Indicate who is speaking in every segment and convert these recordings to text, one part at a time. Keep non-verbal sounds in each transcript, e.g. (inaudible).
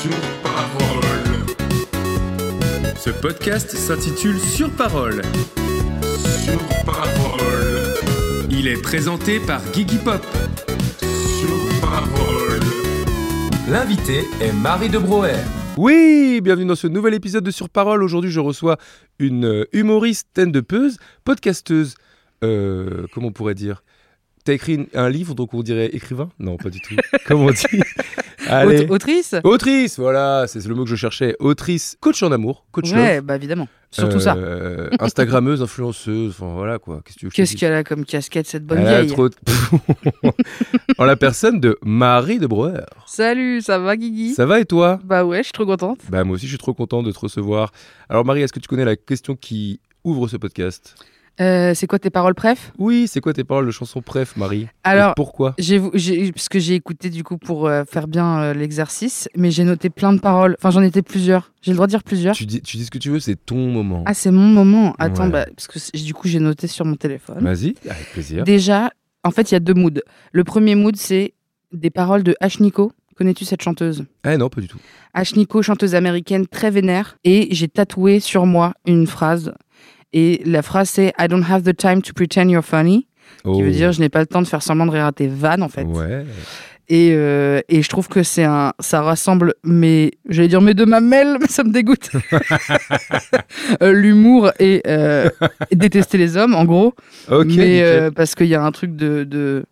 Speaker 1: Sur parole.
Speaker 2: Ce podcast s'intitule Sur parole.
Speaker 1: Sur parole.
Speaker 2: Il est présenté par Guigui Pop.
Speaker 1: Sur parole.
Speaker 2: L'invité est Marie de Broer. Oui, bienvenue dans ce nouvel épisode de Sur Parole. Aujourd'hui, je reçois une euh, humoriste, stand-upeuse, podcasteuse. euh, comment on pourrait dire T'as écrit une- un livre, donc on dirait écrivain Non, pas du
Speaker 3: (laughs)
Speaker 2: tout. comment on dit Allez.
Speaker 3: Aut- Autrice
Speaker 2: Autrice, voilà, c'est le mot que je cherchais. Autrice, coach en amour, coach love.
Speaker 3: Ouais, bah évidemment. Surtout ça. (laughs)
Speaker 2: Euh, Instagrammeuse, influenceuse, enfin voilà quoi. Qu'est-ce que tu veux que je te
Speaker 3: Qu'est-ce
Speaker 2: dise
Speaker 3: qu'elle a comme casquette, cette bonne
Speaker 2: Elle a
Speaker 3: vieille
Speaker 2: trop de- (laughs) en la personne de Marie de Brouwer.
Speaker 3: Salut, ça va Guigui
Speaker 2: Ça va et toi
Speaker 3: Bah ouais, je suis trop contente.
Speaker 2: Bah moi aussi je suis trop content de te recevoir. Alors Marie, est-ce que tu connais la question qui ouvre ce podcast
Speaker 3: Euh, c'est quoi tes paroles préf
Speaker 2: Oui, c'est quoi tes paroles de chanson préf Marie Et
Speaker 3: Alors,
Speaker 2: pourquoi
Speaker 3: j'ai, vou- j'ai- parce que j'ai écouté du coup pour euh, faire bien euh, l'exercice, mais j'ai noté plein de paroles. Enfin, j'en étais plusieurs. J'ai le droit de dire plusieurs.
Speaker 2: tu dis, tu dis ce que tu veux, c'est ton moment.
Speaker 3: Ah, c'est mon moment. Attends,
Speaker 2: Ouais.
Speaker 3: bah, parce que c'est- du coup, j'ai noté sur mon téléphone.
Speaker 2: Vas-y, avec plaisir.
Speaker 3: Déjà, en fait, il y a deux moods. Le premier mood, c'est des paroles de H. Nico. Connais-tu cette chanteuse
Speaker 2: Ah non, pas du tout.
Speaker 3: Ash Nico, chanteuse américaine très vénère, et j'ai tatoué sur moi une phrase. Et la phrase c'est I don't have the time to pretend you're funny, qui
Speaker 2: Oh.
Speaker 3: veut dire je n'ai pas le temps de faire semblant de rire à tes vannes en fait.
Speaker 2: Ouais.
Speaker 3: Et, euh, et je trouve que c'est un, ça rassemble mes, j'allais dire mes deux mamelles, (laughs) mais ça
Speaker 2: (laughs)
Speaker 3: me dégoûte. Euh, L'humour et euh, détester les hommes en gros,
Speaker 2: Ok.
Speaker 3: mais
Speaker 2: nickel.
Speaker 3: euh, parce qu'il y a un truc de, de-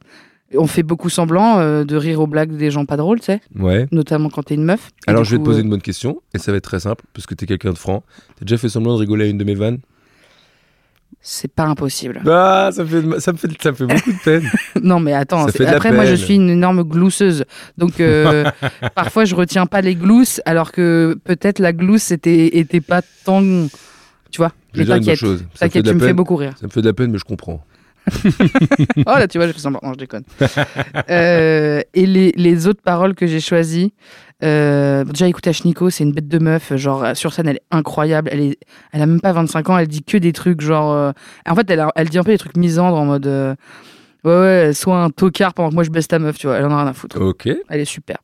Speaker 3: on fait beaucoup semblant euh, de rire aux blagues des gens pas drôles, tu sais,
Speaker 2: Ouais.
Speaker 3: notamment quand t'es une meuf. Et
Speaker 2: Alors
Speaker 3: du
Speaker 2: je vais te
Speaker 3: coup,
Speaker 2: poser
Speaker 3: euh,
Speaker 2: une bonne question et ça va être très simple parce que t'es quelqu'un de franc. T'as déjà fait semblant de rigoler à une de mes vannes
Speaker 3: euh, C'est pas impossible.
Speaker 2: Ah, ça fait, ça me fait, ça me fait beaucoup de peine.
Speaker 3: (laughs) Non, mais attends,
Speaker 2: Ça
Speaker 3: c'est-
Speaker 2: fait de la
Speaker 3: après, moi, je
Speaker 2: peine.
Speaker 3: suis une énorme glousseuse. Donc, euh,
Speaker 2: (laughs)
Speaker 3: parfois, je retiens pas les glousses, alors que peut-être la glousse était, était pas tant. Tu vois
Speaker 2: Je vais dire
Speaker 3: Mais
Speaker 2: une bonne
Speaker 3: t'inquiète,
Speaker 2: chose. Ça me fait
Speaker 3: t'inquiète,
Speaker 2: de la
Speaker 3: tu me fais
Speaker 2: peine.
Speaker 3: beaucoup rire.
Speaker 2: Ça me fait de la peine, mais je comprends.
Speaker 3: Oh là, tu vois, j'ai fait semblant. Non, je déconne. (laughs) Euh, et les, les autres paroles que j'ai choisies. Euh, déjà, écoute, Ashniko, c'est une bête de meuf. Genre, euh, sur scène, elle est incroyable. Elle, est, elle a même pas 25 ans. Elle dit que des trucs, genre. euh, en fait, elle, a- elle dit un peu des trucs misandres en mode. euh, ouais, ouais, sois un tocard pendant que moi je baisse ta meuf, tu vois. Elle en a rien à foutre.
Speaker 2: Ok.
Speaker 3: Elle est super.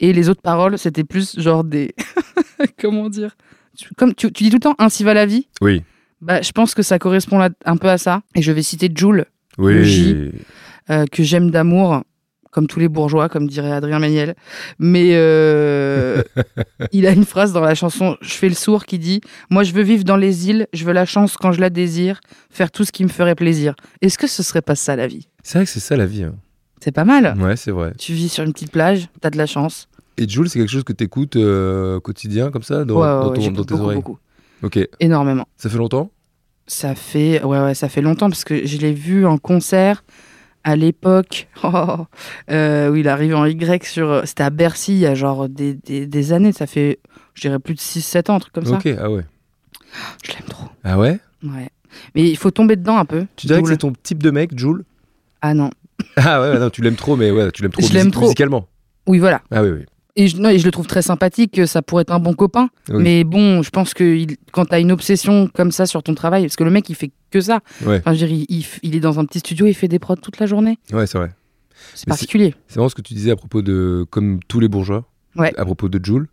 Speaker 3: Et les autres paroles, c'était plus genre des. (laughs) Comment dire Tu- Comme tu, tu dis tout le temps ainsi va la vie.
Speaker 2: Oui.
Speaker 3: Bah, je pense que ça correspond là- un peu à ça. Et je vais citer Jules, Le
Speaker 2: Oui.
Speaker 3: J. euh, que j'aime d'amour, comme tous les bourgeois, comme dirait Adrien Méniel. Mais
Speaker 2: (laughs)
Speaker 3: euh, il a une phrase dans la chanson Je fais le sourd qui dit Moi, je veux vivre dans les îles, je veux la chance quand je la désire, faire tout ce qui me ferait plaisir. Est-ce que ce serait pas ça la vie
Speaker 2: C'est vrai que c'est ça la vie. hein.
Speaker 3: C'est pas mal.
Speaker 2: Ouais, c'est vrai.
Speaker 3: Tu vis sur une petite plage, t'as de la chance.
Speaker 2: Et Jules, c'est quelque chose que t'écoutes euh, au quotidien comme ça dans,
Speaker 3: Ouais, ouais,
Speaker 2: dans
Speaker 3: ouais,
Speaker 2: ton-
Speaker 3: j'écoute
Speaker 2: dans tes
Speaker 3: beaucoup,
Speaker 2: oreilles.
Speaker 3: beaucoup.
Speaker 2: Ok.
Speaker 3: Énormément.
Speaker 2: Ça fait longtemps
Speaker 3: Ça fait, ouais, ouais, ça fait longtemps parce que je l'ai vu en concert à l'époque (laughs) oh, euh, où il arrivait en Y sur. C'était à Bercy il y a genre des, des- des années, ça fait, je dirais, plus de 6-7 ans, un truc comme
Speaker 2: Ok. Ah ouais.
Speaker 3: ça. Je l'aime trop.
Speaker 2: Ah ouais.
Speaker 3: Ouais. Mais il faut tomber dedans un peu.
Speaker 2: Tu dirais
Speaker 3: D'où
Speaker 2: que
Speaker 3: le-
Speaker 2: c'est ton type de mec, Jules
Speaker 3: Ah non.
Speaker 2: (laughs) Ah ouais, ouais, non, tu l'aimes trop, mais ouais, tu l'aimes trop,
Speaker 3: Je l'aime
Speaker 2: musi-
Speaker 3: trop.
Speaker 2: musicalement.
Speaker 3: Oui, voilà.
Speaker 2: Ah oui, oui.
Speaker 3: Et je, non, et je le trouve très sympathique, euh, ça pourrait être un bon copain.
Speaker 2: Oui.
Speaker 3: Mais bon, je pense que il- quand t'as une obsession comme ça sur ton travail, parce que le mec il fait que ça.
Speaker 2: Ouais.
Speaker 3: Enfin, je veux dire, il, il f- il est dans un petit studio, il fait des prods toute la journée.
Speaker 2: Ouais, c'est vrai.
Speaker 3: C'est
Speaker 2: Mais c'est-
Speaker 3: particulier.
Speaker 2: C'est vraiment ce que tu disais à propos de comme tous les bourgeois.
Speaker 3: Ouais.
Speaker 2: À propos de Jules.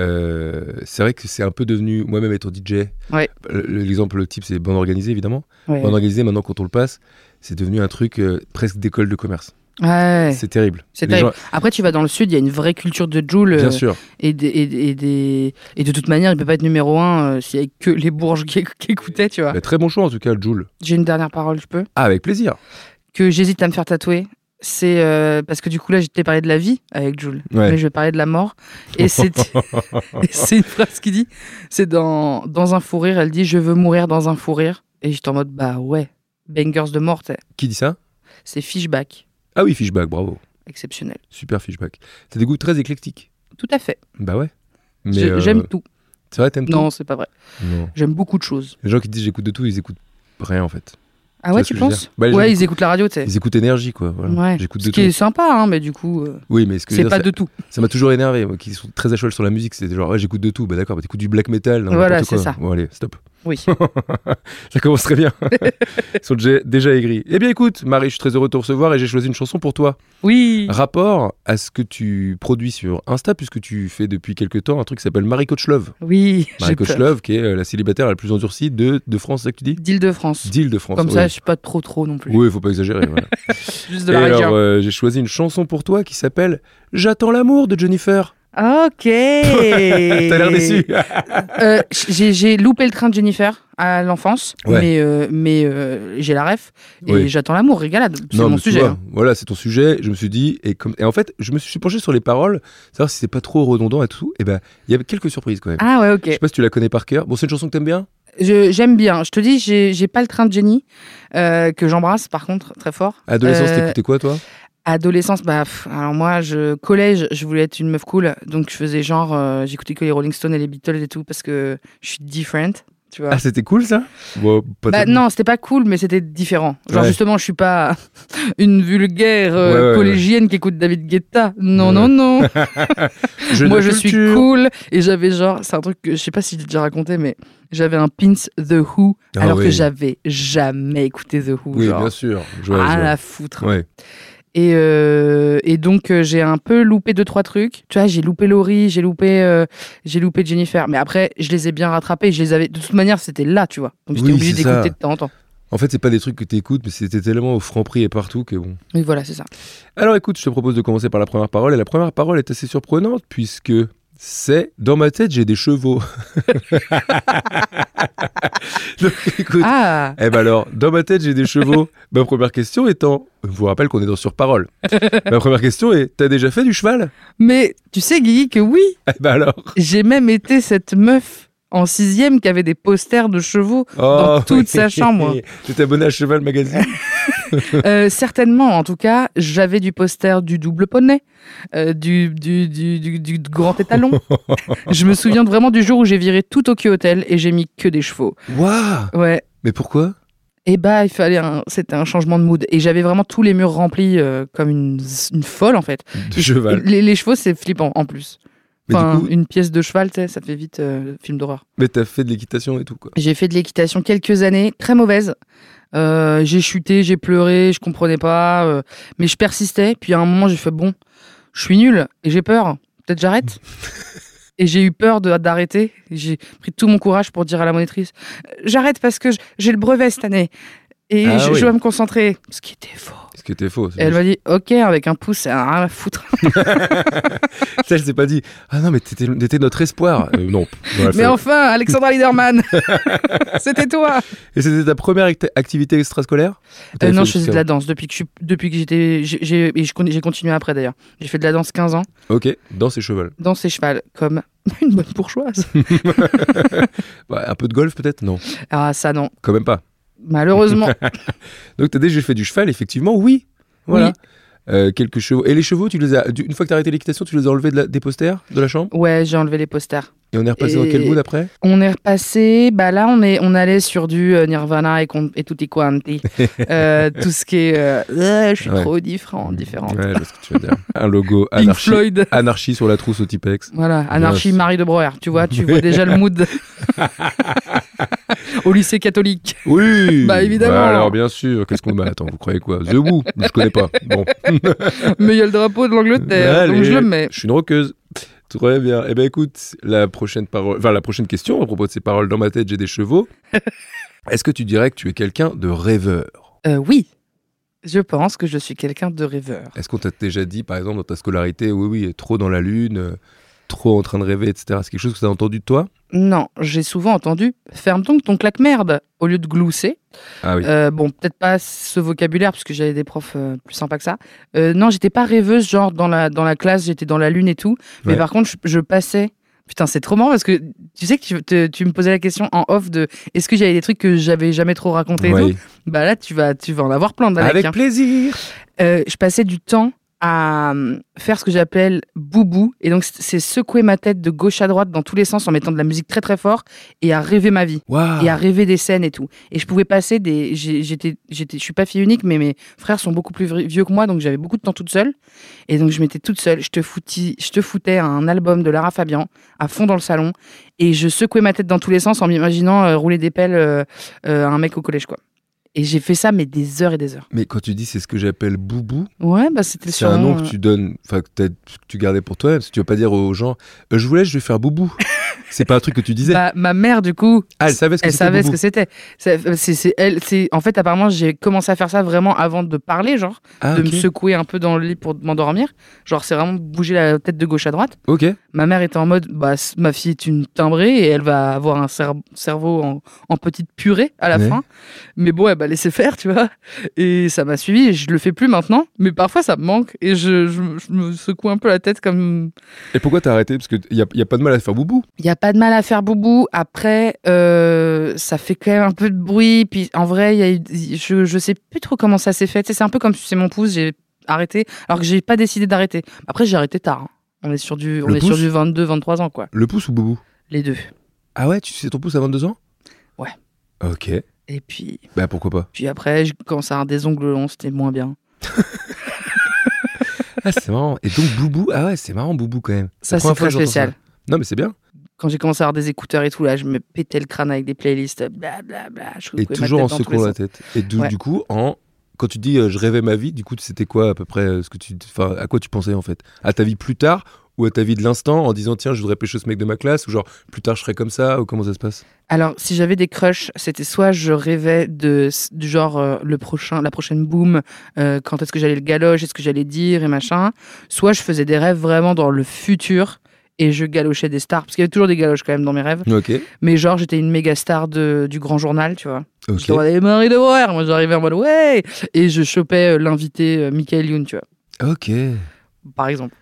Speaker 2: Euh, c'est vrai que c'est un peu devenu moi-même étant DJ.
Speaker 3: Ouais.
Speaker 2: le- L'exemple type, c'est bande organisée évidemment.
Speaker 3: Ouais.
Speaker 2: Bande organisée, maintenant quand on le passe, c'est devenu un truc euh, presque d'école de commerce.
Speaker 3: Ouais.
Speaker 2: C'est terrible.
Speaker 3: C'est
Speaker 2: Les
Speaker 3: terrible.
Speaker 2: gens-
Speaker 3: Après, tu vas dans le sud, il y a une vraie culture de Joule. euh,
Speaker 2: Bien sûr.
Speaker 3: Et, des- et, des- et des- et de toute manière, il peut pas être numéro un euh, s'il y avait que les bourges qui, qui écoutaient, tu vois.
Speaker 2: Bah, très bon choix en tout cas, Jules.
Speaker 3: J'ai une dernière parole, je peux
Speaker 2: Ah, avec plaisir.
Speaker 3: Que j'hésite à me faire tatouer. C'est euh, parce que du coup, là, je t'ai parlé de la vie avec Joule.
Speaker 2: Ouais.
Speaker 3: Mais je vais parler de la mort. Et
Speaker 2: (laughs)
Speaker 3: c'est et c'est une phrase qui dit c'est dans, dans un fou rire, elle dit Je veux mourir dans un fou rire. Et j'étais en mode Bah ouais, bangers de mort, t'sais.
Speaker 2: Qui dit ça
Speaker 3: c'est fishback.
Speaker 2: Ah oui, Fishback, bravo.
Speaker 3: exceptionnel.
Speaker 2: Super Fishback. T'as des goûts très éclectiques.
Speaker 3: Tout à fait.
Speaker 2: Bah ouais. Mais
Speaker 3: J'ai-
Speaker 2: euh,
Speaker 3: J'aime tout.
Speaker 2: C'est vrai, t'aimes
Speaker 3: Non, c'est pas vrai.
Speaker 2: tout Non.
Speaker 3: J'aime beaucoup de choses.
Speaker 2: Les gens qui disent j'écoute de tout, ils écoutent rien en fait. Tu
Speaker 3: Ah ouais,
Speaker 2: vois ce
Speaker 3: tu
Speaker 2: que je veux
Speaker 3: penses
Speaker 2: dire Bah, les gens
Speaker 3: Ouais,
Speaker 2: écoutent-
Speaker 3: ils écoutent la radio, tu sais.
Speaker 2: Ils écoutent énergie quoi. Voilà.
Speaker 3: Ouais.
Speaker 2: J'écoute
Speaker 3: Ce
Speaker 2: de
Speaker 3: qui
Speaker 2: tout.
Speaker 3: est sympa, hein, mais du coup, euh,
Speaker 2: Oui, mais ce que je veux
Speaker 3: c'est
Speaker 2: dire,
Speaker 3: pas
Speaker 2: ça-
Speaker 3: de tout.
Speaker 2: ça m'a toujours énervé, moi, qui sont très à cheval sur la musique. C'était genre ouais, j'écoute de tout. Bah d'accord, bah, t'écoutes du black metal. non,
Speaker 3: Voilà,
Speaker 2: n'importe
Speaker 3: c'est
Speaker 2: quoi.
Speaker 3: ça.
Speaker 2: Bon allez, stop.
Speaker 3: Oui.
Speaker 2: (laughs) Ça commence très
Speaker 3: (laughs)
Speaker 2: bien. Ils sont déjà, déjà aigris. Eh bien écoute, Marie, je suis très heureux de te recevoir et j'ai choisi une chanson pour toi. Ah.
Speaker 3: Oui.
Speaker 2: Rapport à ce que tu produis sur Insta, puisque tu fais depuis quelques temps un truc qui s'appelle Marie Coach Love.
Speaker 3: Oui.
Speaker 2: Marie
Speaker 3: j'ai
Speaker 2: Coach
Speaker 3: peur.
Speaker 2: Love, qui est euh, la célibataire la plus endurcie de, de France, c'est ça que tu dis
Speaker 3: D'Île-de-France.
Speaker 2: D'Île-de-France.
Speaker 3: Comme
Speaker 2: oui.
Speaker 3: ça, je suis pas trop trop non plus.
Speaker 2: Oui, il faut pas exagérer. voilà.
Speaker 3: Juste (laughs) de
Speaker 2: Et
Speaker 3: la région.
Speaker 2: alors, euh, j'ai choisi une chanson pour toi qui s'appelle J'attends l'amour de Jennifer. (laughs)
Speaker 3: Ok.
Speaker 2: T'as l'air déçu.
Speaker 3: Euh, j'ai j'ai loupé le train de Jennifer à l'enfance,
Speaker 2: Ouais.
Speaker 3: mais, euh, mais euh, j'ai la ref et
Speaker 2: Oui.
Speaker 3: j'attends l'amour, régalade. C'est
Speaker 2: Non,
Speaker 3: mon
Speaker 2: mais tu
Speaker 3: sujet.
Speaker 2: vois,
Speaker 3: hein.
Speaker 2: Voilà, c'est ton sujet. Je me suis dit, et, comme... et en fait, je me suis penché sur les paroles, savoir si c'est pas trop redondant et tout. Et ben, il y a quelques surprises quand même.
Speaker 3: Ah ouais,
Speaker 2: Je sais
Speaker 3: ok.
Speaker 2: pas si tu la connais par cœur. Bon, c'est une chanson que t'aimes bien
Speaker 3: Je- J'aime bien. Je te dis, j'ai j'ai pas le train de Jenny, euh, que j'embrasse par contre très fort.
Speaker 2: Adolescence,
Speaker 3: Euh,
Speaker 2: t'écoutais quoi, toi
Speaker 3: Adolescence, bah, pff, alors moi, je, collège, je voulais être une meuf cool, donc je faisais genre, euh, j'écoutais que les Rolling Stones et les Beatles et tout parce que je suis different, tu vois.
Speaker 2: Ah, c'était cool ça Bon, pas
Speaker 3: Bah,
Speaker 2: tellement.
Speaker 3: non, c'était pas cool, mais c'était différent. Genre,
Speaker 2: Ouais.
Speaker 3: justement, je suis pas (laughs) une vulgaire euh,
Speaker 2: Ouais, ouais, ouais.
Speaker 3: collégienne qui écoute David Guetta. Non,
Speaker 2: Ouais.
Speaker 3: non, non.
Speaker 2: (laughs) Jeu
Speaker 3: Moi,
Speaker 2: de
Speaker 3: je suis
Speaker 2: culture.
Speaker 3: cool. Et j'avais genre, c'est un truc que je sais pas si j'ai déjà raconté, mais j'avais un pins The Who,
Speaker 2: Ah
Speaker 3: alors que
Speaker 2: oui.
Speaker 3: j'avais jamais écouté The Who.
Speaker 2: Oui,
Speaker 3: genre.
Speaker 2: bien sûr. Je vois,
Speaker 3: à
Speaker 2: je vois.
Speaker 3: la foutre.
Speaker 2: Ouais.
Speaker 3: Et, euh, et donc, euh, j'ai un peu loupé deux, trois trucs. Tu vois, j'ai loupé Laurie, j'ai loupé, euh, j'ai loupé Jennifer. Mais après, je les ai bien rattrapés. Je les avais, de toute manière, c'était là, tu vois. Donc, j'étais
Speaker 2: Oui,
Speaker 3: obligé
Speaker 2: c'est ça.
Speaker 3: d'écouter de temps en temps.
Speaker 2: En fait, c'est pas des trucs que t'écoutes, mais c'était tellement au franc prix et partout que bon.
Speaker 3: Oui, voilà, c'est ça.
Speaker 2: Alors écoute, je te propose de commencer par la première parole. Et la première parole est assez surprenante puisque c'est dans ma tête, j'ai des chevaux. (laughs) Donc écoute.
Speaker 3: Ah!
Speaker 2: Eh ben alors, dans ma tête, j'ai des
Speaker 3: (laughs)
Speaker 2: chevaux. Ma première question étant, je vous rappelle qu'on est dans sur parole. Ma première question est, t'as déjà fait du cheval
Speaker 3: Mais tu sais, Guigui, que oui,
Speaker 2: Eh ben alors.
Speaker 3: j'ai même été cette meuf en sixième qui avait des posters
Speaker 2: (laughs)
Speaker 3: de chevaux. Dans toute sa chambre.
Speaker 2: T'es abonné à Cheval
Speaker 3: (laughs)
Speaker 2: Magazine
Speaker 3: Euh, certainement, en tout cas, j'avais du poster du double poney, euh, du, du, du, du- du grand
Speaker 2: (laughs)
Speaker 3: étalon. Je me souviens vraiment du jour où j'ai viré tout Tokyo Hotel et j'ai mis que des chevaux.
Speaker 2: Waouh
Speaker 3: Ouais.
Speaker 2: Mais pourquoi
Speaker 3: Et bah, il fallait un... c'était un changement de mood. Et j'avais vraiment tous les murs remplis euh, comme une, une folle, en fait.
Speaker 2: Du cheval.
Speaker 3: Les, les chevaux, c'est flippant, en plus.
Speaker 2: Bah, Mais du
Speaker 3: Enfin,
Speaker 2: coup-
Speaker 3: une pièce de cheval, tu sais, ça te fait vite euh, film d'horreur.
Speaker 2: Mais t'as fait de l'équitation et tout, quoi.
Speaker 3: J'ai fait de l'équitation quelques années, très mauvaise. Euh, j'ai chuté, j'ai pleuré, je comprenais pas, euh, mais je persistais. Puis à un moment, j'ai fait bon, je suis nul et j'ai peur.
Speaker 2: (laughs)
Speaker 3: Peut-être j'arrête. et j'ai eu peur de- d'arrêter. J'ai pris tout mon courage pour dire à la monitrice Euh, j'arrête parce que j- j'ai le brevet cette année et
Speaker 2: Ah
Speaker 3: je,
Speaker 2: oui.
Speaker 3: je dois me concentrer. Ce qui était faux.
Speaker 2: Ce qui était faux.
Speaker 3: Et elle m'a dit ok avec un pouce, ça a rien à foutre.
Speaker 2: Ça, je t'ai pas dit. Ah non, mais t'étais t'étais notre
Speaker 3: (laughs)
Speaker 2: espoir. Euh, non. on l'a
Speaker 3: mais
Speaker 2: fait.
Speaker 3: enfin, Alexandra
Speaker 2: (laughs)
Speaker 3: Liderman, c'était toi.
Speaker 2: Et c'était ta première act- activité extrascolaire Ou
Speaker 3: Euh,
Speaker 2: t'avais
Speaker 3: non,
Speaker 2: fait
Speaker 3: je faisais de
Speaker 2: jusqu'à-
Speaker 3: la danse depuis que je suis- depuis que j'étais j'ai- j'ai et je con- j'ai continué après d'ailleurs. J'ai fait de la danse 15 ans,
Speaker 2: Ok, dans ses chevals.
Speaker 3: danse et cheval comme (laughs) une bonne bourgeoise.
Speaker 2: Bah, un peu de golf peut-être Non,
Speaker 3: ah ça non,
Speaker 2: quand même pas. (laughs)
Speaker 3: malheureusement.
Speaker 2: Donc t'as déjà fait du cheval, effectivement, oui. Voilà.
Speaker 3: Oui.
Speaker 2: Euh, quelques chevaux. Et les chevaux, tu les as. tu- Une fois que t'as arrêté l'équitation, tu les as enlevés de la- des posters de la chambre
Speaker 3: Ouais, j'ai enlevé les posters.
Speaker 2: Et on est repassé dans
Speaker 3: Et-
Speaker 2: quel mood après
Speaker 3: On est repassé, bah là on est on allait sur du euh, Nirvana et, con- et tutti
Speaker 2: (laughs)
Speaker 3: quanti. Euh, tout ce qui est euh, euh, je suis
Speaker 2: Ouais.
Speaker 3: trop différent, différente.
Speaker 2: Ouais, je vois ce que tu veux dire. Un logo
Speaker 3: Pink
Speaker 2: anarchie,
Speaker 3: Floyd.
Speaker 2: anarchie sur la trousse au Tipex.
Speaker 3: Voilà, anarchie
Speaker 2: Yes.
Speaker 3: Marie de Breuer, tu vois, tu vois déjà le mood.
Speaker 2: (laughs)
Speaker 3: Au
Speaker 2: (laughs)
Speaker 3: lycée catholique.
Speaker 2: Oui
Speaker 3: Bah, évidemment.
Speaker 2: Bah, alors bien sûr, qu'est-ce qu'on. Bah, attends, vous croyez quoi The Woo Je connais pas. Bon.
Speaker 3: Mais il y a le drapeau de l'Angleterre, donc
Speaker 2: Allez,
Speaker 3: je le mets.
Speaker 2: Je suis une roqueuse. Très bien. Eh ben écoute, la prochaine parole, enfin la prochaine question à propos de ces paroles dans ma tête, j'ai des chevaux.
Speaker 3: (laughs)
Speaker 2: Est-ce que tu dirais que tu es quelqu'un de rêveur
Speaker 3: Euh, oui, je pense que je suis quelqu'un de rêveur.
Speaker 2: Est-ce qu'on t'a déjà dit, par exemple, dans ta scolarité, oui, oui, trop dans la lune, euh, trop en train de rêver, etc. C'est quelque chose que tu as entendu de toi
Speaker 3: Non, j'ai souvent entendu ferme donc ton claque-merde au lieu de glousser.
Speaker 2: Ah oui.
Speaker 3: Euh, bon, peut-être pas ce vocabulaire parce que j'avais des profs euh, plus sympas que ça. Euh, non, j'étais pas rêveuse, genre dans la, dans la classe, j'étais dans la lune et tout. Mais
Speaker 2: Ouais.
Speaker 3: par contre, je, je passais. Putain, c'est trop marrant parce que tu sais que tu, te- tu me posais la question en off de est-ce que j'avais des trucs que j'avais jamais trop raconté et
Speaker 2: Oui.
Speaker 3: tout. Bah là, tu vas, tu vas en avoir plein, Dalek,
Speaker 2: Avec
Speaker 3: hein.
Speaker 2: plaisir
Speaker 3: Euh, je passais du temps à euh, faire ce que j'appelle boubou. Et donc, c- c'est secouer ma tête de gauche à droite dans tous les sens en mettant de la musique très très fort et à rêver ma vie.
Speaker 2: Waouh.
Speaker 3: Et à rêver des scènes et tout. Et je pouvais passer des. j'ai- J'étais, j'étais, je suis pas fille unique, mais mes frères sont beaucoup plus vri- vieux que moi, donc j'avais beaucoup de temps toute seule. Et donc je m'étais toute seule. Je te foutis, je te foutais un album de Lara Fabian à fond dans le salon, et je secouais ma tête dans tous les sens en m'imaginant euh, rouler des pelles euh, euh, à un mec au collège, quoi. Et j'ai fait ça, mais des heures et des heures.
Speaker 2: Mais quand tu dis c'est ce que j'appelle boubou,
Speaker 3: Ouais, bah c'était le
Speaker 2: c'est un
Speaker 3: surnom,
Speaker 2: nom que
Speaker 3: euh,
Speaker 2: tu donnes, enfin que, t'as- que tu gardais pour toi-même. Parce que tu vas pas dire aux gens, Euh, je voulais, je vais faire
Speaker 3: (laughs)
Speaker 2: boubou. c'est pas un truc que tu disais.
Speaker 3: Bah, ma mère, du coup,
Speaker 2: ah, elle savait ce que
Speaker 3: elle
Speaker 2: c'était.
Speaker 3: savait ce
Speaker 2: boubou.
Speaker 3: que c'était. C'est- c'est- c'est elle- c'est- En fait, apparemment, j'ai commencé à faire ça vraiment avant de parler, genre,
Speaker 2: Ah,
Speaker 3: de
Speaker 2: ok.
Speaker 3: me secouer un peu dans le lit pour m'endormir. Genre, c'est vraiment bouger la tête de gauche à droite.
Speaker 2: Ok.
Speaker 3: Ma mère était en mode, bah, c- ma fille est une timbrée et elle va avoir un cer- cerveau en, en petite purée à la
Speaker 2: Ouais.
Speaker 3: fin. Mais bon, elle m'a laissé faire, tu vois. Et ça m'a suivi et je le fais plus maintenant. Mais parfois, ça me manque et je, je- je me secoue un peu la tête comme
Speaker 2: Et pourquoi t'as arrêté Parce qu'il n'y a, y a pas de mal à faire boubou.
Speaker 3: Il n'y a pas de mal à faire boubou. Après, euh, ça fait quand même un peu de bruit. Puis en vrai, il y a eu- je je sais plus trop comment ça s'est fait. Tu sais, C'est un peu comme sucer mon pouce. J'ai arrêté, alors que j'ai pas décidé d'arrêter. Après, j'ai arrêté tard. hein. On est sur du, on
Speaker 2: Le
Speaker 3: est sur
Speaker 2: pouce
Speaker 3: du 22, 23 ans, quoi.
Speaker 2: Le pouce ou boubou
Speaker 3: Les deux.
Speaker 2: Ah ouais, tu sais ton pouce à 22 ans
Speaker 3: Ouais.
Speaker 2: Ok.
Speaker 3: Et puis,
Speaker 2: Bah pourquoi pas
Speaker 3: puis après, je- quand ça a des ongles longs, c'était moins bien.
Speaker 2: Ah, c'est marrant. Et donc boubou, ah ouais, c'est marrant boubou quand même.
Speaker 3: Ça,
Speaker 2: La
Speaker 3: c'est
Speaker 2: première fois
Speaker 3: très
Speaker 2: que j'entends
Speaker 3: spécial.
Speaker 2: ça. Non, mais c'est bien.
Speaker 3: Quand j'ai commencé à avoir des écouteurs et tout, là, je me pétais le crâne avec des playlists. Blablabla. Je
Speaker 2: Et
Speaker 3: secouais ma
Speaker 2: toujours
Speaker 3: tête
Speaker 2: en
Speaker 3: dans tous les
Speaker 2: secouant
Speaker 3: sens.
Speaker 2: la tête. Et du,
Speaker 3: Ouais.
Speaker 2: du coup, en quand tu dis euh, je rêvais ma vie, du coup, c'était quoi à peu près euh, ce que tu, enfin, à quoi tu pensais en fait À ta vie plus tard ou à ta vie de l'instant en disant tiens, je voudrais pêcher ce mec de ma classe ou genre plus tard je serai comme ça ou comment ça se passe
Speaker 3: Alors, si j'avais des crushs, c'était soit je rêvais de du genre euh, le prochain, la prochaine boom, euh, quand est-ce que j'allais le galoche, est-ce que j'allais dire et machin. Soit je faisais des rêves vraiment dans le futur et je galochais des stars parce qu'il y avait toujours des galoches quand même dans mes rêves.
Speaker 2: Ok.
Speaker 3: Mais genre j'étais une méga star de, du grand journal, tu vois.
Speaker 2: Ok.
Speaker 3: J'étais les Marie de Boer, moi j'arrivais en mode ouais et je chopais euh, l'invité euh, Michael Youn, tu vois,
Speaker 2: Ok. (laughs)
Speaker 3: par exemple.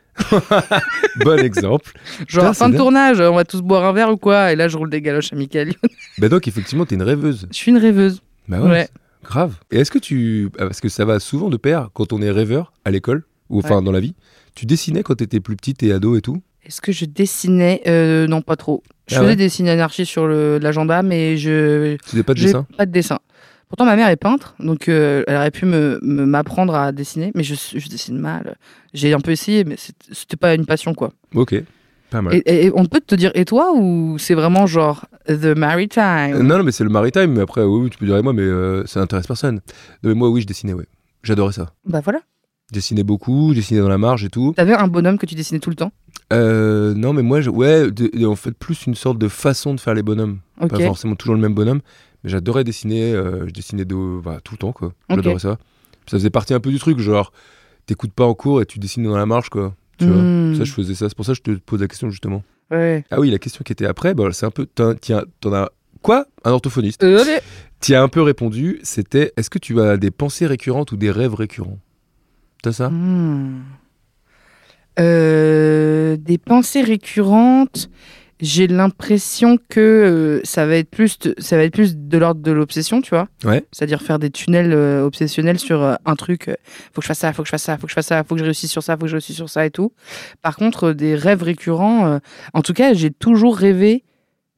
Speaker 2: bon exemple.
Speaker 3: Genre
Speaker 2: Putain, c'est
Speaker 3: fin de
Speaker 2: bien.
Speaker 3: tournage, on va tous boire un verre ou quoi Et là je roule des galoches à Michael. Youn. (laughs)
Speaker 2: Bah donc effectivement, t'es une rêveuse.
Speaker 3: je suis une rêveuse.
Speaker 2: Bah ouais.
Speaker 3: Ouais.
Speaker 2: Grave. Et est-ce que tu. ah, Parce que ça va souvent de pair quand on est rêveur à l'école, ou enfin dans la vie. Tu dessinais quand t'étais plus petite et ado et tout
Speaker 3: Est-ce que je dessinais Euh, Non, pas trop. Je
Speaker 2: Ah
Speaker 3: faisais
Speaker 2: ouais
Speaker 3: des signes anarchistes sur le- l'agenda, mais je
Speaker 2: Tu faisais pas de
Speaker 3: j'ai
Speaker 2: dessin
Speaker 3: pas de dessin. Pourtant, ma mère est peintre, donc euh, elle aurait pu me- me- m'apprendre à dessiner, mais je, je dessine mal. J'ai un peu essayé, mais c'est- c'était pas une passion, quoi.
Speaker 2: Ok. Pas mal.
Speaker 3: Et, et- et on peut te dire, et toi, ou c'est vraiment genre The
Speaker 2: Euh,
Speaker 3: Maritime
Speaker 2: Non, non, mais c'est le maritime, mais après, oui, oui, tu peux dire, et moi, mais euh, ça n'intéresse personne. Non, mais moi, oui, je dessinais, ouais. J'adorais ça.
Speaker 3: Bah voilà.
Speaker 2: Je dessinais beaucoup, je dessinais dans la marge et tout.
Speaker 3: T'avais un bonhomme que tu dessinais tout le temps.
Speaker 2: Euh, non, mais moi, je- ouais, de- de- en fait, plus une sorte de façon de faire les bonhommes.
Speaker 3: Ok.
Speaker 2: Pas forcément toujours le même bonhomme, mais j'adorais dessiner, euh, je dessinais de, bah, tout le temps, quoi.
Speaker 3: Ok.
Speaker 2: J'adorais ça. Puis ça faisait partie un peu du truc, genre, t'écoutes pas en cours et tu dessines dans la marge, quoi. Tu
Speaker 3: Hmm.
Speaker 2: vois Ça, je faisais ça. C'est pour ça que je te pose la question, justement.
Speaker 3: Ouais.
Speaker 2: Ah oui, la question qui était après, bah, c'est un peu. t'en- Tiens, t'en as. Quoi Un orthophoniste
Speaker 3: Euh, allez.
Speaker 2: Tu as un peu répondu, c'était est-ce que tu as des pensées récurrentes ou des rêves récurrents T'as ça
Speaker 3: Hmm. Euh, des pensées récurrentes. J'ai l'impression que euh, ça va être plus, de- ça va être plus de l'ordre de l'obsession, tu vois.
Speaker 2: Ouais.
Speaker 3: C'est-à-dire faire des tunnels euh, obsessionnels sur euh, un truc. euh, faut que je fasse ça, faut que je fasse ça, faut que je fasse ça, faut que je réussisse sur ça, faut que je réussisse sur ça et tout. Par contre, euh, des rêves récurrents. euh, en tout cas, j'ai toujours rêvé.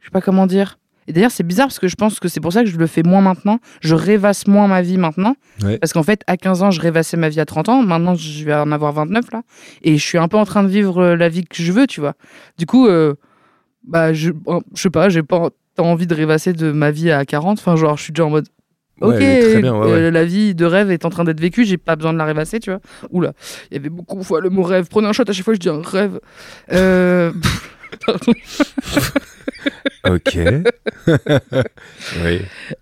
Speaker 3: Je sais pas comment dire. Et d'ailleurs, c'est bizarre parce que je pense que c'est pour ça que je le fais moins maintenant. Je rêvasse moins ma vie maintenant.
Speaker 2: Ouais.
Speaker 3: Parce qu'en fait, à 15 ans, je rêvassais ma vie à 30 ans. Maintenant, je vais en avoir 29 là. Et je suis un peu en train de vivre euh, la vie que je veux, tu vois. Du coup, euh, bah, je, oh, je sais pas, j'ai pas tant envie de rêvasser de ma vie à 40. Enfin, genre, je suis déjà en mode, ok,
Speaker 2: Ouais, très bien, ouais, ouais.
Speaker 3: euh, la vie de rêve est en train d'être vécue, j'ai pas besoin de la rêvasser, tu vois. Oula, il y avait beaucoup de fois le mot rêve. Prenez un shot à chaque fois, je dis un rêve. Euh, pardon.
Speaker 2: Ok.
Speaker 3: (laughs)
Speaker 2: (laughs) oui.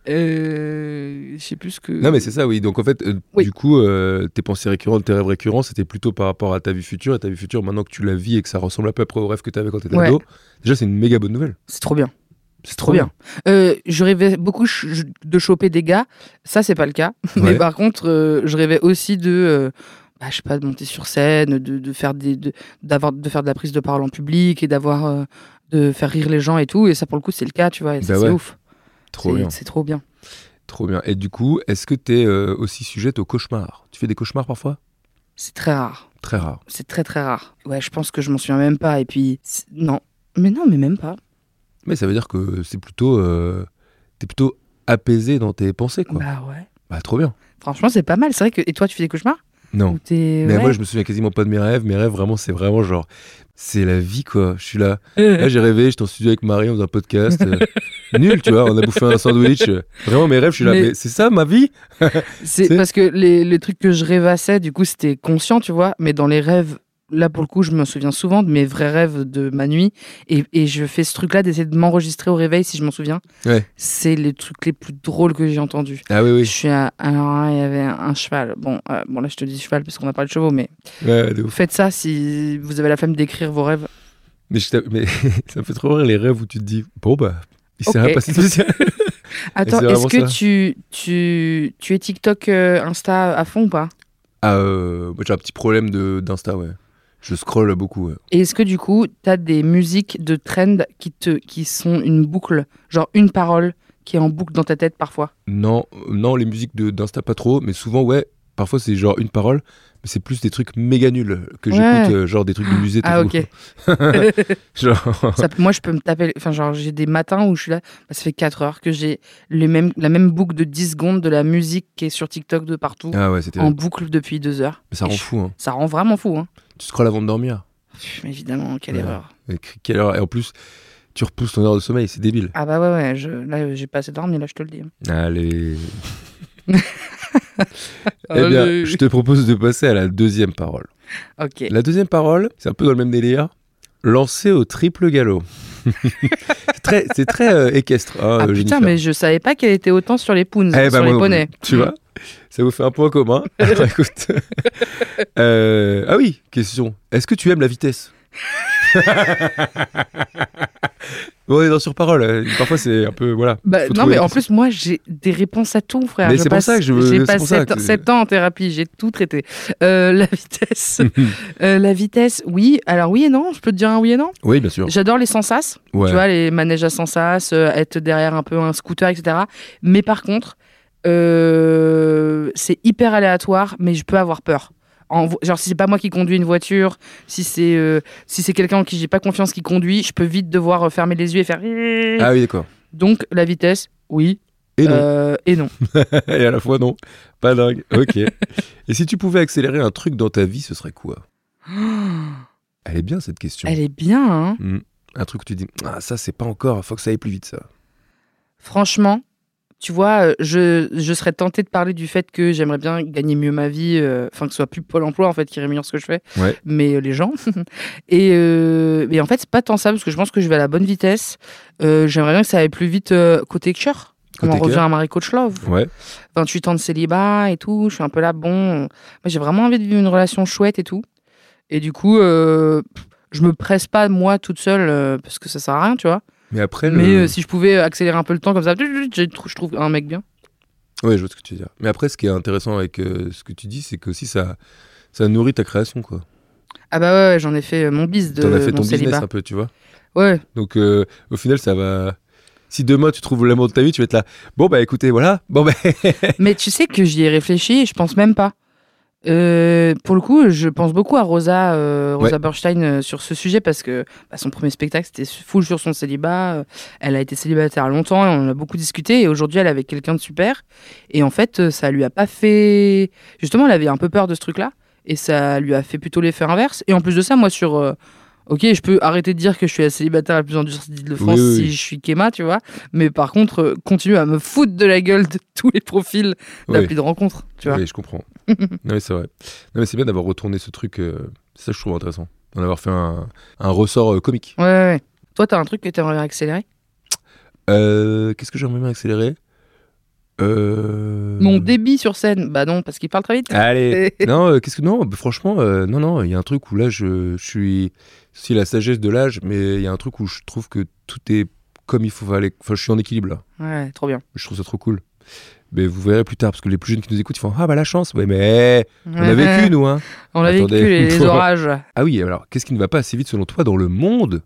Speaker 3: Euh, je sais plus ce que.
Speaker 2: Non, mais c'est ça, oui. Donc en fait, euh,
Speaker 3: Oui.
Speaker 2: du coup, euh, tes pensées récurrentes, tes rêves récurrents, c'était plutôt par rapport à ta vie future. Et ta vie future, maintenant que tu la vis et que ça ressemble à peu près aux rêves que tu avais quand tu étais
Speaker 3: Ouais.
Speaker 2: ado, déjà, c'est une méga bonne nouvelle.
Speaker 3: C'est trop bien. C'est trop bien. Euh, je rêvais beaucoup ch- ch- de choper des gars. Ça, c'est pas le cas. (laughs) Mais
Speaker 2: Ouais.
Speaker 3: par contre, euh, je rêvais aussi de. euh, bah, je sais pas, de monter sur scène, de, de faire des, de, d'avoir, de faire de la prise de parole en public et d'avoir, euh, de faire rire les gens et tout. Et ça, pour le coup, c'est le cas, tu vois. Et ça,
Speaker 2: Bah
Speaker 3: c'est
Speaker 2: ouais.
Speaker 3: ouf.
Speaker 2: Trop
Speaker 3: c'est,
Speaker 2: bien.
Speaker 3: c'est trop bien.
Speaker 2: Trop euh, bien. Et du coup, est-ce que tu es aussi sujette aux cauchemars Tu fais des cauchemars parfois
Speaker 3: C'est très rare.
Speaker 2: Très rare.
Speaker 3: C'est très très rare. Ouais, je pense que je m'en souviens même pas. Et puis, c'est- non. Mais non, mais même pas.
Speaker 2: Mais ça veut dire que c'est plutôt. euh, T'es plutôt apaisé dans tes pensées, quoi.
Speaker 3: Bah ouais.
Speaker 2: Bah, trop bien.
Speaker 3: Franchement, c'est pas mal. C'est vrai que. Et toi, tu fais des cauchemars
Speaker 2: Non.
Speaker 3: Ou t'es-
Speaker 2: Mais
Speaker 3: ouais.
Speaker 2: moi, je me souviens quasiment pas de mes rêves. Mes rêves, vraiment, c'est vraiment genre. C'est la vie, quoi. Je suis là. Là, j'ai rêvé, j'étais en studio avec Marie, on faisait un podcast.
Speaker 3: (laughs)
Speaker 2: euh, nul, tu vois. On a bouffé un sandwich. euh, Vraiment, mes rêves, je suis là.
Speaker 3: Mais-
Speaker 2: Mais c'est ça, ma vie
Speaker 3: C'est
Speaker 2: C'est-
Speaker 3: parce que les, les trucs que je rêvassais, du coup, c'était conscient, tu vois. Mais dans les rêves, là, pour le coup, je me souviens souvent de mes vrais rêves de ma nuit. Et, et je fais ce truc-là d'essayer de m'enregistrer au réveil, si je m'en souviens.
Speaker 2: Ouais.
Speaker 3: C'est les trucs les plus drôles que j'ai entendus.
Speaker 2: Ah oui,
Speaker 3: Je suis à- Alors, là, il y avait un, un cheval. Bon, euh, bon, là, je te dis cheval parce qu'on a parlé de chevaux, mais
Speaker 2: oui. Ouais, de ouf.
Speaker 3: faites ça si vous avez la flemme d'écrire vos rêves.
Speaker 2: Mais, je t'a- mais (laughs) ça me fait trop rire les rêves où tu te dis Bon, bah, il s'est
Speaker 3: Ok.
Speaker 2: rien passé de spécial.
Speaker 3: Attends,
Speaker 2: c'est
Speaker 3: est-ce
Speaker 2: vraiment
Speaker 3: que
Speaker 2: ça.
Speaker 3: tu, tu, tu es TikTok, euh, Insta à fond ou pas
Speaker 2: Ah, euh, moi, j'ai un petit problème de- d'Insta, ouais. Je scrolle beaucoup. ouais.
Speaker 3: Et est-ce que du coup, tu as des musiques de trend qui, te, qui sont une boucle, genre une parole qui est en boucle dans ta tête parfois
Speaker 2: Non, euh, non, les musiques de- d'Insta pas trop, mais souvent ouais. Parfois c'est genre une parole, mais c'est plus des trucs méga nuls que
Speaker 3: Ouais.
Speaker 2: j'écoute, euh, genre des trucs du musée.
Speaker 3: Ah
Speaker 2: tout.
Speaker 3: ok.
Speaker 2: (laughs) genre, (laughs)
Speaker 3: Ça, moi, je peux me taper. Enfin, genre, j'ai des matins où je suis là. bah, ça fait 4 heures que j'ai les mêmes, la même boucle de 10 secondes de la musique qui est sur TikTok de partout,
Speaker 2: ah ouais, c'était.
Speaker 3: en boucle depuis 2 heures.
Speaker 2: Mais ça
Speaker 3: Et
Speaker 2: rend
Speaker 3: je-
Speaker 2: fou. Hein.
Speaker 3: Ça rend vraiment fou. Hein.
Speaker 2: Tu scrolles avant de dormir.
Speaker 3: Pff, mais évidemment, quelle
Speaker 2: Ouais.
Speaker 3: erreur.
Speaker 2: Et qu- quelle heure Et en plus, tu repousses ton heure de sommeil, c'est débile.
Speaker 3: Ah bah ouais, ouais. Je, là, j'ai pas assez dormi, là, je te le dis.
Speaker 2: Allez. eh bien, je te propose de passer à la deuxième parole.
Speaker 3: Ok.
Speaker 2: La deuxième parole, c'est un peu dans le même délire. Lancer au triple galop. (laughs) c'est très, c'est très euh, équestre. hein,
Speaker 3: Ah
Speaker 2: euh,
Speaker 3: putain,
Speaker 2: Jennifer.
Speaker 3: mais je savais pas qu'elle était autant sur les poons,
Speaker 2: Eh ben,
Speaker 3: sur
Speaker 2: moi
Speaker 3: les
Speaker 2: non plus.
Speaker 3: poneys.
Speaker 2: Tu vois Ça vous fait un point
Speaker 3: (laughs)
Speaker 2: commun. (laughs) Alors, écoute. Euh, ah oui, question. Est-ce que tu aimes la
Speaker 3: (laughs)
Speaker 2: vitesse Bon, on est dans sur parole. euh, Parfois, c'est un peu. Voilà.
Speaker 3: Bah,
Speaker 2: Faut
Speaker 3: non,
Speaker 2: trouver
Speaker 3: mais
Speaker 2: la
Speaker 3: en
Speaker 2: question.
Speaker 3: plus, moi, j'ai des réponses à tout, frère.
Speaker 2: Mais
Speaker 3: Je
Speaker 2: c'est pour
Speaker 3: passe-
Speaker 2: ça que je veux-
Speaker 3: J'ai
Speaker 2: c'est
Speaker 3: passé
Speaker 2: pour ça
Speaker 3: 7,
Speaker 2: que-
Speaker 3: ans en thérapie, j'ai tout traité. Euh,
Speaker 2: (laughs)
Speaker 3: la vitesse. Euh, la vitesse, oui. Alors, oui et non, je peux te dire un oui et non.
Speaker 2: Oui, bien sûr.
Speaker 3: J'adore les sensas,
Speaker 2: Ouais.
Speaker 3: tu vois, les manèges à sensas, euh, être derrière un peu un scooter, etc. Mais par contre, euh, c'est hyper aléatoire, mais je peux avoir peur. En vo- genre, si c'est pas moi qui conduis une voiture, si c'est euh, si c'est quelqu'un en qui j'ai pas confiance qui conduit, je peux vite devoir euh, fermer les yeux et faire.
Speaker 2: Ah oui, d'accord.
Speaker 3: Donc, la vitesse, oui.
Speaker 2: Et non.
Speaker 3: Euh, et non.
Speaker 2: (laughs) Et à la fois, non. Pas dingue.
Speaker 3: (laughs)
Speaker 2: Ok. Et si tu pouvais accélérer un truc dans ta vie, ce serait
Speaker 3: (gasps)
Speaker 2: quoi Elle est bien, cette question.
Speaker 3: Elle est bien, hein
Speaker 2: Un truc où tu dis Ah, ça, c'est pas encore. Faut que ça aille plus vite, ça.
Speaker 3: Franchement, tu vois, euh, je, je serais tentée de parler du fait que j'aimerais bien gagner mieux ma vie, euh, enfin que ce soit plus Pôle emploi en fait qui rémunère ce que je fais,
Speaker 2: Ouais.
Speaker 3: mais euh, les gens. (laughs) et, euh, mais en fait, c'est pas tant ça parce que je pense que je vais à la bonne vitesse. Euh, j'aimerais bien que ça aille plus vite euh, côté cœur. Comme on
Speaker 2: Côté
Speaker 3: revient
Speaker 2: cœur.
Speaker 3: à Marie Coachlove.
Speaker 2: Ouais.
Speaker 3: 28 ans de célibat et tout, je suis un peu là, bon, moi j'ai vraiment envie de vivre une relation chouette et tout. Et du coup, euh, je me presse pas moi toute seule euh, parce que ça sert à rien, tu vois.
Speaker 2: Mais après,
Speaker 3: Mais
Speaker 2: le...
Speaker 3: euh, si je pouvais accélérer un peu le temps comme ça, je trou- je trouve un mec bien.
Speaker 2: Ouais, je vois ce que tu veux dire. Mais après, ce qui est intéressant avec euh, ce que tu dis, c'est que aussi ça, ça nourrit ta création, quoi.
Speaker 3: Ah bah ouais, ouais, j'en ai fait euh, mon bise de
Speaker 2: T'en as fait
Speaker 3: mon
Speaker 2: ton business hein.
Speaker 3: célibat.
Speaker 2: un peu, tu vois.
Speaker 3: Ouais,
Speaker 2: Donc, euh, au final, ça va. Si demain tu trouves l'amour de ta vie, tu vas être là. Bon, bah écoutez, voilà. Bon, bah. (laughs)
Speaker 3: mais tu sais que j'y ai réfléchi et je pense même pas. Euh, pour le coup, je pense beaucoup à Rosa, euh, Rosa Bernstein euh, sur ce sujet parce que bah, son premier spectacle c'était full sur son célibat. Euh, Elle a été célibataire longtemps, et on en a beaucoup discuté et aujourd'hui elle est avec quelqu'un de super. Et en fait, euh, ça lui a pas fait. Justement, elle avait un peu peur de ce truc-là et ça lui a fait plutôt l'effet inverse. Et en plus de ça, moi sur. euh, Ok, je peux arrêter de dire que je suis la célibataire la plus endurcie de France
Speaker 2: Oui, oui,
Speaker 3: si
Speaker 2: oui.
Speaker 3: je suis Kema, tu vois. Mais par contre, euh, continue à me foutre de la gueule de (laughs) tous les profils d'appli
Speaker 2: Oui,
Speaker 3: de rencontre, tu vois.
Speaker 2: oui, je comprends. (laughs) non, mais c'est vrai. Non, mais c'est bien d'avoir retourné ce truc. euh, C'est ça que je trouve intéressant. D'en avoir fait un, un ressort euh, comique.
Speaker 3: Ouais, ouais, ouais. Toi, t'as un truc que t'aimerais bien accélérer
Speaker 2: Euh, Qu'est-ce que j'aimerais bien accélérer euh...
Speaker 3: Mon débit sur scène Bah non, parce qu'il parle très vite. (laughs)
Speaker 2: Allez. non, euh, qu'est-ce que non bah, Franchement, euh, non, non. Il y a un truc où là, je, je suis si la sagesse de l'âge, mais il y a un truc où je trouve que tout est comme il faut aller. Enfin, je suis en équilibre là.
Speaker 3: Ouais, trop bien.
Speaker 2: Je trouve ça trop cool. Mais vous verrez plus tard, parce que les plus jeunes qui nous écoutent, ils font ah bah la chance. Ouais, mais on a
Speaker 3: Mm-hmm.
Speaker 2: vécu nous, hein.
Speaker 3: (laughs) On a
Speaker 2: Attendez.
Speaker 3: vécu
Speaker 2: (laughs)
Speaker 3: les, les orages.
Speaker 2: Ah oui. Alors, qu'est-ce qui ne va pas assez vite selon toi dans le monde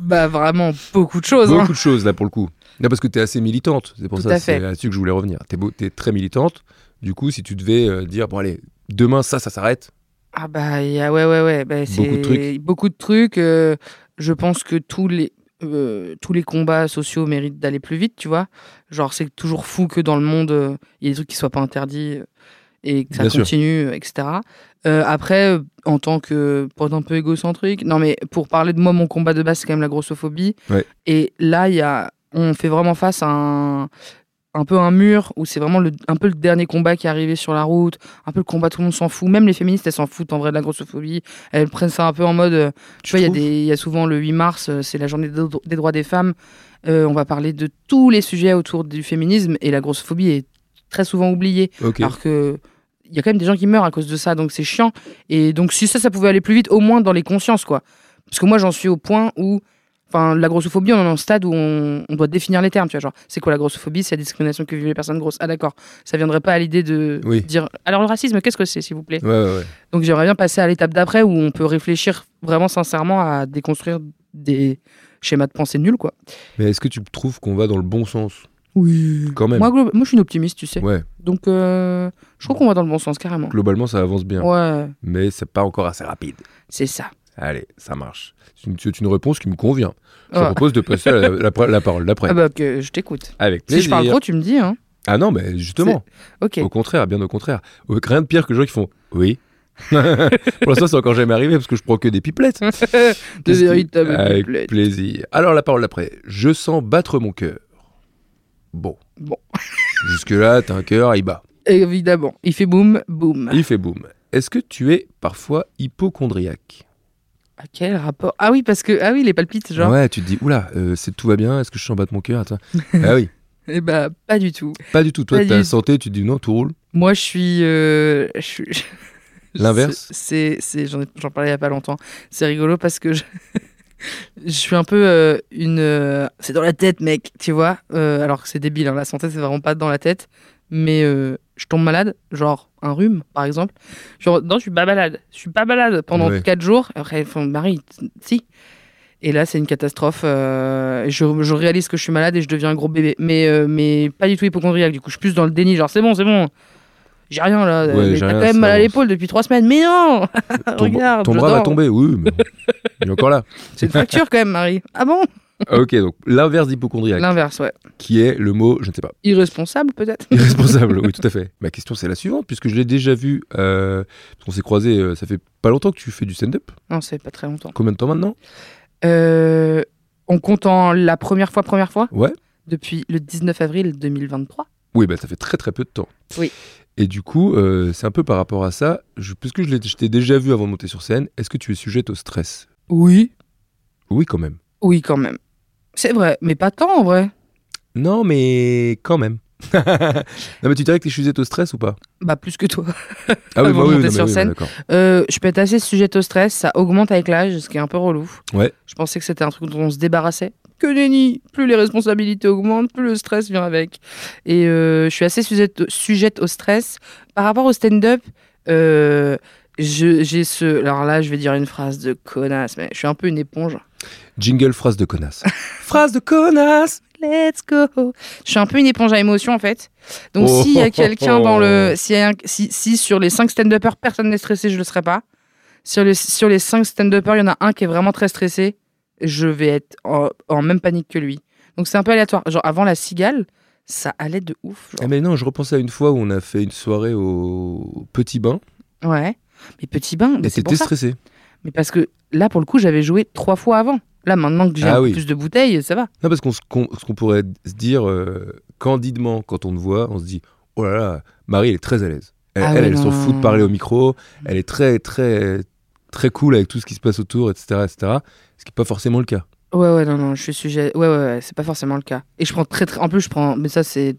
Speaker 3: bah vraiment, beaucoup de choses. hein.
Speaker 2: Beaucoup de choses là pour le coup. Non, parce que tu es assez militante, c'est pour
Speaker 3: Tout à
Speaker 2: ça
Speaker 3: fait.
Speaker 2: c'est là-dessus que je voulais revenir. Tu es, très militante. Du coup, si tu devais euh, dire, bon allez, demain, ça, ça s'arrête.
Speaker 3: Ah bah il y a- ouais ouais ouais bah, c'est
Speaker 2: Beaucoup de trucs.
Speaker 3: beaucoup de trucs, euh, je pense que tous les euh, tous les combats sociaux méritent d'aller plus vite tu vois genre c'est toujours fou que dans le monde euh, il y ait des trucs qui soient pas interdits euh, et que ça
Speaker 2: Bien sûr.
Speaker 3: continue euh, etc Euh, après euh, en tant que pour être un peu égocentrique non mais pour parler de moi mon combat de base c'est quand même la grossophobie
Speaker 2: Ouais.
Speaker 3: et là il y a on fait vraiment face à un un peu un mur où c'est vraiment le, un peu le dernier combat qui est arrivé sur la route un peu le combat, tout le monde s'en fout. Même les féministes, elles s'en foutent en vrai de la grossophobie. Elles prennent ça un peu en mode. euh, Tu vois, il y, a
Speaker 2: trouves
Speaker 3: des- il y a souvent le 8 mars, euh, c'est la journée des dro- des droits des femmes. Euh, on va parler de tous les sujets autour du féminisme et la grossophobie est très souvent oubliée.
Speaker 2: Ok.
Speaker 3: Alors que. Il y a quand même des gens qui meurent à cause de ça, donc c'est chiant. Et donc, si ça, ça pouvait aller plus vite, au moins dans les consciences, quoi. Parce que moi, j'en suis au point où. Enfin, la grossophobie, on en est un stade où on, on doit définir les termes, tu vois. Genre, c'est quoi la grossophobie C'est la discrimination que vivent les personnes grosses. Ah, d'accord. Ça viendrait pas à l'idée de
Speaker 2: Oui.
Speaker 3: dire. Alors, le racisme, qu'est-ce que c'est, s'il vous plaît
Speaker 2: Ouais, ouais, ouais.
Speaker 3: donc j'aimerais bien passer à l'étape d'après où on peut réfléchir vraiment sincèrement à déconstruire des schémas de pensée nuls, quoi.
Speaker 2: Mais est-ce que tu trouves qu'on va dans le bon sens
Speaker 3: Oui.
Speaker 2: Quand même.
Speaker 3: Moi, glo- moi, je suis une optimiste, tu sais.
Speaker 2: Ouais,
Speaker 3: Donc, euh, je crois qu'on va dans le bon sens, carrément.
Speaker 2: globalement, ça avance bien.
Speaker 3: Ouais,
Speaker 2: Mais c'est pas encore assez rapide.
Speaker 3: c'est ça.
Speaker 2: Allez, ça marche. C'est une, c'est une réponse qui me convient. Je te
Speaker 3: Ouais.
Speaker 2: propose de passer à la, la- la parole d'après.
Speaker 3: Ah bah, que je t'écoute.
Speaker 2: Avec
Speaker 3: Si
Speaker 2: plaisir.
Speaker 3: je parle trop, tu me dis, hein.
Speaker 2: ah non, mais justement,
Speaker 3: Ok.
Speaker 2: au contraire, bien au contraire. Au- Rien de pire que les gens qui font oui. (laughs) Pour l'instant, c'est encore jamais arrivé parce que je prends que des
Speaker 3: (laughs)
Speaker 2: pipelettes.
Speaker 3: De véritables
Speaker 2: Avec
Speaker 3: pipelettes.
Speaker 2: plaisir. Alors, la parole d'après. Je sens battre mon cœur. Bon.
Speaker 3: Bon.
Speaker 2: Jusque-là, t'as un cœur, ah, il bat.
Speaker 3: Évidemment. Il fait boum, boum.
Speaker 2: Il fait boum. Est-ce que tu es parfois hypochondriaque
Speaker 3: À quel rapport Ah oui, parce que... Ah oui, les palpites, genre.
Speaker 2: Ouais, tu te dis, oula, euh, c'est tout va bien, est-ce que je sens battre mon cœur
Speaker 3: (laughs)
Speaker 2: Attends. Ah oui,
Speaker 3: Eh bah, pas du tout.
Speaker 2: pas du tout. Toi,
Speaker 3: Pas
Speaker 2: t'as
Speaker 3: du
Speaker 2: la
Speaker 3: tout.
Speaker 2: santé, tu te dis, non, tout roule.
Speaker 3: Moi, je suis. euh, je suis- je-
Speaker 2: L'inverse
Speaker 3: (laughs) C'est, c'est- j'en, ai- j'en parlais il n'y a pas longtemps. C'est rigolo parce que je, (laughs) je suis un peu euh, une. euh, c'est dans la tête, mec, tu vois. Euh, alors que c'est débile, hein, la santé, c'est vraiment pas dans la tête. Mais euh, je tombe malade, genre un rhume, par exemple. Je, suis en- non, je suis pas malade. Je suis pas malade pendant
Speaker 2: Ouais.
Speaker 3: 4 jours. Après, ils font, Marie, t- si. Et là, c'est une catastrophe. euh, et je, je réalise que je suis malade et je deviens un gros bébé. Mais, euh, mais pas du tout hypochondriaque. Du coup, je suis plus dans le déni. Genre, c'est bon, c'est bon. J'ai rien là.
Speaker 2: Ouais,
Speaker 3: mais
Speaker 2: j'ai
Speaker 3: t'as
Speaker 2: rien,
Speaker 3: quand
Speaker 2: c'est
Speaker 3: même mal à
Speaker 2: bon.
Speaker 3: l'épaule depuis trois semaines. Mais non (laughs)
Speaker 2: Ton,
Speaker 3: Regarde,
Speaker 2: ton
Speaker 3: je
Speaker 2: bras va
Speaker 3: dors.
Speaker 2: tomber, oui, mais bon, il est encore là.
Speaker 3: C'est une fracture quand même, Marie. Ah bon
Speaker 2: (laughs) Ok, donc l'inverse d'hypochondriaque,
Speaker 3: L'inverse, ouais.
Speaker 2: qui est le mot, je ne sais (laughs) pas,
Speaker 3: Irresponsable, peut-être
Speaker 2: irresponsable, oui, tout à fait. Ma question, c'est la suivante, puisque je l'ai déjà vu, euh, parce qu'on s'est croisés, euh, ça fait pas longtemps que tu fais du stand-up.
Speaker 3: Non, c'est pas très longtemps.
Speaker 2: Combien de temps maintenant
Speaker 3: Euh, on compte en la première fois, première fois
Speaker 2: Ouais.
Speaker 3: Depuis le 19 avril 2023.
Speaker 2: Oui, bah, ça fait très très peu de temps.
Speaker 3: Oui.
Speaker 2: Et du coup, euh, c'est un peu par rapport à ça, je, puisque je l'ai- je t'ai déjà vu avant de monter sur scène, est-ce que tu es sujette au stress
Speaker 3: Oui.
Speaker 2: Oui, quand même.
Speaker 3: Oui, quand même. C'est vrai, mais pas tant en vrai.
Speaker 2: Non, mais quand même. (laughs) non, mais tu dirais que tu es sujette au stress ou pas
Speaker 3: Bah, plus que toi.
Speaker 2: Ah
Speaker 3: Avant de monter
Speaker 2: non, mais
Speaker 3: sur
Speaker 2: bah,
Speaker 3: scène.
Speaker 2: d'accord.
Speaker 3: Euh, je peux être assez sujet au stress, ça augmente avec l'âge, ce qui est un peu relou.
Speaker 2: Ouais.
Speaker 3: Je pensais que c'était un truc dont on se débarrassait. Que nenni Plus les responsabilités augmentent, plus le stress vient avec. Et euh, je suis assez sujette, sujette au stress. Par rapport au stand-up, euh, je- j'ai ce... Alors là, je vais dire une phrase de connasse, mais je suis un peu une éponge.
Speaker 2: Jingle phrase de
Speaker 3: (laughs)
Speaker 2: connasse. phrase de connasse
Speaker 3: Let's go. Je suis un peu une éponge à émotion en fait. Donc
Speaker 2: Oh.
Speaker 3: s'il y a quelqu'un dans le, s'il y a un- si, si sur les cinq stand-uppers personne n'est stressé, je le serai pas. Sur les sur les cinq stand-uppers, il y en a un qui est vraiment très stressé, je vais être en, en même panique que lui. Donc c'est un peu aléatoire. Genre avant la cigale, ça allait de ouf.
Speaker 2: Ah
Speaker 3: genre.
Speaker 2: mais non, je repensais à une fois où on a fait une soirée au Petit Bain
Speaker 3: Ouais. Mais petit bain, mais
Speaker 2: et
Speaker 3: c'est
Speaker 2: t'étais
Speaker 3: pour ça.
Speaker 2: stressé.
Speaker 3: Mais parce que là pour le coup, j'avais joué trois fois avant. Là maintenant que j'ai
Speaker 2: Ah
Speaker 3: un peu
Speaker 2: oui.
Speaker 3: plus de bouteilles, ça va.
Speaker 2: Non, parce qu'on se- qu'on- ce qu'on pourrait se dire euh, candidement quand on te voit, on se dit Oh là là, Marie, elle est très à l'aise. Elle,
Speaker 3: Ah
Speaker 2: elle,
Speaker 3: oui,
Speaker 2: elle
Speaker 3: non,
Speaker 2: s'en
Speaker 3: non,
Speaker 2: fout de
Speaker 3: non.
Speaker 2: parler au micro, elle est très, très, très cool avec tout ce qui se passe autour, etc. etc. ce qui n'est pas forcément le cas.
Speaker 3: Ouais, ouais, non, non, je suis sujet. Ouais, ouais, ouais, c'est pas forcément le cas. Et je prends très, très. En plus, je prends. Mais ça, c'est.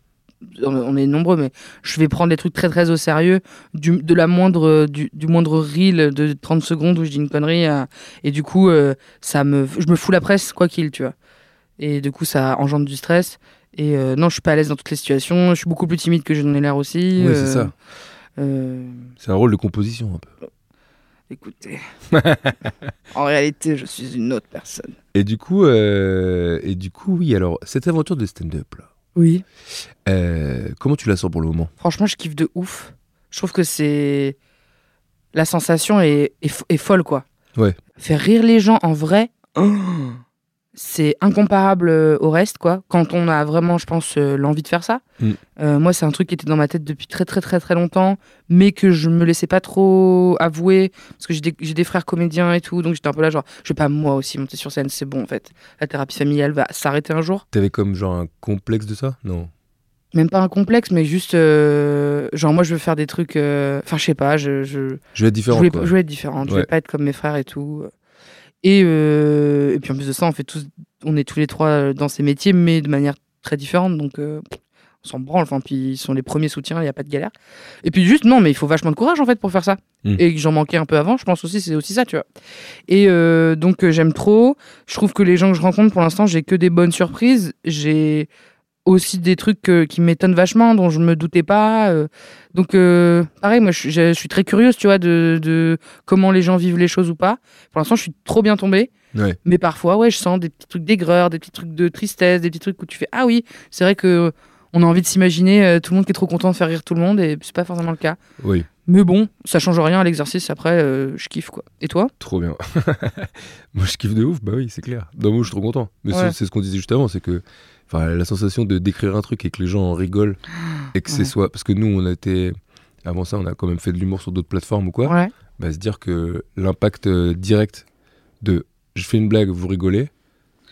Speaker 3: On on est nombreux, mais je vais prendre des trucs très, très au sérieux. Du, de la moindre. Du, du moindre reel de 30 secondes où je dis une connerie. à- Et du coup, euh, ça me. Je me fous la presse, quoi qu'il, tu vois. Et du coup, ça engendre du stress. Et euh, non, je suis pas à l'aise dans toutes les situations. Je suis beaucoup plus timide que je n'en ai l'air aussi.
Speaker 2: Oui, c'est ça.
Speaker 3: euh,
Speaker 2: C'est un rôle de composition un peu.
Speaker 3: écoutez. (laughs) en réalité, je suis une autre personne.
Speaker 2: Et du coup, euh, et du coup oui, alors, cette aventure de stand-up, là,
Speaker 3: Oui.
Speaker 2: euh, comment tu la sens pour le moment
Speaker 3: Franchement, je kiffe de ouf. Je trouve que c'est. la sensation est, est, fo- est folle, quoi.
Speaker 2: Ouais.
Speaker 3: Faire rire les gens en vrai, c'est incomparable euh, au reste, quoi. Quand on a vraiment, je pense, euh, l'envie de faire ça.
Speaker 2: Mm.
Speaker 3: Euh, moi, c'est un truc qui était dans ma tête depuis très, très, très, très longtemps, mais que je me laissais pas trop avouer, parce que j'ai des, j'ai des frères comédiens et tout, donc j'étais un peu là, genre, je vais pas moi aussi monter sur scène, c'est bon, en fait. La thérapie familiale va s'arrêter un jour.
Speaker 2: T'avais comme genre un complexe de ça Non.
Speaker 3: Même pas un complexe, mais juste, euh, genre, moi, je veux faire des trucs, euh, enfin, je sais pas, je- je
Speaker 2: Je vais être
Speaker 3: je
Speaker 2: différent.
Speaker 3: voulais,
Speaker 2: quoi.
Speaker 3: je voulais être différente, je
Speaker 2: Ouais.
Speaker 3: voulais pas être comme mes frères et tout. Et, euh, et puis en plus de ça, on, fait tous, on est tous les trois dans ces métiers, mais de manière très différente, donc euh, on s'en branle. Enfin, puis ils sont les premiers soutiens, il n'y a pas de galère. Et puis juste, non, mais il faut vachement de courage en fait pour faire ça.
Speaker 2: Mm.
Speaker 3: Et que j'en manquais un peu avant, je pense aussi, c'est aussi ça, tu vois. Et euh, donc euh, j'aime trop. Je trouve que les gens que je rencontre pour l'instant, j'ai que des bonnes surprises. J'ai aussi des trucs euh, qui m'étonnent vachement, dont je me doutais pas. euh, donc, euh, pareil, moi, je, suis- je suis très curieuse, tu vois, de, de comment les gens vivent les choses ou pas. Pour l'instant, je suis trop bien tombée.
Speaker 2: Ouais.
Speaker 3: Mais parfois, ouais, je sens des petits trucs d'aigreur, des petits trucs de tristesse, des petits trucs où tu fais Ah oui, c'est vrai que euh, on a envie de s'imaginer euh, tout le monde qui est trop content de faire rire tout le monde, et c'est pas forcément le cas.
Speaker 2: Oui,
Speaker 3: Mais bon, ça change rien à l'exercice, après, euh, je kiffe, quoi. Et toi
Speaker 2: trop bien. (laughs) Moi, je kiffe de ouf. Bah oui, c'est clair. Non, moi, je suis trop content. Mais c'est-
Speaker 3: Ouais.
Speaker 2: c'est ce qu'on disait juste avant, c'est que enfin, la sensation de décrire un truc et que les gens en
Speaker 3: (gasps)
Speaker 2: rigolent et que c'est
Speaker 3: Ouais.
Speaker 2: soit parce que nous, on a été avant ça, on a quand même fait de l'humour sur d'autres plateformes ou quoi.
Speaker 3: Ouais.
Speaker 2: Bah, se dire que l'impact euh, direct de je fais une blague, vous rigolez,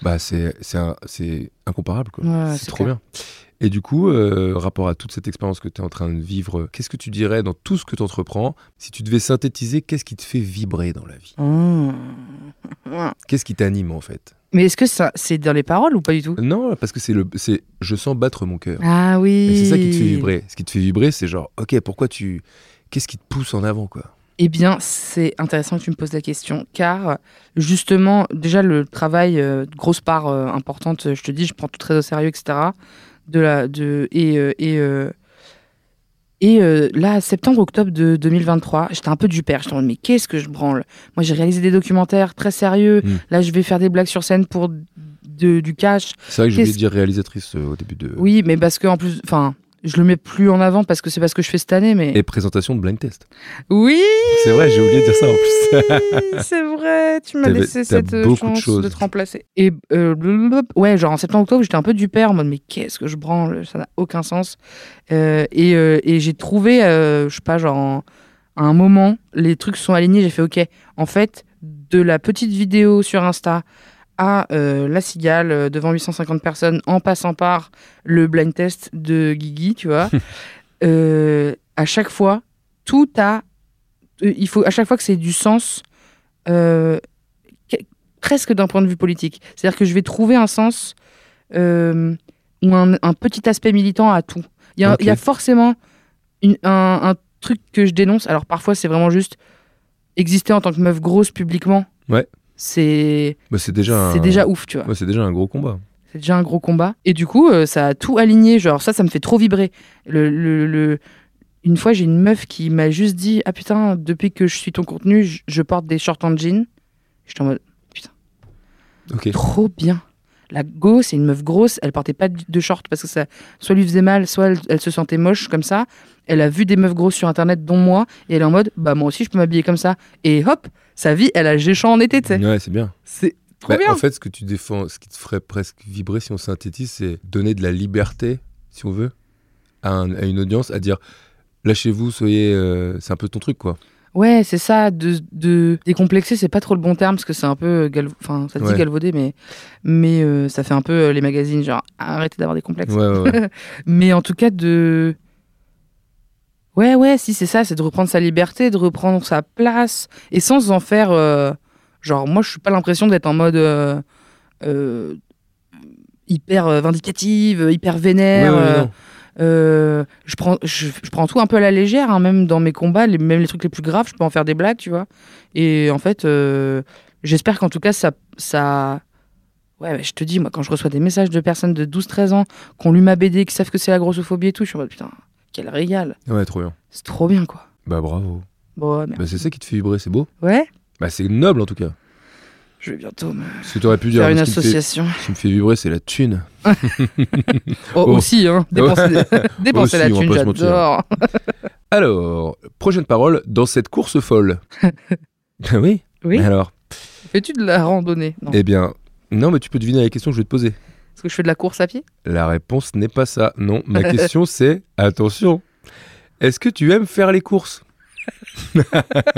Speaker 2: bah c'est c'est un- c'est incomparable quoi.
Speaker 3: Ouais,
Speaker 2: c'est
Speaker 3: c'est
Speaker 2: trop bien. Et du coup, euh, rapport à toute cette expérience que tu es en train de vivre, euh, qu'est-ce que tu dirais dans tout ce que tu entreprends Si tu devais synthétiser, qu'est-ce qui te fait vibrer dans la vie Qu'est-ce qui t'anime en fait
Speaker 3: Mais est-ce que ça, c'est dans les paroles ou pas du tout
Speaker 2: Non, parce que c'est le c'est je sens battre mon cœur.
Speaker 3: Ah oui.
Speaker 2: Et c'est ça qui te fait vibrer. Ce qui te fait vibrer, c'est genre OK, pourquoi tu qu'est-ce qui te pousse en avant quoi
Speaker 3: Eh bien, c'est intéressant que tu me poses la question, car justement, déjà le travail, euh, grosse part euh, importante, euh, je te dis, je prends tout très au sérieux, etc. De la, de, et euh, et, euh, et euh, là, septembre-octobre de 2023, j'étais un peu du père. J'étais en mode, mais qu'est-ce que je branle Moi, j'ai réalisé des documentaires très sérieux.
Speaker 2: Mm.
Speaker 3: Là, je vais faire des blagues sur scène pour de- du cash.
Speaker 2: C'est vrai que je voulais
Speaker 3: Qu'est-ce-
Speaker 2: dire réalisatrice euh, au début de
Speaker 3: Oui, mais parce que en plus, enfin, je le mets plus en avant parce que c'est parce que je fais cette année, mais
Speaker 2: et présentation de blind test.
Speaker 3: oui.
Speaker 2: C'est vrai, j'ai oublié de dire ça en plus.
Speaker 3: Oui, (laughs) c'est vrai, tu m'as
Speaker 2: T'avais-
Speaker 3: laissé
Speaker 2: t'as
Speaker 3: cette euh,
Speaker 2: beaucoup de
Speaker 3: chance de,
Speaker 2: choses.
Speaker 3: te remplacer. Et euh, blablabla. ouais, genre en septembre-octobre, j'étais un peu du père en mode mais qu'est-ce que je branle, ça n'a aucun sens. Euh, et euh, et j'ai trouvé, euh, je sais pas, genre en- à un moment, les trucs sont alignés, j'ai fait ok, en fait, de la petite vidéo sur Insta à euh, La Cigale euh, devant 850 personnes en passant par le blind test de Guigui,
Speaker 2: (laughs)
Speaker 3: tu vois, euh, à chaque fois, tout a. euh, Il faut à chaque fois que c'est du sens, euh, que- presque d'un point de vue politique. C'est-à-dire que je vais trouver un sens euh, ou un, un petit aspect militant à tout. Il y a,
Speaker 2: Ok.
Speaker 3: il y a forcément une- un, un truc que je dénonce. Alors parfois, c'est vraiment juste exister en tant que meuf grosse publiquement.
Speaker 2: Ouais.
Speaker 3: C'est
Speaker 2: Bah, c'est déjà,
Speaker 3: c'est
Speaker 2: un...
Speaker 3: déjà ouf, tu vois.
Speaker 2: Ouais, c'est déjà un gros combat.
Speaker 3: C'est déjà un gros combat. Et du coup, euh, ça a tout aligné. Genre, ça, ça me fait trop vibrer. Le, le- le- Une fois, j'ai une meuf qui m'a juste dit Ah putain, depuis que je suis ton contenu, je, je porte des shorts en jean. J'étais en mode
Speaker 2: Ok.
Speaker 3: Trop bien. La go, c'est une meuf grosse. Elle portait pas de shorts parce que ça soit lui faisait mal, soit elle, elle se sentait moche comme ça. Elle a vu des meufs grosses sur internet, dont moi. Et elle est en mode Bah moi aussi, je peux m'habiller comme ça. Et hop, sa vie, elle a géchant en été, tu sais.
Speaker 2: Ouais, c'est bien.
Speaker 3: C'est trop
Speaker 2: Bah,
Speaker 3: bien.
Speaker 2: En fait, ce que tu défends, ce qui te ferait presque vibrer si on synthétise, c'est donner de la liberté, si on veut, à, un- à une audience, à dire lâchez-vous, soyez. euh, C'est un peu ton truc, quoi.
Speaker 3: Ouais, c'est ça, de, de décomplexer, c'est pas trop le bon terme parce que c'est un peu euh, galv- enfin, ça se
Speaker 2: Ouais.
Speaker 3: dit galvaudé, mais, mais euh, ça fait un peu euh, les magazines, genre arrêtez d'avoir des complexes.
Speaker 2: Ouais,
Speaker 3: (laughs)
Speaker 2: ouais, ouais.
Speaker 3: Mais en tout cas, de. Ouais, ouais, si, c'est ça, c'est de reprendre sa liberté, de reprendre sa place, et sans en faire. euh, genre, moi, je suis pas l'impression d'être en mode. euh, euh, hyper euh, vindicative, hyper
Speaker 2: Ouais,
Speaker 3: vénère.
Speaker 2: ouais,
Speaker 3: euh,
Speaker 2: non.
Speaker 3: euh, je, prends, je, je prends tout un peu à la légère, hein, même dans mes combats, les, même les trucs les plus graves, je peux en faire des blagues, tu vois. Et en fait, euh, j'espère qu'en tout cas, ça. ça... Ouais, ouais, je te dis, moi, quand je reçois des messages de personnes de 12-13 ans qui ont lu ma BD, qui savent que c'est la grossophobie et tout, je suis en mode putain, quel régal.
Speaker 2: Ouais, trop bien.
Speaker 3: C'est trop bien, quoi.
Speaker 2: Bah bravo.
Speaker 3: Bon, ouais, merde.
Speaker 2: Bah, c'est ça qui te fait vibrer, c'est beau.
Speaker 3: Ouais, Bah,
Speaker 2: Bah, c'est noble en tout cas.
Speaker 3: je vais bientôt me
Speaker 2: Parce que t'aurais pu dire.
Speaker 3: faire une
Speaker 2: moi, ce qui me fait- (laughs)
Speaker 3: association.
Speaker 2: Ce qui me fait vibrer, c'est la thune.
Speaker 3: Oh,
Speaker 2: Oh. (laughs)
Speaker 3: Aussi, hein, dépenser, dépenser la
Speaker 2: Aussi, on va
Speaker 3: thune,
Speaker 2: pas se mentir.
Speaker 3: j'adore.
Speaker 2: Alors, prochaine parole dans cette course
Speaker 3: (laughs)
Speaker 2: folle. Ah oui.
Speaker 3: Oui.
Speaker 2: Alors,
Speaker 3: Fais-tu de la randonnée Non.
Speaker 2: eh bien, non, mais tu peux deviner la question que je vais te poser.
Speaker 3: Est-ce que je fais de la course à pied
Speaker 2: La réponse n'est pas ça. Non,
Speaker 3: (laughs)
Speaker 2: ma question c'est attention. Est-ce que tu aimes faire les courses
Speaker 3: (laughs)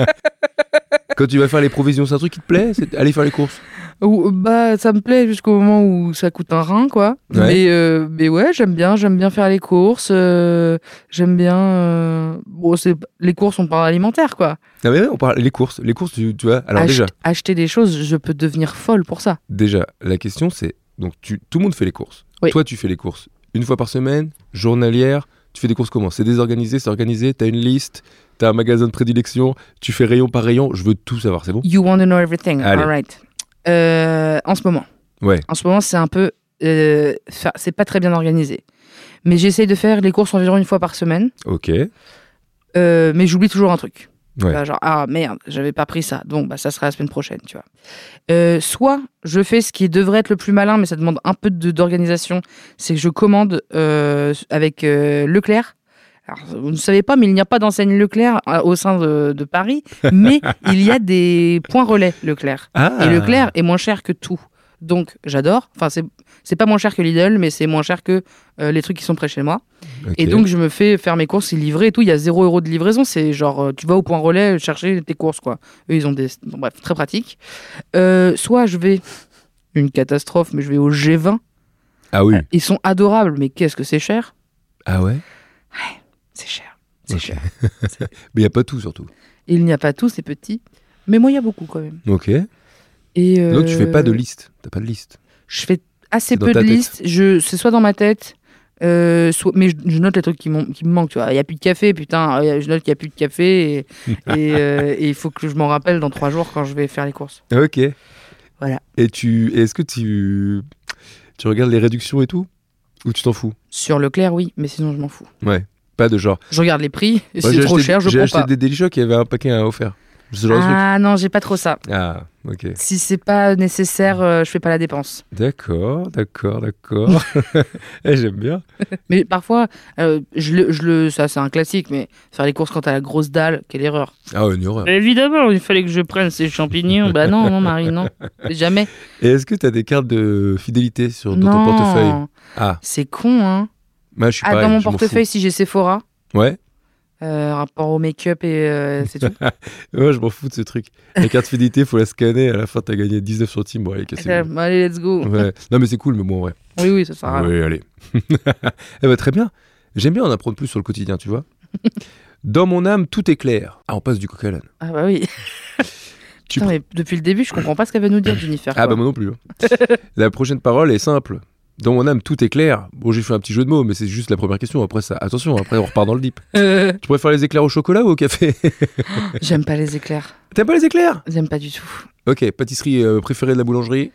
Speaker 2: Quand tu vas faire les provisions, c'est un truc qui te plaît c'est Aller faire les courses
Speaker 3: Ou- Bah, ça me plaît jusqu'au moment où ça coûte un rein, quoi.
Speaker 2: Ouais.
Speaker 3: Mais, euh, mais ouais, j'aime bien, j'aime bien faire les courses. euh, j'aime bien. euh, bon, c'est les courses, on parle alimentaire, quoi.
Speaker 2: Non mais ouais, on parle les courses, les courses, tu, tu vois. Alors
Speaker 3: Ach-
Speaker 2: déjà,
Speaker 3: Acheter des choses, je peux devenir folle pour ça.
Speaker 2: déjà, la question c'est donc tu, tout le monde fait les courses.
Speaker 3: Oui.
Speaker 2: Toi, tu fais les courses une fois par semaine, journalière. Tu fais des courses comment C'est désorganisé, c'est organisé. T'as une liste, t'as un magasin de prédilection. Tu fais rayon par rayon. Je veux tout savoir. C'est bon
Speaker 3: You want to know everything.
Speaker 2: Allez.
Speaker 3: All right. Euh, en ce moment.
Speaker 2: Ouais.
Speaker 3: En ce moment, c'est un peu. euh, fa- c'est pas très bien organisé. Mais j'essaye de faire les courses environ une fois par semaine.
Speaker 2: Ok.
Speaker 3: Euh, mais j'oublie toujours un truc.
Speaker 2: Ouais.
Speaker 3: Bah, genre, ah merde, j'avais pas pris ça. Donc, bah, ça sera la semaine prochaine, tu vois. Euh, soit je fais ce qui devrait être le plus malin, mais ça demande un peu de- d'organisation. C'est que je commande euh, avec euh, Leclerc. Alors, vous ne savez pas, mais il n'y a pas d'enseigne Leclerc euh, au sein de, de Paris,
Speaker 2: (laughs)
Speaker 3: mais il y a des points relais Leclerc.
Speaker 2: Ah.
Speaker 3: Et Leclerc est moins cher que tout. Donc, j'adore. Enfin, c'est c'est pas moins cher que Lidl, mais c'est moins cher que euh, les trucs qui sont près de chez moi.
Speaker 2: Ok.
Speaker 3: Et donc, je me fais faire mes courses et livrer et tout. Il y a 0 euros de livraison. C'est genre, euh, tu vas au point relais chercher tes courses, quoi. Eux, ils ont des. bon, bref, très pratique. Euh, soit je vais. Une catastrophe, mais je vais au G20.
Speaker 2: ah oui.
Speaker 3: Ils sont adorables, mais qu'est-ce que c'est cher
Speaker 2: Ah ouais.
Speaker 3: C'est cher. C'est
Speaker 2: Ok.
Speaker 3: cher.
Speaker 2: Mais y a pas tout surtout.
Speaker 3: Et il n'y a pas tout, c'est petit. Mais moi, il y a beaucoup quand même.
Speaker 2: Ok.
Speaker 3: Et, euh,
Speaker 2: Donc tu fais pas de liste, t'as pas de liste.
Speaker 3: Je fais
Speaker 2: C'est
Speaker 3: assez
Speaker 2: dans
Speaker 3: peu de
Speaker 2: ta tête.
Speaker 3: listes. Je, c'est soit dans ma tête, euh, soit, mais je, je note les trucs qui, m'ont- qui me manquent. Tu vois, il y a plus de café, putain. euh, Je note qu'il y a plus
Speaker 2: (laughs)
Speaker 3: de café et, et, euh, et il faut que je m'en rappelle dans trois jours quand je vais faire les courses.
Speaker 2: Ok.
Speaker 3: Voilà.
Speaker 2: Et tu, et est-ce que tu, tu regardes les réductions et tout, ou tu t'en fous
Speaker 3: Sur Leclerc, oui, mais sinon je m'en fous.
Speaker 2: Pas de genre.
Speaker 3: Je regarde les prix. Et
Speaker 2: Moi, Bah,
Speaker 3: si
Speaker 2: j'ai
Speaker 3: c'est trop
Speaker 2: acheté-
Speaker 3: cher, je
Speaker 2: J'ai
Speaker 3: prends
Speaker 2: acheté
Speaker 3: pas.
Speaker 2: des Daily Shock, il y avait un paquet à offert. Ce genre de truc.
Speaker 3: Ah non, j'ai pas trop ça.
Speaker 2: Ah, ok.
Speaker 3: Si c'est pas nécessaire, euh, je fais pas la dépense.
Speaker 2: D'accord, d'accord, d'accord. (laughs) Eh, J'aime bien.
Speaker 3: Mais parfois, euh, je, le, je le, ça c'est un classique, mais faire les courses quand t'as la grosse dalle, quelle erreur.
Speaker 2: Ah, une horreur.
Speaker 3: Évidemment, il fallait que je prenne ces champignons. bah non, non, Marie,
Speaker 2: (laughs)
Speaker 3: non. Jamais.
Speaker 2: Et est-ce que t'as des cartes de fidélité sur dans ton portefeuille Ah,
Speaker 3: C'est con, hein.
Speaker 2: moi je suis
Speaker 3: Ah,
Speaker 2: pareil,
Speaker 3: dans mon
Speaker 2: je m'en fous.
Speaker 3: portefeuille, si j'ai Sephora,
Speaker 2: Ouais,
Speaker 3: euh, rapport au make-up
Speaker 2: (laughs)
Speaker 3: et euh, c'est tout.
Speaker 2: ouais, je m'en fous de ce truc. La carte fidélité, faut la scanner. À la fin, t'as gagné 19 centimes. Bon, allez, cassez-vous.
Speaker 3: Bon, Allez,
Speaker 2: (laughs)
Speaker 3: let's go.
Speaker 2: Ouais. Non, mais c'est cool, mais bon, ouais.
Speaker 3: Oui, oui, ça sert à rien.
Speaker 2: Oui, allez. (laughs) eh ben, très bien. J'aime bien en apprendre plus sur le quotidien, tu vois. Dans mon âme, tout est clair. Ah, on passe du coq à l'âne.
Speaker 3: Ah, bah oui.
Speaker 2: (laughs) Tu
Speaker 3: Putain, mais depuis le début, je comprends pas ce qu'elle veut nous dire, Jennifer.
Speaker 2: Ah,
Speaker 3: quoi.
Speaker 2: bah moi non plus.
Speaker 3: (laughs)
Speaker 2: la prochaine parole est simple. Dans mon âme, tout est clair. Bon, j'ai fait un petit jeu de mots, mais c'est juste la première question. Après, ça, attention, après, on repart dans le deep.
Speaker 3: Euh,
Speaker 2: Tu préfères les éclairs au chocolat ou au café
Speaker 3: (laughs) J'aime pas les éclairs.
Speaker 2: T'aimes pas les éclairs
Speaker 3: J'aime pas du tout.
Speaker 2: Ok, pâtisserie euh, préférée de la boulangerie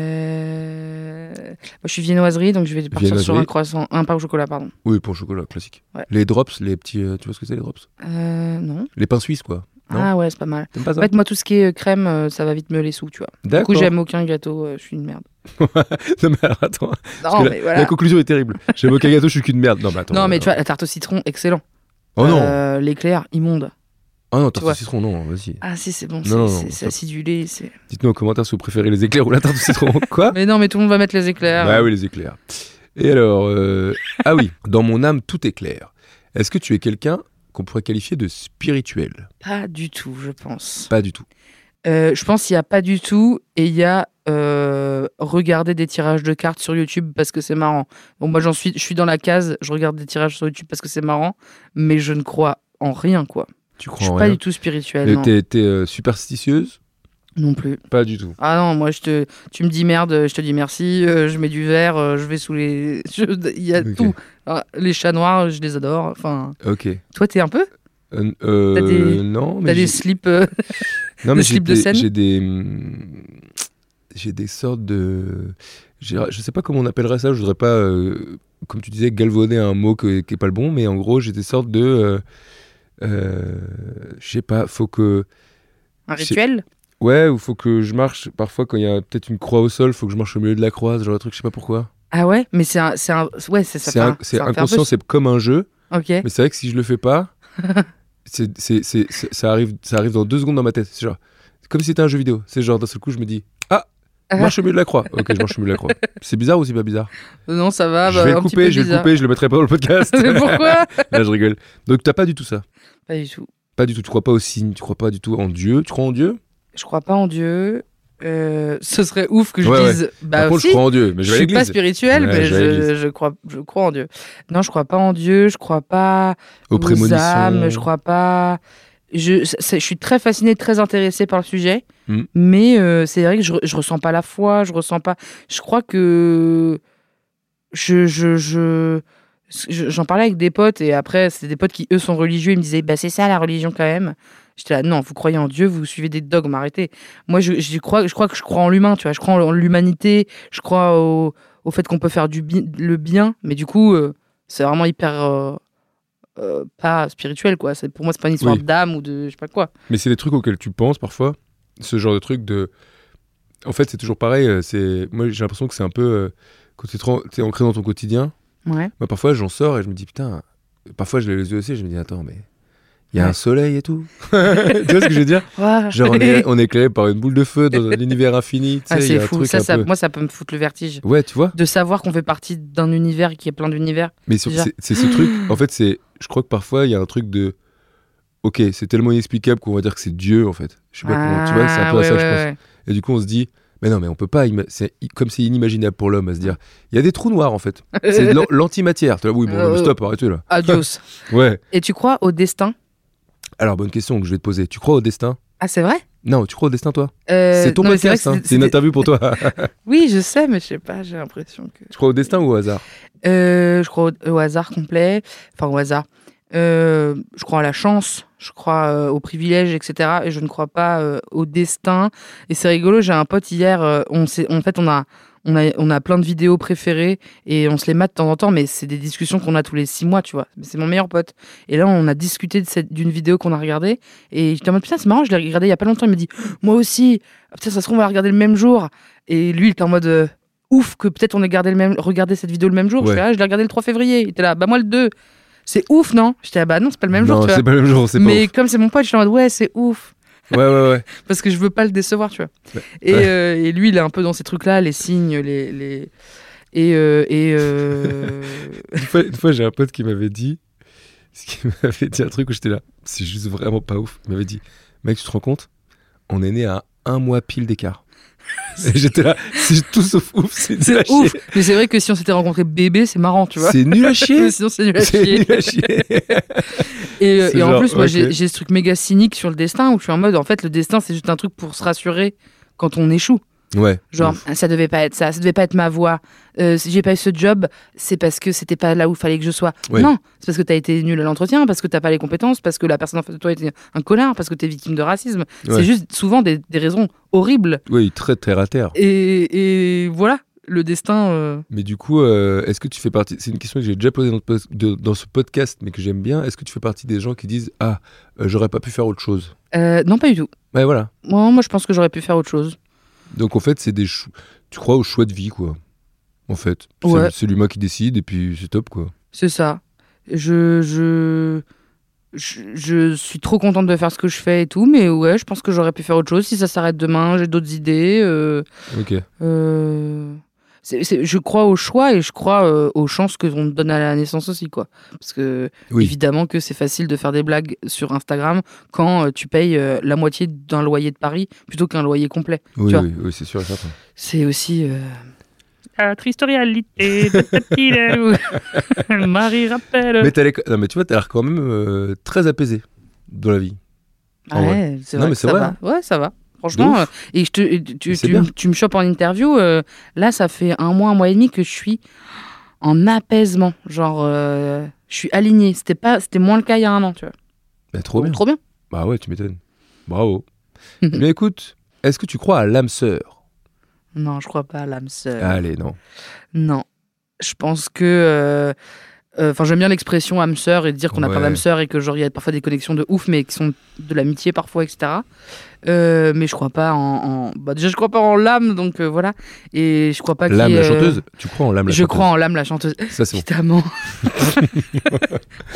Speaker 3: Euh... Moi, je suis viennoiserie, donc je vais partir sur
Speaker 2: Viennoiserie.
Speaker 3: un croissant, un pain au chocolat, pardon.
Speaker 2: Oui, pour le chocolat, classique.
Speaker 3: Ouais.
Speaker 2: Les drops, les petits. euh, tu vois ce que c'est, les drops
Speaker 3: Euh, non.
Speaker 2: Les pains suisses, quoi. Non.
Speaker 3: Ah ouais, c'est pas mal.
Speaker 2: T'aimes pas
Speaker 3: En
Speaker 2: ça
Speaker 3: fait, moi, tout ce qui est euh, crème, euh, ça va vite me les sous, tu vois. Du coup,
Speaker 2: D'accord.
Speaker 3: j'aime aucun gâteau, euh, je suis une merde.
Speaker 2: (laughs) Non, mais alors, attends.
Speaker 3: Non,
Speaker 2: que
Speaker 3: mais voilà.
Speaker 2: La conclusion est terrible. J'aime aucun gâteau, je suis qu'une merde. Non, mais attends.
Speaker 3: Non, mais
Speaker 2: euh,
Speaker 3: tu vois, la tarte au citron, excellent.
Speaker 2: Oh non
Speaker 3: Euh, L'éclair, immonde.
Speaker 2: Ah non, tarte au
Speaker 3: vois.
Speaker 2: citron, non, vas-y.
Speaker 3: Ah si, c'est bon,
Speaker 2: Non, non,
Speaker 3: c'est-
Speaker 2: non,
Speaker 3: c'est c'est
Speaker 2: stop.
Speaker 3: acidulé. c'est-
Speaker 2: Dites-nous en commentaire si vous préférez les éclairs ou la tarte au
Speaker 3: (laughs)
Speaker 2: citron. Quoi
Speaker 3: Mais non, mais tout le monde va mettre les éclairs.
Speaker 2: Bah oui, les éclairs. Et alors, euh, ah oui, dans mon âme, tout est clair. Est-ce que tu es quelqu'un qu'on pourrait qualifier de spirituel
Speaker 3: Pas du tout, je pense.
Speaker 2: Pas du tout.
Speaker 3: Euh, je pense qu'il n'y a pas du tout et il y a euh, regarder des tirages de cartes sur YouTube parce que c'est marrant. Bon, moi, j'en suis, je suis dans la case, je regarde des tirages sur YouTube parce que c'est marrant, mais je ne crois en rien, quoi.
Speaker 2: Tu
Speaker 3: Je
Speaker 2: crois
Speaker 3: suis
Speaker 2: en
Speaker 3: pas
Speaker 2: rien
Speaker 3: du tout spirituel,
Speaker 2: Euh,
Speaker 3: non,
Speaker 2: T'es t'es, euh, superstitieuse
Speaker 3: non plus.
Speaker 2: Pas du tout.
Speaker 3: Ah non, moi, je te, tu me dis merde, je te dis merci, euh, je mets du verre, euh, je vais sous les. (laughs) je- Il y a
Speaker 2: Ok.
Speaker 3: tout. Ah, les chats noirs, je les adore. Enfin,
Speaker 2: Ok.
Speaker 3: toi, t'es un peu
Speaker 2: Euh, euh,
Speaker 3: T'as des-
Speaker 2: Non,
Speaker 3: T'as
Speaker 2: mais
Speaker 3: des
Speaker 2: j'ai-
Speaker 3: slips. euh, (laughs)
Speaker 2: non, mais
Speaker 3: des
Speaker 2: j'ai
Speaker 3: slips de
Speaker 2: des-
Speaker 3: scène
Speaker 2: j'ai des, hum, j'ai des sortes de, j'ai- je sais pas comment on appellerait ça. Je voudrais pas, euh, comme tu disais, galvauder un mot que- qui est pas le bon, mais en gros, j'ai des sortes de, euh, euh, je sais pas, faut que
Speaker 3: Un
Speaker 2: C'est-
Speaker 3: rituel
Speaker 2: Ouais, ou faut que je marche. Parfois, quand il y a peut-être une croix au sol, faut que je marche au milieu de la croix, ce genre de truc, je sais pas pourquoi.
Speaker 3: Ah ouais Mais c'est un, c'est un. Ouais, c'est ça.
Speaker 2: C'est
Speaker 3: fait
Speaker 2: un-
Speaker 3: un-
Speaker 2: c'est
Speaker 3: ça fait un peu- (laughs)
Speaker 2: inconscient, c'est comme un jeu.
Speaker 3: Ok.
Speaker 2: Mais c'est vrai que si je le fais
Speaker 3: (laughs)
Speaker 2: pas, c'est, c'est, c'est, c'est- ça, arrive, ça arrive dans deux secondes dans ma tête. C'est genre, c'est comme si c'était un jeu vidéo. C'est genre, d'un seul coup, je me dis, ah, je marche au milieu de la croix. Ok, je marche au milieu de la
Speaker 3: (laughs)
Speaker 2: croix. C'est bizarre ou c'est pas bizarre
Speaker 3: Non, ça va.
Speaker 2: Je
Speaker 3: bah,
Speaker 2: vais
Speaker 3: un
Speaker 2: le
Speaker 3: petit peu
Speaker 2: couper, je vais le
Speaker 3: bizarre.
Speaker 2: couper, je le mettrai pas dans le podcast.
Speaker 3: (laughs)
Speaker 2: (laughs)
Speaker 3: Mais pourquoi
Speaker 2: Là, je rigole. Donc, t'as pas du tout ça.
Speaker 3: Pas du tout.
Speaker 2: Pas du tout. Tu crois pas au signe, tu crois pas du tout en Dieu. Tu crois en Dieu
Speaker 3: Je crois pas en Dieu. Euh, ce serait ouf que je
Speaker 2: Ouais, ouais.
Speaker 3: dise. Bah,
Speaker 2: Par contre,
Speaker 3: si,
Speaker 2: je crois en Dieu, mais je
Speaker 3: je
Speaker 2: vais à
Speaker 3: suis pas
Speaker 2: l'église.
Speaker 3: spirituel,
Speaker 2: Ouais,
Speaker 3: mais
Speaker 2: je vais à
Speaker 3: je,
Speaker 2: l'église.
Speaker 3: je crois, je crois en Dieu. Non, je crois pas en Dieu. Je crois pas
Speaker 2: Aux prémonitions.
Speaker 3: âmes. Je crois pas. Je, c'est- c'est- je suis très fascinée, très intéressée par le sujet,
Speaker 2: Mhm.
Speaker 3: mais euh, c'est vrai que je, re- je ressens pas la foi. Je ressens pas. Je crois que je je je je- j'en parlais avec des potes et après c'était des potes qui eux sont religieux ils me disaient bah c'est ça la religion quand même j'étais là non vous croyez en Dieu vous suivez des dogmes arrêtez moi je, je crois je crois que je crois en l'humain tu vois je crois en l'humanité je crois au, au fait qu'on peut faire du bi- le bien mais du coup euh, c'est vraiment hyper euh, euh, pas spirituel quoi c'est pour moi c'est pas une histoire
Speaker 2: Oui.
Speaker 3: d'âme ou de je sais pas quoi
Speaker 2: Mais c'est des trucs auxquels tu penses parfois. Ce genre de truc de. En fait, c'est toujours pareil. euh, C'est moi, j'ai l'impression que c'est un peu euh, quand t'es trop- t'es ancré dans ton quotidien.
Speaker 3: ouais
Speaker 2: Moi, parfois, j'en sors et je me dis putain. Parfois, je l'ai les yeux aussi. Je me dis attends, mais il y a
Speaker 3: Ouais.
Speaker 2: un soleil et tout. (laughs) tu vois ce que je veux dire Genre, on
Speaker 3: (laughs)
Speaker 2: est, on est éclairé par une boule de feu dans un univers infini. tu
Speaker 3: Ah,
Speaker 2: sais, il y
Speaker 3: c'est
Speaker 2: a un
Speaker 3: fou
Speaker 2: truc
Speaker 3: ça,
Speaker 2: un
Speaker 3: ça
Speaker 2: peu-
Speaker 3: moi ça peut me foutre le vertige
Speaker 2: Ouais, tu vois.
Speaker 3: de savoir qu'on fait partie d'un univers qui est plein d'univers
Speaker 2: Mais sur-
Speaker 3: Déjà.
Speaker 2: c'est c'est ce truc. En fait, c'est. Je crois que parfois, il y a un truc de. Ok, c'est tellement inexplicable qu'on va dire que c'est Dieu en fait. Je sais pas comment. Tu vois, c'est un peu
Speaker 3: Ah,
Speaker 2: à ça,
Speaker 3: ouais,
Speaker 2: je
Speaker 3: ouais,
Speaker 2: pense.
Speaker 3: ouais.
Speaker 2: Et du coup, on se dit, mais non, mais on peut pas. ima- C'est i- comme c'est inimaginable pour l'homme à se dire, il y a des trous noirs en fait. C'est
Speaker 3: (laughs)
Speaker 2: de l'an- l'antimatière. T'es là, oui, bon,
Speaker 3: Euh,
Speaker 2: stop, arrêtez là.
Speaker 3: Adios.
Speaker 2: Ouais.
Speaker 3: Et tu crois au destin
Speaker 2: Alors, bonne question que je vais te poser. Tu crois au destin
Speaker 3: Ah, c'est vrai
Speaker 2: Non, tu crois au destin toi
Speaker 3: Euh,
Speaker 2: C'est ton
Speaker 3: non, mais vrai
Speaker 2: podcast.
Speaker 3: que
Speaker 2: hein.
Speaker 3: c'est-
Speaker 2: C'est une
Speaker 3: c'est-
Speaker 2: interview pour toi. (laughs)
Speaker 3: Oui, je sais, mais je sais pas, j'ai l'impression que.
Speaker 2: tu crois au destin ou au hasard
Speaker 3: Euh, je crois au, au hasard complet, enfin au hasard. Euh, je crois à la chance, je crois euh, au privilège, etc. Et je ne crois pas euh, au destin. Et c'est rigolo, j'ai un pote hier, euh, on s'est- en fait, on a, on, a, on a plein de vidéos préférées et on se les mate de temps en temps, mais c'est des discussions qu'on a tous les six mois, tu vois. Mais c'est mon meilleur pote. Et là, on a discuté de cette- d'une vidéo qu'on a regardée et j'étais en mode putain, c'est marrant, je l'ai regardée il y a pas longtemps. Il me dit, moi aussi, Ah, putain, ça se trouve, on va la regarder le même jour. Et lui, il était en mode. euh, ouf que peut-être on ait gardé le même, regardé cette vidéo le même jour.
Speaker 2: Ouais.
Speaker 3: Je fais, ah, je l'ai regardé le 3 février. Il était là, bah moi le 2. C'est ouf, non J'étais là, bah non, c'est pas le même
Speaker 2: Non,
Speaker 3: jour, tu
Speaker 2: c'est
Speaker 3: vois.
Speaker 2: pas le même jour. C'est pas.
Speaker 3: Mais comme c'est mon pote, je suis en mode, ouais, c'est ouf.
Speaker 2: ouf. Ouais, ouais, ouais.
Speaker 3: Parce que je veux pas le décevoir, tu vois.
Speaker 2: Ouais.
Speaker 3: Et,
Speaker 2: Ouais.
Speaker 3: euh, et lui, il est un peu dans ces trucs-là, les signes, les. les... Et. euh, et
Speaker 2: (laughs)
Speaker 3: euh,
Speaker 2: Une fois, une fois, j'ai un pote qui m'avait dit, ce qui (laughs) m'avait dit un truc où j'étais là. C'est juste vraiment pas ouf. Il m'avait dit, mec, tu te rends compte On est né à un mois pile
Speaker 3: (laughs)
Speaker 2: d'écart. Et j'étais là, c'est tout sauf ouf. C'est nul à
Speaker 3: c'est
Speaker 2: chier.
Speaker 3: ouf Mais c'est vrai que si on s'était rencontré bébé, c'est marrant, tu vois.
Speaker 2: C'est nul à chier.
Speaker 3: (laughs) Mais sinon, c'est nul à
Speaker 2: C'est
Speaker 3: chier.
Speaker 2: nul à chier.
Speaker 3: (laughs) Et, euh,
Speaker 2: C'est
Speaker 3: et en
Speaker 2: genre,
Speaker 3: plus, moi,
Speaker 2: ok.
Speaker 3: j'ai j'ai ce truc méga cynique sur le destin où je suis en mode, en fait, le destin, c'est juste un truc pour se rassurer quand on échoue.
Speaker 2: ouais.
Speaker 3: Genre,
Speaker 2: ouf.
Speaker 3: ça devait pas être ça, ça devait pas être ma voix. Euh, si j'ai pas eu ce job, c'est parce que c'était pas là où fallait que je sois.
Speaker 2: Ouais.
Speaker 3: Non, c'est parce que t'as été nul à l'entretien, parce que t'as pas les compétences, parce que la personne en face de toi était un connard, parce que t'es victime de racisme.
Speaker 2: Ouais.
Speaker 3: C'est juste souvent des, des raisons horribles.
Speaker 2: Oui, très terre à terre.
Speaker 3: Et, et voilà, le destin. euh,
Speaker 2: Mais du coup, euh, est-ce que tu fais partie C'est une question que j'ai déjà posée dans, le pos- de- dans ce podcast, mais que j'aime bien. Est-ce que tu fais partie des gens qui disent Ah, euh, j'aurais pas pu faire autre chose
Speaker 3: euh, non, pas du tout.
Speaker 2: Ouais, voilà.
Speaker 3: Moi, moi, je pense que j'aurais pu faire autre chose.
Speaker 2: Donc en fait, c'est des. chou- Tu crois au choix de vie, quoi. En fait, C'est-
Speaker 3: Ouais.
Speaker 2: c'est l'humain qui décide et puis c'est top, quoi.
Speaker 3: C'est ça. Je, je, je, je suis trop contente de faire ce que je fais et tout, mais ouais, je pense que j'aurais pu faire autre chose. Si ça s'arrête demain, j'ai d'autres idées. euh,
Speaker 2: Ok.
Speaker 3: Euh, c'est- c'est- je crois au choix et je crois euh, aux chances que l'on te donne à la naissance aussi, quoi. Parce que
Speaker 2: Oui.
Speaker 3: évidemment que c'est facile de faire des blagues sur Instagram quand euh, tu payes euh, la moitié d'un loyer de Paris plutôt qu'un loyer complet.
Speaker 2: Oui,
Speaker 3: tu vois.
Speaker 2: oui, oui, c'est sûr et certain.
Speaker 3: C'est aussi. euh,
Speaker 4: La triste réalité de ce petit loup. (laughs) Marie
Speaker 3: Euh.
Speaker 4: rappelle.
Speaker 2: Mais, t'as l'air- non, mais tu vois, t'as l'air quand même euh, très apaisé dans la vie. Ah
Speaker 3: ouais,
Speaker 2: ouais.
Speaker 3: c'est
Speaker 2: Non,
Speaker 3: vrai.
Speaker 2: mais
Speaker 3: que
Speaker 2: c'est
Speaker 3: ça
Speaker 2: vrai, hein.
Speaker 3: va. Ouais, ça va. Franchement,
Speaker 2: ouf.
Speaker 3: euh, et je te, et tu,
Speaker 2: Mais
Speaker 3: tu,
Speaker 2: c'est
Speaker 3: tu
Speaker 2: bien.
Speaker 3: me- tu me chopes en interview. euh, là, ça fait un mois, un mois et demi que je suis en apaisement. Genre, euh, je suis alignée. C'était pas, c'était moins le cas il y a un an, tu vois.
Speaker 2: Bah, trop bien.
Speaker 3: Trop bien.
Speaker 2: Bah ouais, tu m'étonnes.
Speaker 3: (laughs)
Speaker 2: Bravo. Eh bien écoute, est-ce que tu crois à l'âme sœur Ah
Speaker 3: Non, Euh, je crois pas à l'âme sœur.
Speaker 2: Allez, non.
Speaker 3: Non. Je pense que euh, euh, Enfin, j'aime bien l'expression âme sœur et de dire qu'on n'a pas
Speaker 2: Ouais.
Speaker 3: d'âme sœur et que genre il y a parfois des connexions de ouf, mais qui sont de l'amitié parfois, etc. Euh, mais je crois pas en, en- bah, déjà je crois pas en l'âme, donc euh, voilà. Et je crois pas qu'il y
Speaker 2: L'âme,
Speaker 3: ait,
Speaker 2: la
Speaker 3: euh,
Speaker 2: chanteuse Tu crois en l'âme, la
Speaker 3: Je
Speaker 2: chanteuse
Speaker 3: crois en l'âme, la chanteuse.
Speaker 2: Ça, c'est bon. (laughs)
Speaker 3: Évidemment.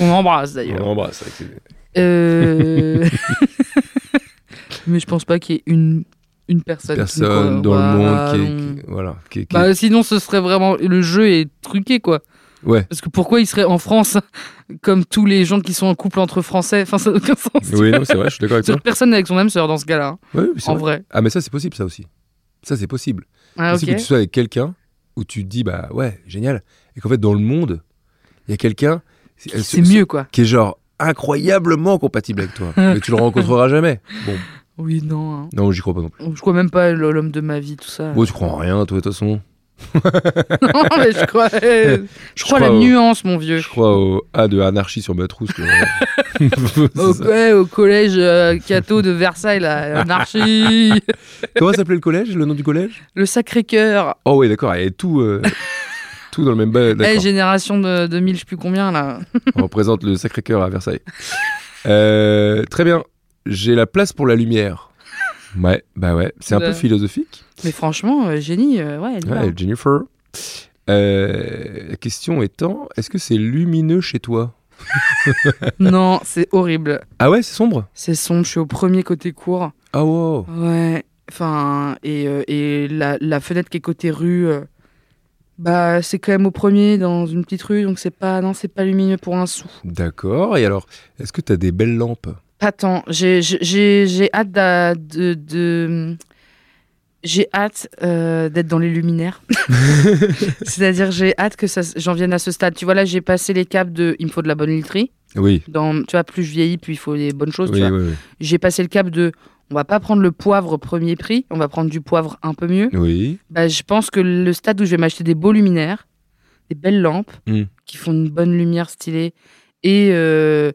Speaker 3: On embrasse
Speaker 2: On
Speaker 3: d'ailleurs.
Speaker 2: l'embrasse. avec les-
Speaker 3: Euh, (laughs) mais je pense pas qu'il y ait une une personne. qui me
Speaker 2: Personne dans
Speaker 3: croit.
Speaker 2: le monde qui
Speaker 3: Bah, non.
Speaker 2: est. qui- Voilà. qui est- qui est-
Speaker 3: Bah, sinon, ce serait vraiment. Le jeu est truqué, quoi.
Speaker 2: Ouais.
Speaker 3: Parce que pourquoi il serait en France (laughs) comme tous les gens qui sont en couple entre Français Enfin, ça n'a aucun sens.
Speaker 2: (laughs) Oui, non, c'est vrai, je suis d'accord avec
Speaker 3: (laughs)
Speaker 2: toi.
Speaker 3: Sur personne n'est avec son âme sœur dans ce cas-là, hein,
Speaker 2: Ouais, oui, c'est
Speaker 3: en
Speaker 2: vrai.
Speaker 3: vrai.
Speaker 2: Ah, mais ça, c'est possible, ça aussi. Ça, c'est possible.
Speaker 3: Ah,
Speaker 2: possible
Speaker 3: ok.
Speaker 2: que tu sois avec quelqu'un où tu te dis bah ouais génial et qu'en fait dans le monde il y a quelqu'un elle se-
Speaker 3: C'est mieux, quoi.
Speaker 2: qui est genre incroyablement compatible avec
Speaker 3: (laughs)
Speaker 2: toi mais tu le rencontreras jamais bon
Speaker 3: Oui, non. hein.
Speaker 2: non j'y crois pas non plus
Speaker 3: Je crois même pas l'homme de ma vie, tout ça.
Speaker 2: bon tu crois en rien toi de toute façon
Speaker 3: (laughs) non, mais je
Speaker 2: (laughs)
Speaker 3: crois. euh, je, crois à la
Speaker 2: crois au-
Speaker 3: nuance, mon vieux.
Speaker 2: je crois au A de anarchie sur ma trousse (laughs) quoi. Oh, C'est
Speaker 3: Au,
Speaker 2: ça.
Speaker 3: ouais, au collège euh, Cato de Versailles, la
Speaker 2: (laughs)
Speaker 3: anarchie,
Speaker 2: comment s'appelait le collège le nom du collège
Speaker 3: le Sacré-Cœur,
Speaker 2: oh oui d'accord et tout (laughs) euh, tout dans le même ba-
Speaker 3: Eh,
Speaker 2: d'accord.
Speaker 3: génération de 2000, je sais plus combien là.
Speaker 2: on représente le Sacré-Cœur à Versailles Euh, très bien j'ai la place pour la lumière ouais bah ouais c'est un peu
Speaker 3: Ouais.
Speaker 2: philosophique
Speaker 3: Mais franchement, euh, génie, euh, ouais, elle y va.
Speaker 2: Ouais, Jennifer. Euh, la question étant, est-ce que c'est lumineux chez toi
Speaker 3: (laughs) Non, c'est horrible.
Speaker 2: Ah ouais, c'est sombre
Speaker 3: C'est sombre, je suis au premier côté court.
Speaker 2: Ah wow
Speaker 3: Ouais. Enfin, et, euh, et la, la fenêtre qui est côté rue, euh, bah, c'est quand même au premier dans une petite rue, donc c'est pas, non, c'est pas lumineux pour un sou.
Speaker 2: D'accord, et alors, est-ce que t'as des belles lampes
Speaker 3: Pas tant. J'ai, j'ai- j'ai, j'ai hâte d'a- de. de- J'ai hâte euh, d'être dans les (laughs) luminaires. C'est-à-dire, j'ai hâte que ça, s- j'en vienne à ce stade. Tu vois, là, j'ai passé les caps de il me faut de la bonne literie.
Speaker 2: Oui,
Speaker 3: Dans, tu vois, plus je vieillis, plus il faut des bonnes choses. tu
Speaker 2: oui,
Speaker 3: vois.
Speaker 2: oui, oui.
Speaker 3: j'ai passé le cap de on va pas prendre le poivre premier prix, on va prendre du poivre un peu mieux.
Speaker 2: Oui.
Speaker 3: Bah, je pense que le stade où je vais m'acheter des beaux luminaires, des belles lampes
Speaker 2: Mm.
Speaker 3: qui font une bonne lumière stylée et euh,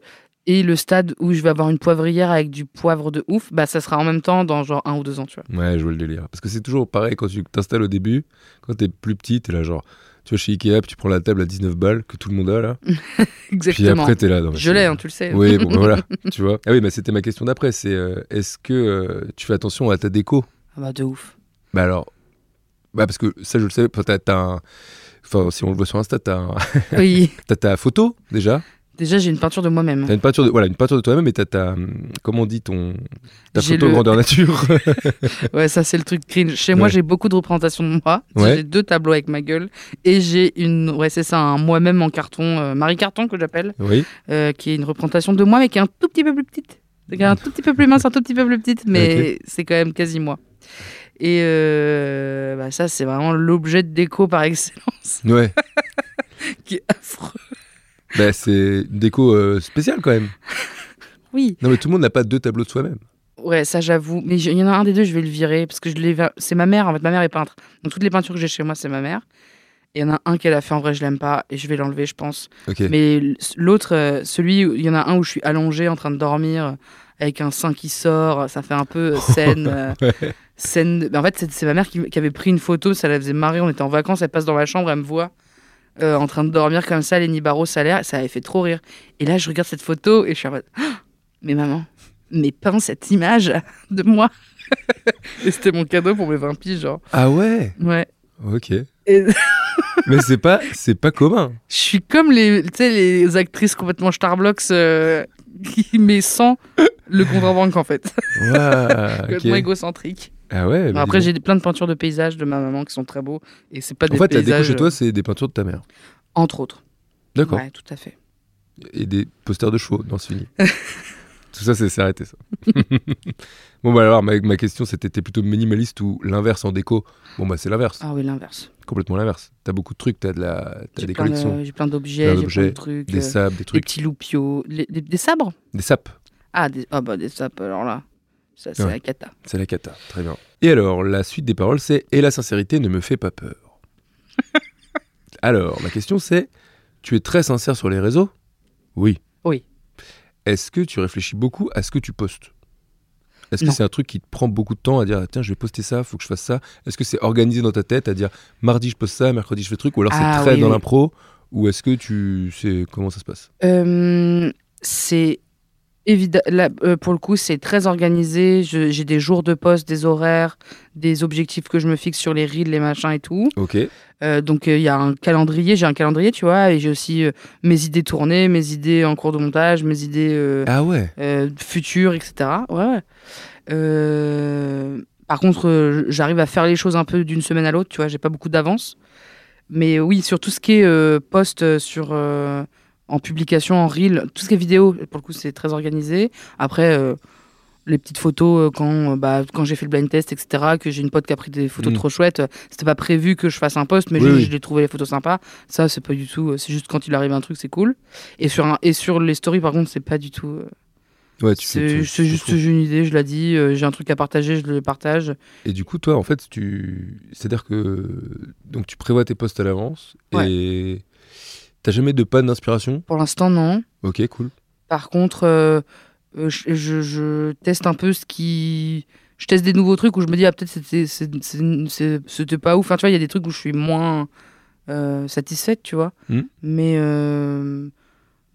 Speaker 3: et le stade où je vais avoir une poivrière avec du poivre de ouf, bah ça sera en même temps dans genre un ou deux ans, tu vois.
Speaker 2: Ouais, je vois le délire. Parce que c'est toujours pareil quand tu t'installes au début, quand t'es plus petit, t'es là genre, tu vas chez Ikea, puis tu prends la table à 19 balles que tout le monde a là, puis
Speaker 3: Exactement.
Speaker 2: après t'es là. non, mais
Speaker 3: je
Speaker 2: c'est-
Speaker 3: l'ai, hein, tu le sais.
Speaker 2: Oui, bon, ben
Speaker 3: (laughs)
Speaker 2: voilà, tu vois. Ah oui, mais c'était ma question d'après, c'est euh, est-ce que euh, tu fais attention à ta déco
Speaker 3: Ah bah de ouf.
Speaker 2: Bah alors. Bah parce que ça, je le sais, enfin, t'as, t'as un- Enfin, si on le voit sur Insta, t'as, un- (laughs)
Speaker 3: Oui. (laughs)
Speaker 2: t'as ta photo déjà.
Speaker 3: Déjà j'ai une peinture de moi-même.
Speaker 2: T'as une peinture de, voilà, une peinture de toi-même et t'as ta. hum, Comment on dit ton. Ta
Speaker 3: J'ai
Speaker 2: photo
Speaker 3: le-
Speaker 2: grandeur nature. (laughs)
Speaker 3: Ouais, ça c'est le truc cringe. Chez moi,
Speaker 2: Ouais.
Speaker 3: j'ai beaucoup de représentations de moi.
Speaker 2: Ouais.
Speaker 3: J'ai deux tableaux avec ma gueule et j'ai une, ouais, c'est ça, un moi-même en carton, euh, Marie Carton que j'appelle,
Speaker 2: oui.
Speaker 3: euh, qui est une représentation de moi mais qui est un tout petit peu plus petite. Donc, un tout petit peu plus mince, un tout petit peu plus petite, mais c'est quand même quasi moi. Et euh, bah, ça, c'est vraiment l'objet de déco par excellence
Speaker 2: Ouais.
Speaker 3: qui est affreux.
Speaker 2: bah c'est une déco euh, spéciale quand même.
Speaker 3: Oui,
Speaker 2: Non mais tout le monde n'a pas deux tableaux de soi-même.
Speaker 3: ouais, ça j'avoue. Mais il y en a un des deux, je vais le virer parce que je l'ai. C'est ma mère, en fait, ma mère est peintre. Donc toutes les peintures que j'ai chez moi, c'est ma mère. Et il y en a un qu'elle a fait, en vrai, je l'aime pas et je vais l'enlever, je pense.
Speaker 2: Ok.
Speaker 3: Mais l- l'autre, euh, celui, où- il y en a un où je suis allongée en train de dormir euh, avec un sein qui sort, ça fait un peu euh, scène. euh, scène de- mais en fait, c'est- c'est ma mère qui, qui avait pris une photo, ça la faisait marrer, on était en vacances, elle passe dans ma chambre, elle me voit euh, en train de dormir comme ça, Lenny Barreau, ça a l'air, ça avait fait trop rire. Et là, je regarde cette photo et je suis en mode (gasps) Ah Mais maman, mais peins cette image (laughs) de moi Et c'était mon cadeau pour mes 20 piges, genre.
Speaker 2: Ah ouais.
Speaker 3: Ouais.
Speaker 2: Ok.
Speaker 3: Et-
Speaker 2: mais c'est pas c'est pas commun.
Speaker 3: Je suis comme les, tu sais, les actrices complètement starblox, euh, (laughs) qui- mais sans le contre-banque en fait.
Speaker 2: Ouah, ok.
Speaker 3: Complètement égocentrique.
Speaker 2: Ah ouais. bah,
Speaker 3: Après,
Speaker 2: dis donc.
Speaker 3: j'ai plein de peintures de paysages de ma maman qui sont très beaux. Et c'est pas des
Speaker 2: En fait, la déco
Speaker 3: paysages. euh.
Speaker 2: chez toi, c'est des peintures de ta mère.
Speaker 3: Entre autres.
Speaker 2: D'accord.
Speaker 3: Ouais, tout à fait.
Speaker 2: et des posters de chevaux dans ce
Speaker 3: (laughs)
Speaker 2: fini. Tout ça, c'est c'est arrêté, ça. (laughs) bon, bah alors, ma, ma question, c'était t'es plutôt minimaliste ou l'inverse en déco Bon, bah c'est l'inverse,
Speaker 3: Ah oui, l'inverse.
Speaker 2: complètement l'inverse. T'as beaucoup de trucs, t'as de la... t'as
Speaker 3: J'ai
Speaker 2: des
Speaker 3: plein de-
Speaker 2: collections,
Speaker 3: J'ai plein
Speaker 2: Plein
Speaker 3: d'objets, j'ai plein
Speaker 2: d'objets,
Speaker 3: euh, de trucs. euh,
Speaker 2: des sables, des
Speaker 3: des
Speaker 2: trucs,
Speaker 3: petits loupiaux. les- des, des sabres
Speaker 2: des sapes.
Speaker 3: Ah, des, ah bah, des sapes, alors là. Ça, c'est
Speaker 2: Ouais.
Speaker 3: la cata.
Speaker 2: C'est la cata, très bien. Et alors, la suite des paroles, c'est Et la sincérité ne me fait pas peur.
Speaker 3: (laughs)
Speaker 2: alors, ma question, c'est Tu es très sincère sur les réseaux Oui.
Speaker 3: Oui.
Speaker 2: Est-ce que tu réfléchis beaucoup à ce que tu postes Est-ce que
Speaker 3: Non.
Speaker 2: c'est un truc qui te prend beaucoup de temps à dire ah, Tiens, je vais poster ça, faut que je fasse ça Est-ce que c'est organisé dans ta tête à dire Mardi, je poste ça, mercredi, je fais truc Ou alors
Speaker 3: Ah,
Speaker 2: c'est très
Speaker 3: oui,
Speaker 2: dans
Speaker 3: oui.
Speaker 2: l'impro Ou est-ce que tu sais comment ça se passe
Speaker 3: Euh, c'est évident. Là, euh, pour le coup, c'est très organisé. Je- J'ai des jours de poste, des horaires, des objectifs que je me fixe sur les rides, les machins et tout.
Speaker 2: Ok.
Speaker 3: Euh, donc, euh, il y a un calendrier. J'ai un calendrier, tu vois, et j'ai aussi euh, mes idées tournées, mes idées en cours de montage, mes idées euh,
Speaker 2: Ah ouais
Speaker 3: euh, futures, etc. Ouais, ouais. Euh, par contre, euh, j'arrive à faire les choses un peu d'une semaine à l'autre, tu vois, j'ai pas beaucoup d'avance. Mais oui, sur tout ce qui est euh, post euh, sur, euh, en publication, en reel, tout ce qui est vidéo, pour le coup, c'est très organisé. Après, euh, les petites photos, euh, quand, euh, bah, quand j'ai fait le blind test, etc., que j'ai une pote qui a pris des photos
Speaker 2: Mm.
Speaker 3: trop chouettes, euh, c'était pas prévu que je fasse un post, mais
Speaker 2: Oui,
Speaker 3: j'ai-
Speaker 2: oui.
Speaker 3: je l'ai trouvé les photos sympas. Ça, c'est pas du tout, euh, c'est juste quand il arrive un truc, c'est cool. Et sur, un, et sur les stories, par contre, c'est pas du tout. euh,
Speaker 2: Ouais, tu fais-
Speaker 3: c'est
Speaker 2: tu-
Speaker 3: c'est
Speaker 2: tu
Speaker 3: juste
Speaker 2: fous.
Speaker 3: j'ai une idée, je l'ai dit, euh, j'ai un truc à partager, je le partage.
Speaker 2: Et du coup, toi, en fait, tu. C'est-à-dire que. Donc, tu prévois tes postes à l'avance.
Speaker 3: Ouais.
Speaker 2: Et. T'as jamais de panne d'inspiration
Speaker 3: Pour l'instant, non.
Speaker 2: Ok, cool.
Speaker 3: Par contre, euh, euh, je, je- je teste un peu ce qui. Je teste des nouveaux trucs où je me dis, ah, peut-être c'était- c'est- c'est- c'est- c'était pas ouf. Enfin, tu vois, il y a des trucs où je suis moins euh, satisfaite, tu vois.
Speaker 2: Hmm.
Speaker 3: Mais, euh,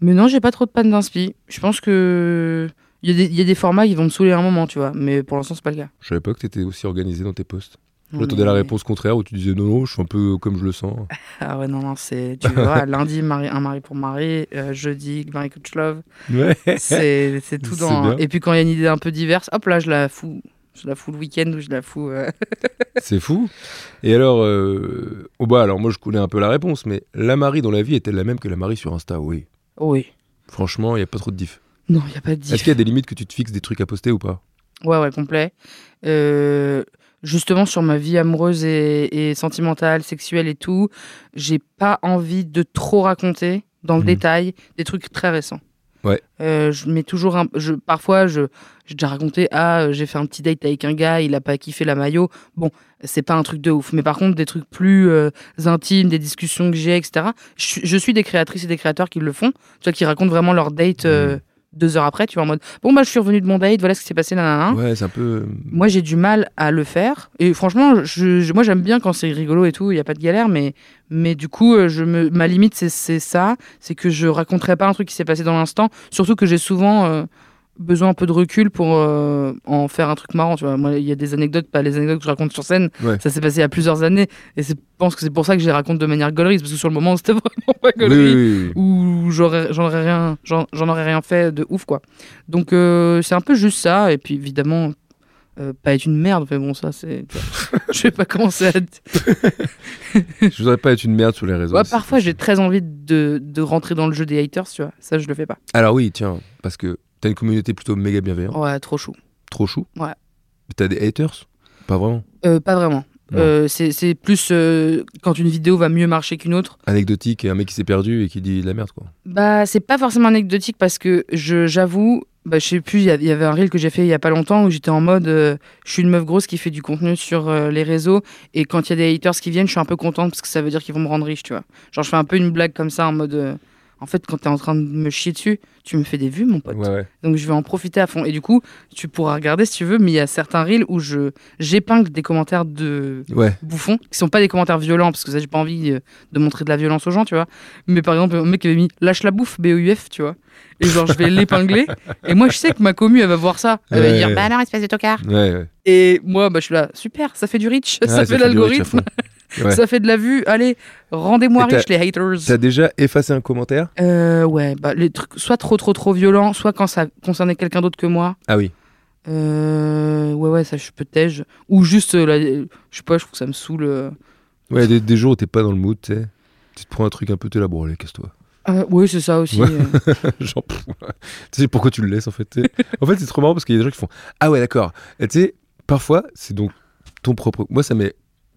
Speaker 3: mais non, j'ai pas trop de panne d'inspi. Je pense que. Il y, a des- il y a des formats qui vont me saouler à un moment, tu vois. Mais pour l'instant, c'est pas le cas.
Speaker 2: Je savais pas que t'étais aussi organisé dans tes postes.
Speaker 3: Non,
Speaker 2: J'attendais la
Speaker 3: mais-
Speaker 2: réponse contraire où tu disais non, non, je suis un peu comme je le
Speaker 3: (laughs)
Speaker 2: sens.
Speaker 3: Ah ouais, non, non, c'est. Tu vois, lundi, mari- un mari pour mari. euh, jeudi, Marie Coach Love.
Speaker 2: Ouais.
Speaker 3: c'est c'est tout
Speaker 2: C'est
Speaker 3: dans
Speaker 2: bien.
Speaker 3: et puis quand il y a une idée un peu diverse hop là je la fous je la fous le week-end ou je la fous euh,
Speaker 2: C'est fou. Et alors, euh, oh bah alors moi je connais un peu la réponse, mais la Marie dans la vie est-elle la même que la Marie sur Insta Oui.
Speaker 3: oui
Speaker 2: Franchement, il n'y a pas trop de diff.
Speaker 3: non il y a pas de
Speaker 2: Est-ce
Speaker 3: diff
Speaker 2: qu'il y a des limites que tu te fixes des trucs à poster ou pas
Speaker 3: ouais ouais complet Euh, justement sur ma vie amoureuse et, et sentimentale sexuelle et tout j'ai pas envie de trop raconter dans le
Speaker 2: Mhm.
Speaker 3: détail des trucs très récents
Speaker 2: Ouais.
Speaker 3: Euh, je mets toujours un. Je, parfois, je, j'ai déjà raconté Ah, euh, j'ai fait un petit date avec un gars, il a pas kiffé la maillot. Bon, c'est pas un truc de ouf. Mais par contre, des trucs plus euh, intimes, des discussions que j'ai, etc. Je, suis- je suis des créatrices et des créateurs qui le font. Tu vois, qui racontent vraiment leur date euh, deux heures après, tu vois, en mode Bon, bah, je suis revenu de mon date, voilà ce qui s'est passé, nanana.
Speaker 2: Ouais, c'est un peu. euh,
Speaker 3: Moi, j'ai du mal à le faire. Et franchement, je, je- moi, j'aime bien quand c'est rigolo et tout, il n'y a pas de galère. Mais, mais du coup, euh, je me, ma limite, c'est- c'est ça. C'est que je raconterai pas un truc qui s'est passé dans l'instant. Surtout que j'ai souvent euh, besoin un peu de recul pour euh, en faire un truc marrant. Tu vois, moi, il y a des anecdotes, pas les anecdotes que je raconte sur scène.
Speaker 2: Ouais.
Speaker 3: Ça s'est passé il y a plusieurs années. Et c'est- je pense que c'est pour ça que je les raconte de manière gaulerie. Parce que sur le moment, (laughs) c'était vraiment pas
Speaker 2: Oui,
Speaker 3: gaulerie
Speaker 2: oui, oui.
Speaker 3: ou j'aurais j'en aurais rien j'en j'en aurais rien fait de ouf quoi donc euh, c'est un peu juste ça et puis évidemment euh, pas être une merde mais bon ça c'est tu vois, (laughs) je vais pas commencer à être-
Speaker 2: Je voudrais pas être une merde sur les réseaux.
Speaker 3: (laughs) Ouais,
Speaker 2: c'est-
Speaker 3: parfois j'ai très envie de, de rentrer dans le jeu des haters tu vois ça je le fais pas
Speaker 2: Alors oui, tiens, parce que t'as une communauté plutôt méga bienveillante,
Speaker 3: ouais trop chou
Speaker 2: trop chou.
Speaker 3: Ouais.
Speaker 2: Mais t'as des haters Pas vraiment.
Speaker 3: Euh, pas vraiment
Speaker 2: Non.
Speaker 3: Euh, c'est c'est plus euh, quand une vidéo va mieux marcher qu'une autre
Speaker 2: Anecdotique et un mec qui s'est perdu et qui dit de la merde quoi.
Speaker 3: Bah, c'est pas forcément anecdotique parce que je j'avoue, bah, je sais plus, il y a- il y, avait un reel que j'ai fait il y a pas longtemps où j'étais en mode euh, je suis une meuf grosse qui fait du contenu sur euh, les réseaux et quand il y a des haters qui viennent, je suis un peu contente parce que ça veut dire qu'ils vont me rendre riche, tu vois. Genre, je fais un peu une blague comme ça en mode euh, en fait, quand t'es en train de me chier dessus, tu me fais des vues, mon pote.
Speaker 2: ouais.
Speaker 3: Donc, je vais en profiter à fond. Et du coup, tu pourras regarder si tu veux, mais il y a certains reels où je j'épingle des commentaires de
Speaker 2: Ouais.
Speaker 3: bouffons, qui sont pas des commentaires violents, parce que ça, j'ai pas envie euh, de montrer de la violence aux gens, tu vois. Mais par exemple, un mec qui avait mis lâche la bouffe, BOUF, tu vois. Et genre, je vais l'épingler. Et moi, je sais que ma commu, elle va voir ça. Elle va
Speaker 2: Ouais.
Speaker 3: dire, bah alors, espèce de tocard.
Speaker 2: Ouais, ouais.
Speaker 3: Et moi, bah, je suis là, super, ça fait du reach,
Speaker 2: Ah,
Speaker 3: ça fait
Speaker 2: du reach à
Speaker 3: l'algorithme,
Speaker 2: fond. Ouais.
Speaker 3: ça fait de la vue. Allez, rendez-moi
Speaker 2: Et t'as-
Speaker 3: riche, les haters.
Speaker 2: T'as déjà effacé un commentaire
Speaker 3: Euh, ouais, bah, les trucs, soit trop, trop, trop violents, soit quand ça concernait quelqu'un d'autre que moi.
Speaker 2: Ah oui.
Speaker 3: Euh, ouais, ouais, ça, je peux tège. Ou juste, euh, la- je sais pas, je trouve que ça me saoule. euh,
Speaker 2: Ouais, des, des jours où t'es pas dans le mood, tu sais. Tu te prends un truc un peu, t'es là, bon, allez, casse-toi.
Speaker 3: euh, ouais, c'est ça aussi.
Speaker 2: Ouais.
Speaker 3: euh.
Speaker 2: (laughs) Genre, pff, tu sais pourquoi tu le laisses en fait. tu sais. en fait, c'est trop marrant parce qu'il y a des gens qui font Ah ouais, d'accord. Et tu sais, parfois, c'est donc ton propre. Moi, ça m'est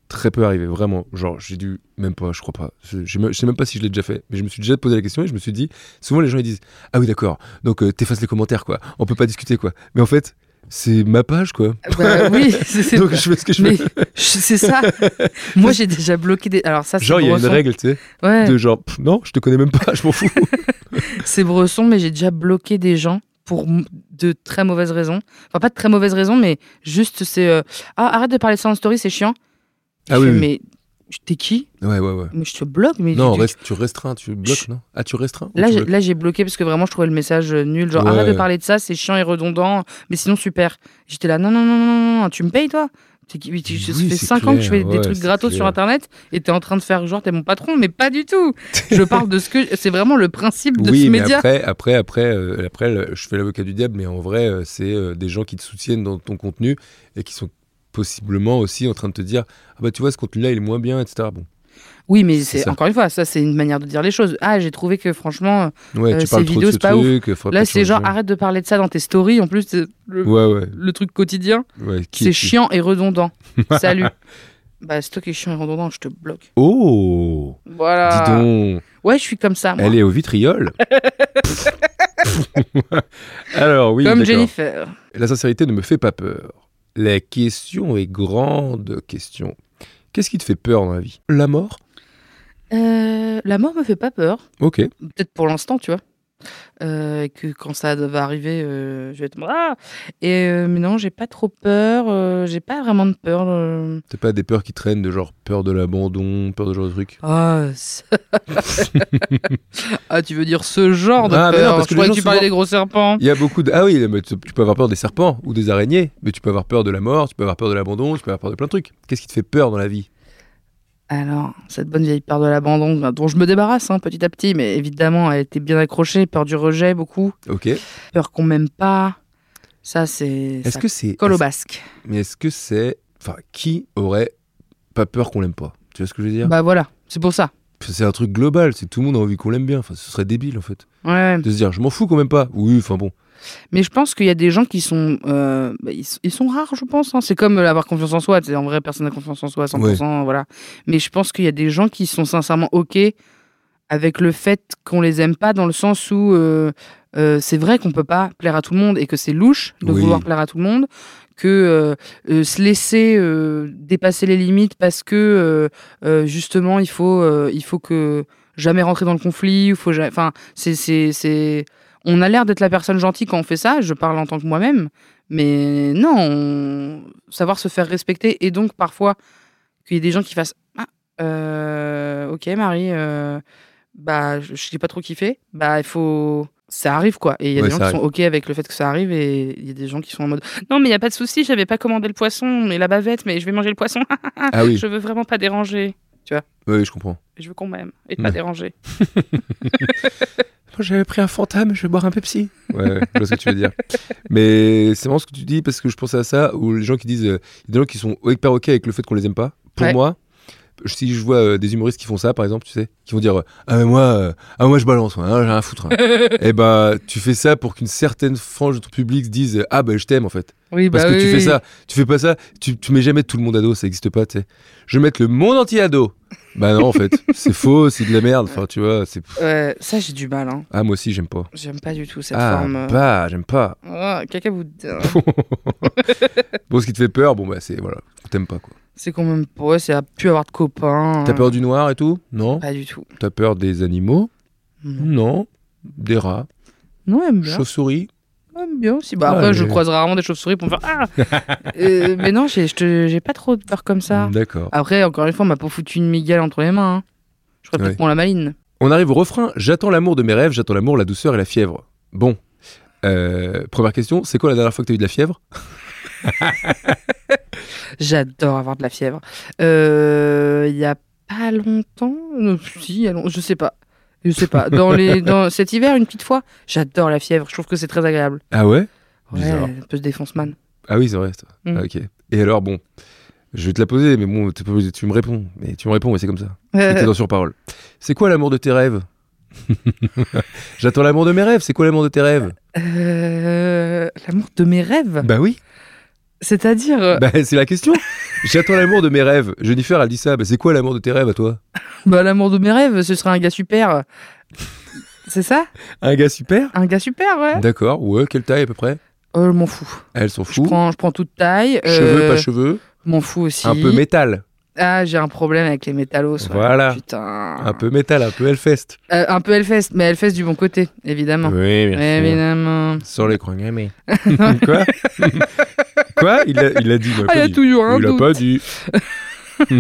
Speaker 2: très peu arrivé, vraiment. Genre, j'ai dû, même pas, je crois pas. Je, je me- je sais même pas si je l'ai déjà fait, mais je me suis déjà posé la question et je me suis dit Souvent, les gens ils disent Ah oui, d'accord, donc euh, t'effaces les commentaires quoi, on peut pas discuter quoi. Mais en fait, c'est ma page quoi.
Speaker 3: Bah oui, (laughs) c'est c'est-
Speaker 2: Donc, je fais ce que je
Speaker 3: mais
Speaker 2: veux.
Speaker 3: c'est ça. Moi, j'ai déjà bloqué des. Alors ça,
Speaker 2: (laughs)
Speaker 3: c'est
Speaker 2: Genre, il y a une
Speaker 3: Bresson.
Speaker 2: règle, tu sais,
Speaker 3: Ouais,
Speaker 2: de genre, Pff, non, je te connais même pas, je m'en fous.
Speaker 3: c'est Bresson, mais j'ai déjà bloqué des gens pour m- de très mauvaises raisons. Enfin, pas de très mauvaises raisons, mais juste c'est euh, ah arrête de parler de ça en story, c'est chiant.
Speaker 2: Ah
Speaker 3: (laughs) Je
Speaker 2: oui,
Speaker 3: fais,
Speaker 2: oui.
Speaker 3: Mais Je- T'es qui
Speaker 2: Ouais, ouais, ouais.
Speaker 3: Mais je te bloque. Mais
Speaker 2: Non,
Speaker 3: tu-
Speaker 2: reste- tu restreins, tu bloques, non Ah, tu restreins ou
Speaker 3: Là,
Speaker 2: tu
Speaker 3: j'ai-
Speaker 2: bloques
Speaker 3: là, j'ai bloqué parce que vraiment, je trouvais le message euh, nul. Genre,
Speaker 2: Ouais.
Speaker 3: arrête de parler de ça, c'est chiant et redondant, mais sinon, super. J'étais là, non, non, non, non, non, non, tu me payes, toi T'es qui- tu- Ça
Speaker 2: Oui,
Speaker 3: fait
Speaker 2: c'est
Speaker 3: 5 ans que je fais
Speaker 2: clair,
Speaker 3: des
Speaker 2: ouais,
Speaker 3: trucs
Speaker 2: c'est
Speaker 3: gratos sur
Speaker 2: clair.
Speaker 3: Internet et t'es en train de faire genre, t'es mon patron, mais pas
Speaker 2: (laughs)
Speaker 3: du tout. Je parle de ce que. C'est vraiment le principe de
Speaker 2: oui,
Speaker 3: ce
Speaker 2: mais
Speaker 3: média.
Speaker 2: après, après, après, euh, après, le- je fais l'avocat du diable, mais en vrai, euh, c'est euh, des gens qui te soutiennent dans ton contenu et qui sont possiblement aussi en train de te dire ah bah tu vois ce contenu-là il est moins bien, etc. Bon,
Speaker 3: oui, mais
Speaker 2: c'est
Speaker 3: c'est
Speaker 2: ça.
Speaker 3: encore une fois, ça, c'est une manière de dire les choses. Ah, j'ai trouvé que franchement, euh,
Speaker 2: ouais,
Speaker 3: Euh,
Speaker 2: tu
Speaker 3: ces
Speaker 2: parles trop
Speaker 3: vidéos,
Speaker 2: de ce
Speaker 3: c'est pas ouf.
Speaker 2: truc. euh, faudrait
Speaker 3: là,
Speaker 2: pas
Speaker 3: c'est genre,
Speaker 2: changer.
Speaker 3: arrête de parler de ça dans tes stories. En plus, c'est le,
Speaker 2: Ouais, ouais,
Speaker 3: le truc quotidien,
Speaker 2: ouais. qui
Speaker 3: c'est
Speaker 2: es-tu
Speaker 3: chiant
Speaker 2: (laughs)
Speaker 3: et redondant. Salut. Bah, c'est toi qui es chiant et redondant, je te bloque.
Speaker 2: Oh,
Speaker 3: Voilà.
Speaker 2: dis donc,
Speaker 3: Ouais, je suis comme ça. Moi.
Speaker 2: elle est au
Speaker 3: (laughs)
Speaker 2: vitriol. Alors oui,
Speaker 3: comme
Speaker 2: d'accord.
Speaker 3: Jennifer.
Speaker 2: La sincérité ne me fait pas peur. La question est grande question. Qu'est-ce qui te fait peur dans la vie La mort
Speaker 3: Euh, la mort me fait pas peur.
Speaker 2: Ok.
Speaker 3: Peut-être pour l'instant, tu vois. Euh, et que quand ça va arriver, euh, je vais être. Ah et euh, mais non, j'ai pas trop peur. euh, j'ai pas vraiment de peur. euh.
Speaker 2: T'as pas des peurs qui traînent de genre peur de l'abandon, peur de genre de truc
Speaker 3: Ah, ça- (laughs) ah, tu veux dire ce genre de
Speaker 2: Ah, mais non,
Speaker 3: peur
Speaker 2: parce que les
Speaker 3: Je croyais
Speaker 2: gens
Speaker 3: que tu parlais
Speaker 2: souvent-
Speaker 3: des gros serpents.
Speaker 2: Il y a beaucoup de... Ah oui, mais tu tu peux avoir peur des serpents ou des araignées, mais tu peux avoir peur de la mort, tu peux avoir peur de l'abandon, tu peux avoir peur de plein de trucs. Qu'est-ce qui te fait peur dans la vie
Speaker 3: Alors, cette bonne vieille peur de l'abandon, ben, dont je me débarrasse hein, petit à petit, mais évidemment, elle était bien accrochée. Peur du rejet, beaucoup.
Speaker 2: Ok. Est-ce
Speaker 3: Peur qu'on m'aime pas. Ça, c'est. ça
Speaker 2: que c'est...
Speaker 3: colle au
Speaker 2: est-ce-
Speaker 3: basque.
Speaker 2: Mais est-ce que c'est... Enfin, qui aurait pas peur qu'on l'aime pas Tu vois ce que je veux dire
Speaker 3: Bah voilà, c'est pour ça.
Speaker 2: C'est un truc global, c'est tout le monde a envie qu'on l'aime bien. Enfin, ce serait débile en fait.
Speaker 3: Ouais, ouais.
Speaker 2: De se dire, je m'en fous quand même pas. Oui, enfin bon.
Speaker 3: Mais je pense qu'il y a des gens qui sont. euh, bah, ils, s- ils sont rares, je pense. hein. C'est comme euh, avoir confiance en soi. tu sais, En vrai, personne n'a confiance en soi à 100%. Voilà. Mais je pense qu'il y a des gens qui sont sincèrement OK avec le fait qu'on les aime pas, dans le sens où euh, euh, c'est vrai qu'on peut pas plaire à tout le monde et que c'est louche de
Speaker 2: Oui.
Speaker 3: vouloir plaire à tout le monde. Que euh, euh, se laisser euh, dépasser les limites parce que euh, euh, justement, il faut, euh, il faut que jamais rentrer dans le conflit. il faut ja- Enfin, c'est- c'est. c'est- on a l'air d'être la personne gentille quand on fait ça, je parle en tant que moi-même, mais non, on- savoir se faire respecter et donc parfois qu'il y ait des gens qui fassent Ah, euh, ok Marie, euh, bah je je n'ai pas trop kiffé, bah il faut. Ça arrive quoi. Et il y a
Speaker 2: Ouais,
Speaker 3: des gens
Speaker 2: ça
Speaker 3: qui sont ok avec le fait que ça arrive et il y a des gens qui sont en mode Non, mais il n'y a pas de souci, j'avais pas commandé le poisson, mais la bavette, mais je vais manger le poisson,
Speaker 2: Ah
Speaker 3: (laughs)
Speaker 2: oui,
Speaker 4: Je veux vraiment pas déranger.
Speaker 2: oui, je comprends.
Speaker 4: Je veux qu'on m'aime et pas
Speaker 2: Ouais.
Speaker 4: déranger.
Speaker 2: Moi, j'avais pris un fantôme, je vais boire un Pepsi. Ouais, ouais, je vois ce que tu veux dire. Mais c'est marrant ce que tu dis parce que je pensais à ça où les gens qui disent, euh, il y a des gens qui sont hyper ok avec le fait qu'on les aime pas. Pour
Speaker 3: Ouais.
Speaker 2: moi, je- si je vois euh, des humoristes qui font ça, par exemple, tu sais, qui vont dire, euh, ah mais moi, euh, ah moi je balance, moi, hein, j'ai rien à foutre.
Speaker 3: (laughs)
Speaker 2: Et bah, tu fais ça pour qu'une certaine frange de ton public se dise, ah bah je t'aime en fait.
Speaker 3: Oui,
Speaker 2: Parce que tu fais ça, tu fais pas ça, tu, tu mets jamais tout le monde à dos, ça existe pas, tu sais. Je vais mettre le monde entier à dos. Bah non en
Speaker 3: (laughs)
Speaker 2: fait, c'est faux, c'est de la merde. Enfin tu vois, c'est
Speaker 3: ça, j'ai du mal. hein.
Speaker 2: ah moi aussi j'aime pas.
Speaker 3: J'aime pas du tout cette
Speaker 2: Ah,
Speaker 3: forme. euh,
Speaker 2: bah, j'aime pas.
Speaker 3: Ah, cacaboudin.
Speaker 2: Bon, ce qui te fait peur, bon, bah, c'est voilà, t'aimes pas quoi.
Speaker 3: C'est quand même pour eux, c'est à plus avoir de copains. hein.
Speaker 2: T'as peur du noir et tout Non.
Speaker 3: Pas du tout.
Speaker 2: T'as peur des animaux
Speaker 3: Non,
Speaker 2: Non. Des rats,
Speaker 3: non aime bien.
Speaker 2: chauves-souris.
Speaker 3: Aime bien aussi. Bah,
Speaker 2: Ouais,
Speaker 3: après, je
Speaker 2: mais-
Speaker 3: croise rarement des chauves-souris pour me faire Ah
Speaker 2: (laughs)
Speaker 3: Euh, Mais non, j'ai je te- j'ai pas trop de peur comme ça.
Speaker 2: D'accord.
Speaker 3: Après, encore une fois, on m'a pas foutu une migale entre les mains. hein. Je ferais
Speaker 2: Ouais.
Speaker 3: peut-être pour la maline.
Speaker 2: On arrive au refrain. J'attends l'amour de mes rêves, j'attends l'amour, la douceur et la fièvre. Bon. Euh, première question, c'est quoi la dernière fois que t'as eu de la fièvre
Speaker 3: J'adore avoir de la fièvre. Euh, Il y a pas longtemps non, Si, il y a long- je sais pas. Je sais pas. Dans,
Speaker 2: (laughs)
Speaker 3: les, dans cet hiver, une petite fois, j'adore la fièvre. Je trouve que c'est très agréable.
Speaker 2: Ah ouais
Speaker 3: Ouais,
Speaker 2: Bizarre.
Speaker 3: un peu se défonce, man.
Speaker 2: Ah oui, c'est vrai. ça.
Speaker 3: Mm.
Speaker 2: Ah, ok. Et alors, bon, je vais te la poser, mais bon, t'es pas obligé, tu me réponds. Mais tu me réponds, mais c'est comme ça.
Speaker 3: Euh.
Speaker 2: C'était dans sur parole. C'est quoi l'amour de tes rêves (laughs) J'attends l'amour de mes rêves. C'est quoi l'amour de tes rêves
Speaker 3: Euh, L'amour de mes rêves
Speaker 2: Bah oui.
Speaker 3: C'est-à-dire. euh, Bah,
Speaker 2: Bah c'est la question. J'attends l'amour de mes rêves. Jennifer, elle dit ça. Bah c'est quoi l'amour de tes rêves à toi
Speaker 3: bah, l'amour de mes rêves, ce serait un gars super. C'est ça
Speaker 2: Un gars super
Speaker 3: Un gars super, ouais.
Speaker 2: D'accord. Ouais. Quelle taille à peu près
Speaker 3: Oh, je m'en fous.
Speaker 2: Elle s'en
Speaker 3: Je
Speaker 2: fout.
Speaker 3: prends, je prends toute taille. euh,
Speaker 2: Cheveux, pas cheveux.
Speaker 3: M'en fous aussi.
Speaker 2: Un peu métal.
Speaker 3: Ah, j'ai un problème avec les métallos. ouais.
Speaker 2: Voilà.
Speaker 3: Putain.
Speaker 2: Un peu métal. Un peu Hellfest.
Speaker 3: Euh, un peu Hellfest, mais Hellfest du bon côté, évidemment.
Speaker 2: Oui,
Speaker 3: évidemment.
Speaker 2: Sans les croix (laughs) gammées. Quoi Quoi Il l'a il l'a dit. il l'a
Speaker 3: Ah,
Speaker 2: pas
Speaker 3: il y a
Speaker 2: dit.
Speaker 3: toujours un
Speaker 2: Il l'a
Speaker 3: doute.
Speaker 2: pas dit. (laughs)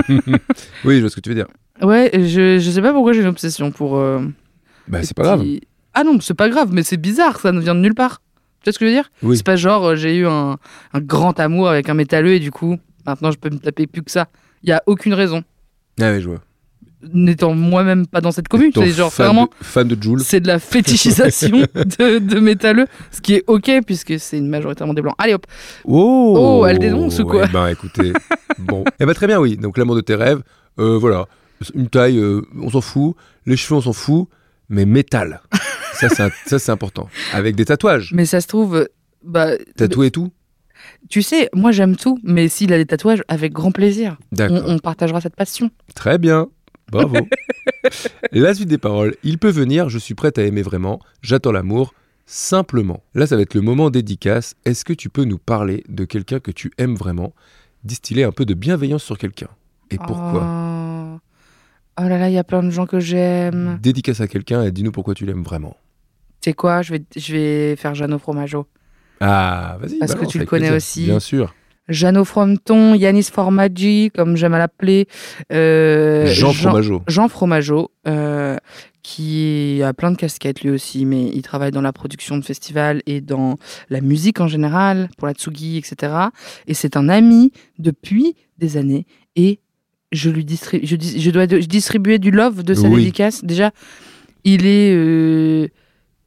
Speaker 2: oui, je vois ce que tu veux dire.
Speaker 3: Ouais, je, je sais pas pourquoi j'ai une obsession pour. euh,
Speaker 2: Bah,
Speaker 3: les
Speaker 2: c'est pas grave.
Speaker 3: petits- Ah non, c'est pas grave, mais c'est bizarre, ça ne vient de nulle part. Tu vois ce que je veux dire
Speaker 2: Oui.
Speaker 3: C'est pas genre euh, j'ai eu un, un grand amour avec un métalleux et du coup, maintenant je peux me taper plus que ça. Il y a aucune raison.
Speaker 2: Ah ouais, je vois.
Speaker 3: N'étant moi-même pas dans cette commune,
Speaker 2: Étant
Speaker 3: c'est genre
Speaker 2: fan
Speaker 3: vraiment.
Speaker 2: de- fan de Joule.
Speaker 3: C'est de
Speaker 2: (laughs)
Speaker 3: la fétichisation de, de métalleux, ce qui est ok puisque c'est une majoritairement des blancs. Allez hop,
Speaker 2: Oh,
Speaker 3: Oh, elle dénonce ou quoi
Speaker 2: Eh ben
Speaker 3: (laughs)
Speaker 2: écoutez, bon. Eh ben très bien, oui. Donc l'amour de tes rêves, euh, voilà. Une taille, euh, on s'en fout. Les cheveux, on s'en fout. Mais
Speaker 3: (laughs)
Speaker 2: métal. ça, c'est un- ça, c'est important. Avec des tatouages.
Speaker 3: mais ça se trouve, euh, bah,
Speaker 2: Tatoué et tout
Speaker 3: tu sais, moi j'aime tout, mais s'il a des tatouages, avec grand plaisir, on,
Speaker 2: D'accord.
Speaker 3: on partagera cette passion.
Speaker 2: Très bien. Bravo.
Speaker 3: (laughs)
Speaker 2: La suite des paroles. Il peut venir, je suis prête à aimer vraiment. J'attends l'amour. Simplement. Là, ça va être le moment dédicace. Est-ce que tu peux nous parler de quelqu'un que tu aimes vraiment Distiller un peu de bienveillance sur quelqu'un. Et pourquoi
Speaker 3: Oh, Oh là là, il y a plein de gens que j'aime.
Speaker 2: Dédicace à quelqu'un et dis-nous pourquoi tu l'aimes vraiment.
Speaker 3: Tu sais quoi, je vais, je vais faire Jeannot Fromageau.
Speaker 2: Ah, vas-y.
Speaker 3: Parce que
Speaker 2: balance,
Speaker 3: tu le
Speaker 2: avec
Speaker 3: connais
Speaker 2: plaisir.
Speaker 3: aussi.
Speaker 2: Bien sûr.
Speaker 3: Jeannot Frometon, Yanis Formaggi, comme j'aime à l'appeler. euh,
Speaker 2: Jean Fromageau.
Speaker 3: Jean Fromageau, euh, qui a plein de casquettes lui aussi, mais il travaille dans la production de festivals et dans la musique en général, pour la Tsugi, etc. Et c'est un ami depuis des années. Et je lui distribue, je, dis- je dois de- je distribuer du love de sa
Speaker 2: Oui.
Speaker 3: dédicace. Déjà, il est euh,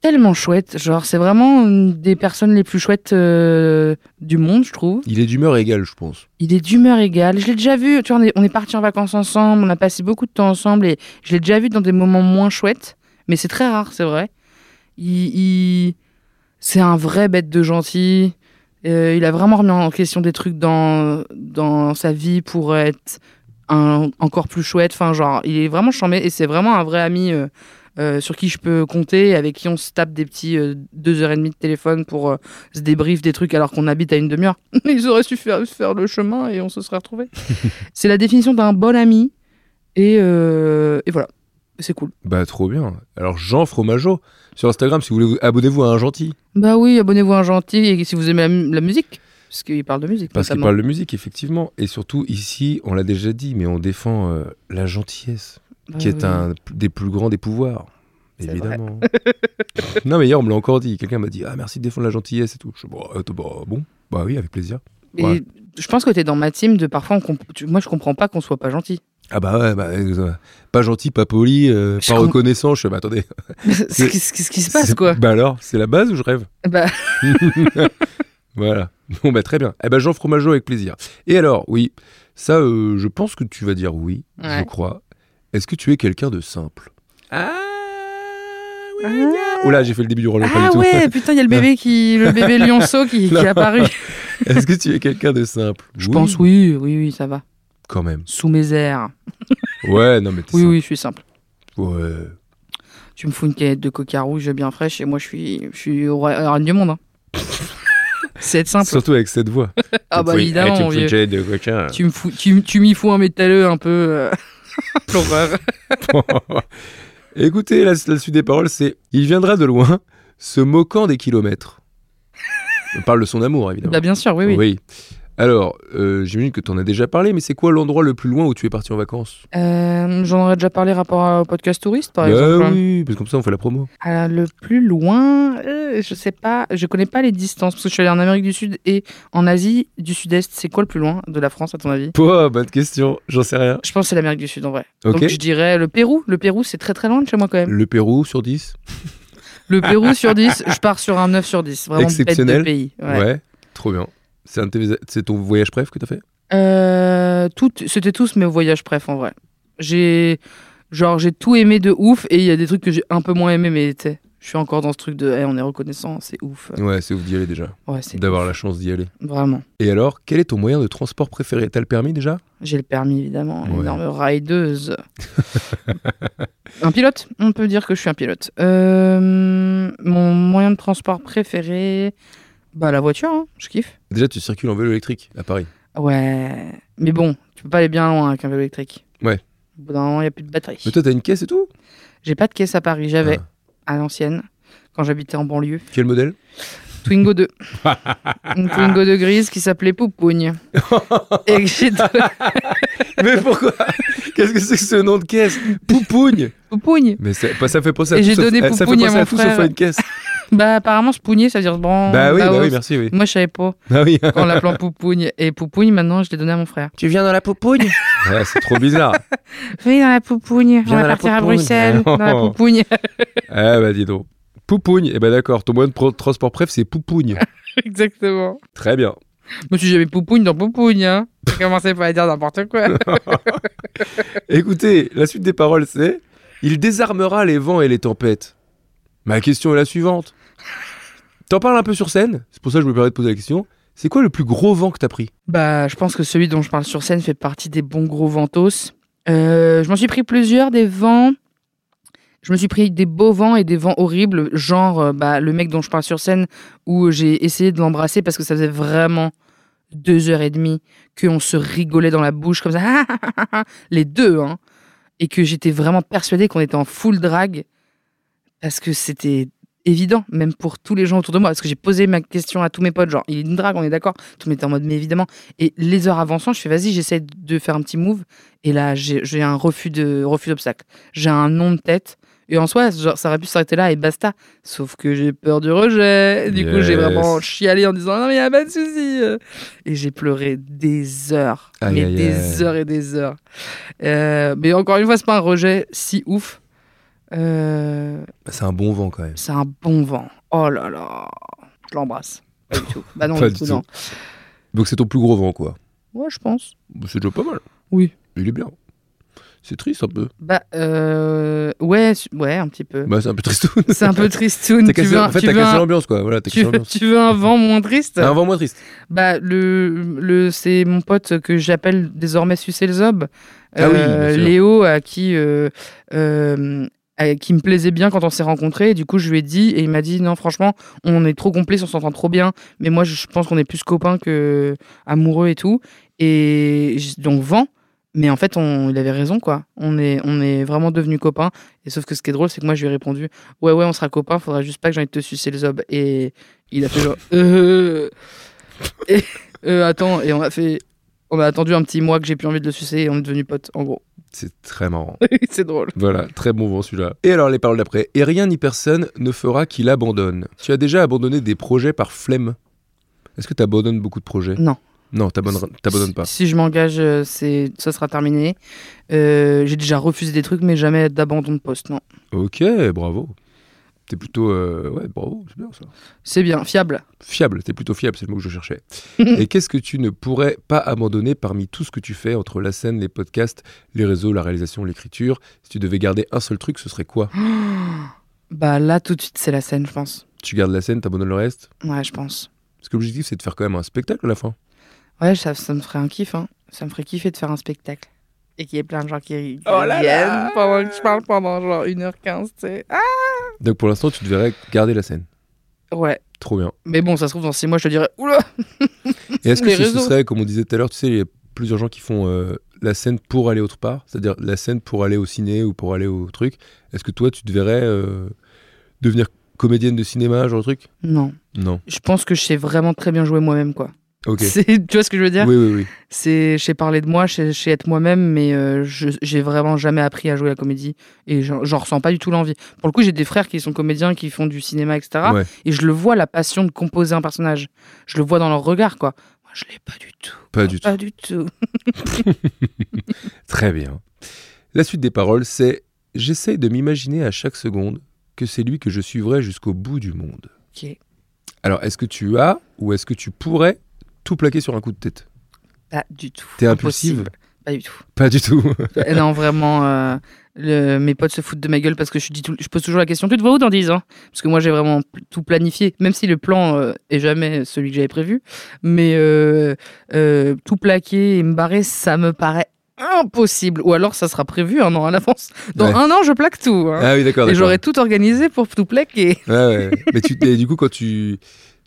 Speaker 3: tellement chouette. Genre, c'est vraiment une des personnes les plus chouettes euh, du monde, je trouve.
Speaker 2: Il est d'humeur égale, je pense.
Speaker 3: Il est d'humeur égale. Je l'ai déjà vu. Tu vois, on est, on est partis en vacances ensemble. On a passé beaucoup de temps ensemble et je l'ai déjà vu dans des moments moins chouettes. Mais c'est très rare, c'est vrai. Il, il- c'est un vrai bête de gentil. Euh, il a vraiment remis en question des trucs dans, dans sa vie pour être un- encore plus chouette. Enfin, genre, il est vraiment charmé et c'est vraiment un vrai ami euh, euh, sur qui je peux compter, et avec qui on se tape des petits euh, deux heures et demie de téléphone pour euh, se débrief des trucs alors qu'on habite à une demi-heure. Ils auraient su faire, faire le chemin et on se serait retrouvés. (laughs) c'est la définition d'un bon ami. Et, euh, et voilà, c'est cool.
Speaker 2: Bah, trop bien. Alors, Jean Fromageau, sur Instagram, si vous voulez, vous- abonnez-vous à un gentil.
Speaker 3: Bah oui, abonnez-vous à un gentil et si vous aimez la, mu- la musique, parce qu'il parle de musique.
Speaker 2: Parce qu'il
Speaker 3: notamment.
Speaker 2: parle de musique, effectivement. Et surtout, ici, on l'a déjà dit, mais on défend euh, la gentillesse,
Speaker 3: Bah
Speaker 2: qui est
Speaker 3: oui.
Speaker 2: un des plus grands des pouvoirs.
Speaker 3: C'est (laughs)
Speaker 2: Évidemment. non, mais hier, on me l'a encore dit. Quelqu'un m'a dit Ah, merci de défendre la gentillesse et tout. Je dis, Bon, euh, t- bah, bon, bah oui, avec plaisir.
Speaker 3: Et
Speaker 2: ouais.
Speaker 3: Je pense que t'es dans ma team de parfois, on comp- tu- moi je comprends pas qu'on soit pas gentil. (laughs)
Speaker 2: Ah, bah ouais, bah, euh, pas gentil, pas poli, euh,
Speaker 3: Je
Speaker 2: pas
Speaker 3: com-
Speaker 2: reconnaissant. Je fais Bah, attendez.
Speaker 3: Qu'est-ce qui- qu'est-ce qui se passe
Speaker 2: C'est- (laughs)
Speaker 3: quoi
Speaker 2: Bah alors, c'est la base ou je
Speaker 3: (laughs)
Speaker 2: rêve
Speaker 3: Bah,
Speaker 2: Voilà. Bon, bah très bien. Eh ben, Jean Fromageau avec plaisir. Et alors, oui, ça, euh, je pense que tu vas dire oui, je
Speaker 3: Ouais.
Speaker 2: crois. Est-ce que tu es quelqu'un de simple Ah oui Oh là, j'ai fait le début du rôle, pas
Speaker 3: ah
Speaker 2: du tout.
Speaker 3: ouais, putain, il y a le bébé qui, le bébé lionceau qui, qui est apparu.
Speaker 2: (laughs) Est-ce que tu es quelqu'un de simple
Speaker 3: Je pense oui, oui, oui, ça va.
Speaker 2: Quand même.
Speaker 3: Sous mes airs.
Speaker 2: Ouais, non, mais t'es
Speaker 3: Oui,
Speaker 2: simple.
Speaker 3: oui, je suis simple.
Speaker 2: Ouais.
Speaker 3: Tu me fous une canette de coca rouge bien fraîche et moi je suis, je suis au roi- reine du monde. hein. (laughs) C'est être simple.
Speaker 2: Surtout avec cette voix.
Speaker 3: Ah bah
Speaker 2: Oui, eh, tu
Speaker 3: évidemment,
Speaker 2: me fous une
Speaker 3: vieux.
Speaker 2: tête de coquin.
Speaker 3: Tu me fous, tu, tu m'y fous un métalleux un peu. euh, L'horreur.
Speaker 2: (laughs) Écoutez, la, la suite des paroles, c'est Il viendra de loin, se moquant des kilomètres. On parle de son amour, évidemment.
Speaker 3: Bah bien sûr, oui, oui.
Speaker 2: Alors, euh, j'imagine que tu en as déjà parlé, mais c'est quoi l'endroit le plus loin où tu es parti en vacances
Speaker 3: Euh, J'en aurais déjà parlé rapport au podcast touriste, par
Speaker 2: Bah
Speaker 3: exemple. hein.
Speaker 2: oui, parce que comme ça, on fait la promo.
Speaker 3: Alors, le plus loin, euh, je sais pas, je connais pas les distances parce que je suis allé en Amérique du Sud et en Asie du Sud-Est. C'est quoi le plus loin de la France à ton avis
Speaker 2: Pouah, bonne question, j'en sais rien.
Speaker 3: Je pense que c'est l'Amérique du Sud en vrai.
Speaker 2: Ok.
Speaker 3: Donc je dirais le Pérou. Le Pérou, c'est très très loin de chez moi quand même.
Speaker 2: Le Pérou sur 10
Speaker 3: Le Pérou sur 10, je pars sur un 9 sur 10. Vraiment bête
Speaker 2: Exceptionnel.
Speaker 3: de pays.
Speaker 2: ouais.
Speaker 3: ouais.
Speaker 2: trop bien. C'est un de tes- c'est ton voyage préf que t'as fait
Speaker 3: Euh, tout- C'était tous mes voyages préf en vrai. J'ai genre j'ai tout aimé de ouf et il y a des trucs que j'ai un peu moins aimé mais tu sais, je suis encore dans ce truc de Eh, on est reconnaissant, c'est ouf.
Speaker 2: Ouais, c'est ouf d'y aller déjà,
Speaker 3: Ouais, c'est
Speaker 2: d'avoir la chance d'y aller.
Speaker 3: vraiment.
Speaker 2: Et alors, quel est ton moyen de transport préféré T'as le permis déjà
Speaker 3: J'ai le permis évidemment,
Speaker 2: Ouais. (laughs)
Speaker 3: énorme rideuse. un pilote, on peut dire que je suis un pilote. Euh, mon moyen de transport préféré, bah la voiture, hein, je kiffe.
Speaker 2: Déjà, tu circules en vélo électrique à Paris.
Speaker 3: Ouais, mais bon, tu peux pas aller bien loin avec un vélo électrique.
Speaker 2: Ouais.
Speaker 3: Au bout d'un moment, il n'y a plus de batterie.
Speaker 2: Mais toi, Ah. t'as une caisse et tout
Speaker 3: J'ai pas de caisse à Paris, j'avais à l'ancienne, quand j'habitais en banlieue.
Speaker 2: Quel modèle
Speaker 3: Twingo 2.
Speaker 2: (laughs)
Speaker 3: Une Twingo 2 grise qui s'appelait Poupougne. Et que j'ai don-
Speaker 2: (laughs) Mais pourquoi (laughs) Qu'est-ce que c'est que ce nom de caisse Poupougne
Speaker 3: Poupoune.
Speaker 2: Mais c'est- bah, ça fait penser à
Speaker 3: Et
Speaker 2: tout
Speaker 3: j'ai
Speaker 2: sauf-
Speaker 3: donné
Speaker 2: eh, ça fait
Speaker 3: Poupougne à
Speaker 2: penser à
Speaker 3: mon
Speaker 2: tout sauf à
Speaker 3: frère. Ah,
Speaker 2: une caisse.
Speaker 3: Bah, apparemment, spouigner, ça veut dire se branle.
Speaker 2: Bah oui, bah oui,
Speaker 3: os.
Speaker 2: merci, oui.
Speaker 3: Moi, je savais pas.
Speaker 2: Ah oui.
Speaker 3: En l'appelant Poupougne. Et Poupougne, maintenant, je l'ai donné à mon frère.
Speaker 2: Tu viens dans la poupougne (laughs) ouais, C'est trop (laughs) bizarre.
Speaker 3: Oui, dans la
Speaker 2: Viens
Speaker 3: Poupougne. On
Speaker 2: dans
Speaker 3: va
Speaker 2: la
Speaker 3: partir à
Speaker 2: Poupougne.
Speaker 3: Bruxelles.
Speaker 2: Oh.
Speaker 3: Dans la Poupougne.
Speaker 2: Ah bah dis donc. Poupougne, eh ben d'accord, ton moyen de pro- transport préf c'est Poupougne.
Speaker 3: (laughs) Exactement.
Speaker 2: Très bien.
Speaker 3: Je me suis jamais Poupougne dans Poupougne. Hein. J'ai commencé par dire n'importe quoi.
Speaker 2: Écoutez, la suite des paroles c'est Il désarmera les vents et les tempêtes. Ma question est la suivante. T'en parles un peu sur scène, c'est pour ça que je me permets de poser la question. C'est quoi le plus gros vent que t'as pris
Speaker 3: Bah, je pense que celui dont je parle sur scène fait partie des bons gros ventos. Euh, je m'en suis pris plusieurs des vents. Je me suis pris des beaux vents et des vents horribles, genre euh, bah, le mec dont je parle sur scène où j'ai essayé de l'embrasser parce que ça faisait vraiment deux heures et demie qu'on se rigolait dans la bouche comme ça, (laughs) les deux, hein, et que j'étais vraiment persuadée qu'on était en full drag parce que c'était évident, même pour tous les gens autour de moi, parce que j'ai posé ma question à tous mes potes, genre il est une drague, on est d'accord, tout le monde était en mode mais évidemment. Et les heures avançant, je fais vas-y, j'essaie de faire un petit move. Et là, j'ai j'ai un refus de refus d'obstacle. J'ai un nom de tête. Et en soi, genre, ça aurait pu s'arrêter là et basta. Sauf que j'ai peur du rejet. Du coup, j'ai
Speaker 2: Yes.
Speaker 3: vraiment chialé en disant non mais y a pas de souci. euh. Et j'ai pleuré des heures,
Speaker 2: Aïe,
Speaker 3: mais
Speaker 2: aïe,
Speaker 3: des
Speaker 2: aïe.
Speaker 3: heures et des heures. Euh, mais encore une fois, c'est pas un rejet si ouf. Euh,
Speaker 2: Bah, C'est un bon vent quand même.
Speaker 3: c'est un bon vent. Oh là là, je l'embrasse. Pas du tout. Bah
Speaker 2: (laughs)
Speaker 3: non,
Speaker 2: Pas
Speaker 3: du
Speaker 2: du
Speaker 3: coup,
Speaker 2: tout.
Speaker 3: non.
Speaker 2: Donc c'est ton plus gros vent quoi.
Speaker 3: Ouais, je pense.
Speaker 2: Bah, C'est déjà pas mal.
Speaker 3: Oui.
Speaker 2: Il est bien. C'est triste un peu.
Speaker 3: Bah euh, ouais, su- ouais, un
Speaker 2: (laughs)
Speaker 3: petit peu.
Speaker 2: Bah c'est un peu triste.
Speaker 3: (laughs) C'est un peu
Speaker 2: T'as
Speaker 3: tristoun. Tu
Speaker 2: cassé-
Speaker 3: veux, un-
Speaker 2: en fait,
Speaker 3: tu
Speaker 2: t'as
Speaker 3: veux
Speaker 2: cassé
Speaker 3: un,
Speaker 2: l'ambiance, quoi. Voilà, t'as
Speaker 3: tu
Speaker 2: cassé Ah,
Speaker 3: veux-
Speaker 2: l'ambiance.
Speaker 3: tu veux un vent moins triste
Speaker 2: Un vent moins triste.
Speaker 3: Bah le, le c'est mon pote que j'appelle désormais Sucer le Zob. Euh,
Speaker 2: Ah oui, bien sûr.
Speaker 3: Léo à qui euh, euh, à qui me plaisait bien quand on s'est rencontrés. Et du coup je lui ai dit et il m'a dit non franchement on est trop complices, on s'entend trop bien. Mais moi je pense qu'on est plus copains que amoureux et tout. Et j- donc vent. Mais en fait, on, il avait raison, quoi. On est, on est vraiment devenus copains. Et sauf que ce qui est drôle, c'est que moi, je lui ai répondu Ouais, ouais, on sera copains, faudra juste pas que j'ai envie de te sucer le zob. Et il a fait genre (laughs) Euh. Et, euh, attends, et on a fait. On a attendu un petit mois que j'ai plus envie de le sucer et on est devenus potes, en gros. (laughs)
Speaker 2: C'est très marrant.
Speaker 3: c'est drôle.
Speaker 2: Voilà, très bon vent celui-là. Et alors les paroles d'après. Et rien ni personne ne fera qu'il abandonne. Tu as déjà abandonné des projets par flemme. Est-ce que t'abandonnes beaucoup de projets
Speaker 3: Non.
Speaker 2: Non, t'abandonnes t'abandonnes pas.
Speaker 3: Si, si je m'engage, euh, c'est ça sera terminé. Euh, j'ai déjà refusé des trucs, mais jamais d'abandon de poste, non.
Speaker 2: Ok, bravo. T'es plutôt... euh, Ouais, bravo, c'est bien ça.
Speaker 3: C'est bien, fiable. (gasps)
Speaker 2: Fiable, t'es plutôt fiable, c'est le mot que je
Speaker 3: (laughs)
Speaker 2: cherchais. Et qu'est-ce que tu ne pourrais pas abandonner parmi tout ce que tu fais entre la scène, les podcasts, les réseaux, la réalisation, l'écriture Si tu devais garder un seul truc, ce serait quoi
Speaker 3: Bah là, tout de suite, c'est la scène, je pense.
Speaker 2: Tu gardes la scène, t'abandonnes le reste
Speaker 3: Ouais, je pense.
Speaker 2: Parce que l'objectif, c'est de faire quand même un spectacle à la fin.
Speaker 3: Ouais, ça, ça me ferait un kiff, hein. Ça me ferait kiffer de faire un spectacle. Et qu'il y ait plein de gens qui, qui
Speaker 2: Oh là
Speaker 3: viennent
Speaker 2: là
Speaker 3: pendant que je parle pendant genre 1h15, tu sais. Ah
Speaker 2: Donc pour l'instant, tu devrais garder la scène.
Speaker 3: ouais.
Speaker 2: Trop bien.
Speaker 3: Mais bon, ça se trouve, dans 6 mois, je te dirais Oula
Speaker 2: Et est-ce que
Speaker 3: Les
Speaker 2: ce, ce
Speaker 3: réseaux.
Speaker 2: serait, comme on disait tout à l'heure, tu sais, il y a plusieurs gens qui font euh, la scène pour aller autre part, c'est-à-dire la scène pour aller au ciné ou pour aller au truc. Est-ce que toi, tu te verrais euh, devenir comédienne de cinéma, genre le truc
Speaker 3: Non.
Speaker 2: Non.
Speaker 3: Je pense que je sais vraiment très bien jouer moi-même, quoi.
Speaker 2: Ok.
Speaker 3: (laughs) C'est- Tu vois ce que je veux dire
Speaker 2: Oui, oui, oui.
Speaker 3: C'est, je sais parler de moi, je sais, je sais être moi-même, mais euh, je- j'ai vraiment jamais appris à jouer à la comédie et j'en j'en ressens pas du tout l'envie. Pour le coup, j'ai des frères qui sont comédiens, qui font du cinéma, etc.
Speaker 2: Ouais.
Speaker 3: Et je le vois la passion de composer un personnage. Je le vois dans leur regard, quoi. Moi, je l'ai pas du tout.
Speaker 2: Pas du tout.
Speaker 3: Pas du tout.
Speaker 2: Très bien. La suite des paroles, c'est J'essaie de m'imaginer à chaque seconde que c'est lui que je suivrai jusqu'au bout du monde.
Speaker 3: Ok.
Speaker 2: Alors, est-ce que tu as ou est-ce que tu pourrais tout plaquer sur un coup de tête
Speaker 3: Pas du tout.
Speaker 2: T'es
Speaker 3: Impossible.
Speaker 2: impulsive
Speaker 3: Pas du tout.
Speaker 2: Pas du tout.
Speaker 3: Euh, non, vraiment, euh, le- mes potes se foutent de ma gueule parce que je, dis tout- je pose toujours la question Tu te vois où dans 10 ans Parce que moi, j'ai vraiment pl- tout planifié, même si le plan euh, est jamais celui que j'avais prévu. Mais euh, euh, tout plaquer et me barrer, ça me paraît impossible. Ou alors, ça sera prévu un an à l'avance. Dans
Speaker 2: Ouais.
Speaker 3: un an, je plaque tout. hein.
Speaker 2: ah oui, d'accord.
Speaker 3: et
Speaker 2: d'accord.
Speaker 3: j'aurais tout organisé pour tout plaquer.
Speaker 2: Ouais, ouais. Mais tu, et du coup, quand tu.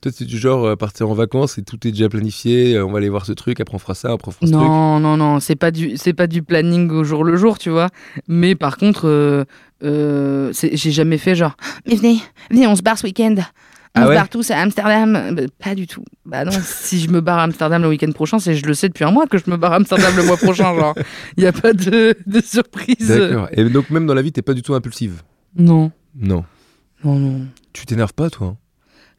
Speaker 2: Toi, tu es du genre euh, partir en vacances et tout est déjà planifié, euh, on va aller voir ce truc, après on fera ça, après on fera ce truc.
Speaker 3: Non, non, non, c'est pas du, c'est pas du planning au jour le jour, tu vois. Mais par contre, euh, euh, c'est- j'ai jamais fait genre, mais venez, venez, on se barre ce week-end.
Speaker 2: Ah
Speaker 3: On se
Speaker 2: ouais
Speaker 3: barre tous à Amsterdam. Bah, pas du tout. (laughs) Bah non, si je me barre à Amsterdam le week-end prochain, c'est je le sais depuis un mois que je me barre à Amsterdam le mois prochain. (laughs) Genre, il n'y a pas de, de surprise.
Speaker 2: D'accord. Et donc, même dans la vie, t'es pas du tout impulsive
Speaker 3: Non,
Speaker 2: Non.
Speaker 3: non, non.
Speaker 2: Tu t'énerves pas, toi hein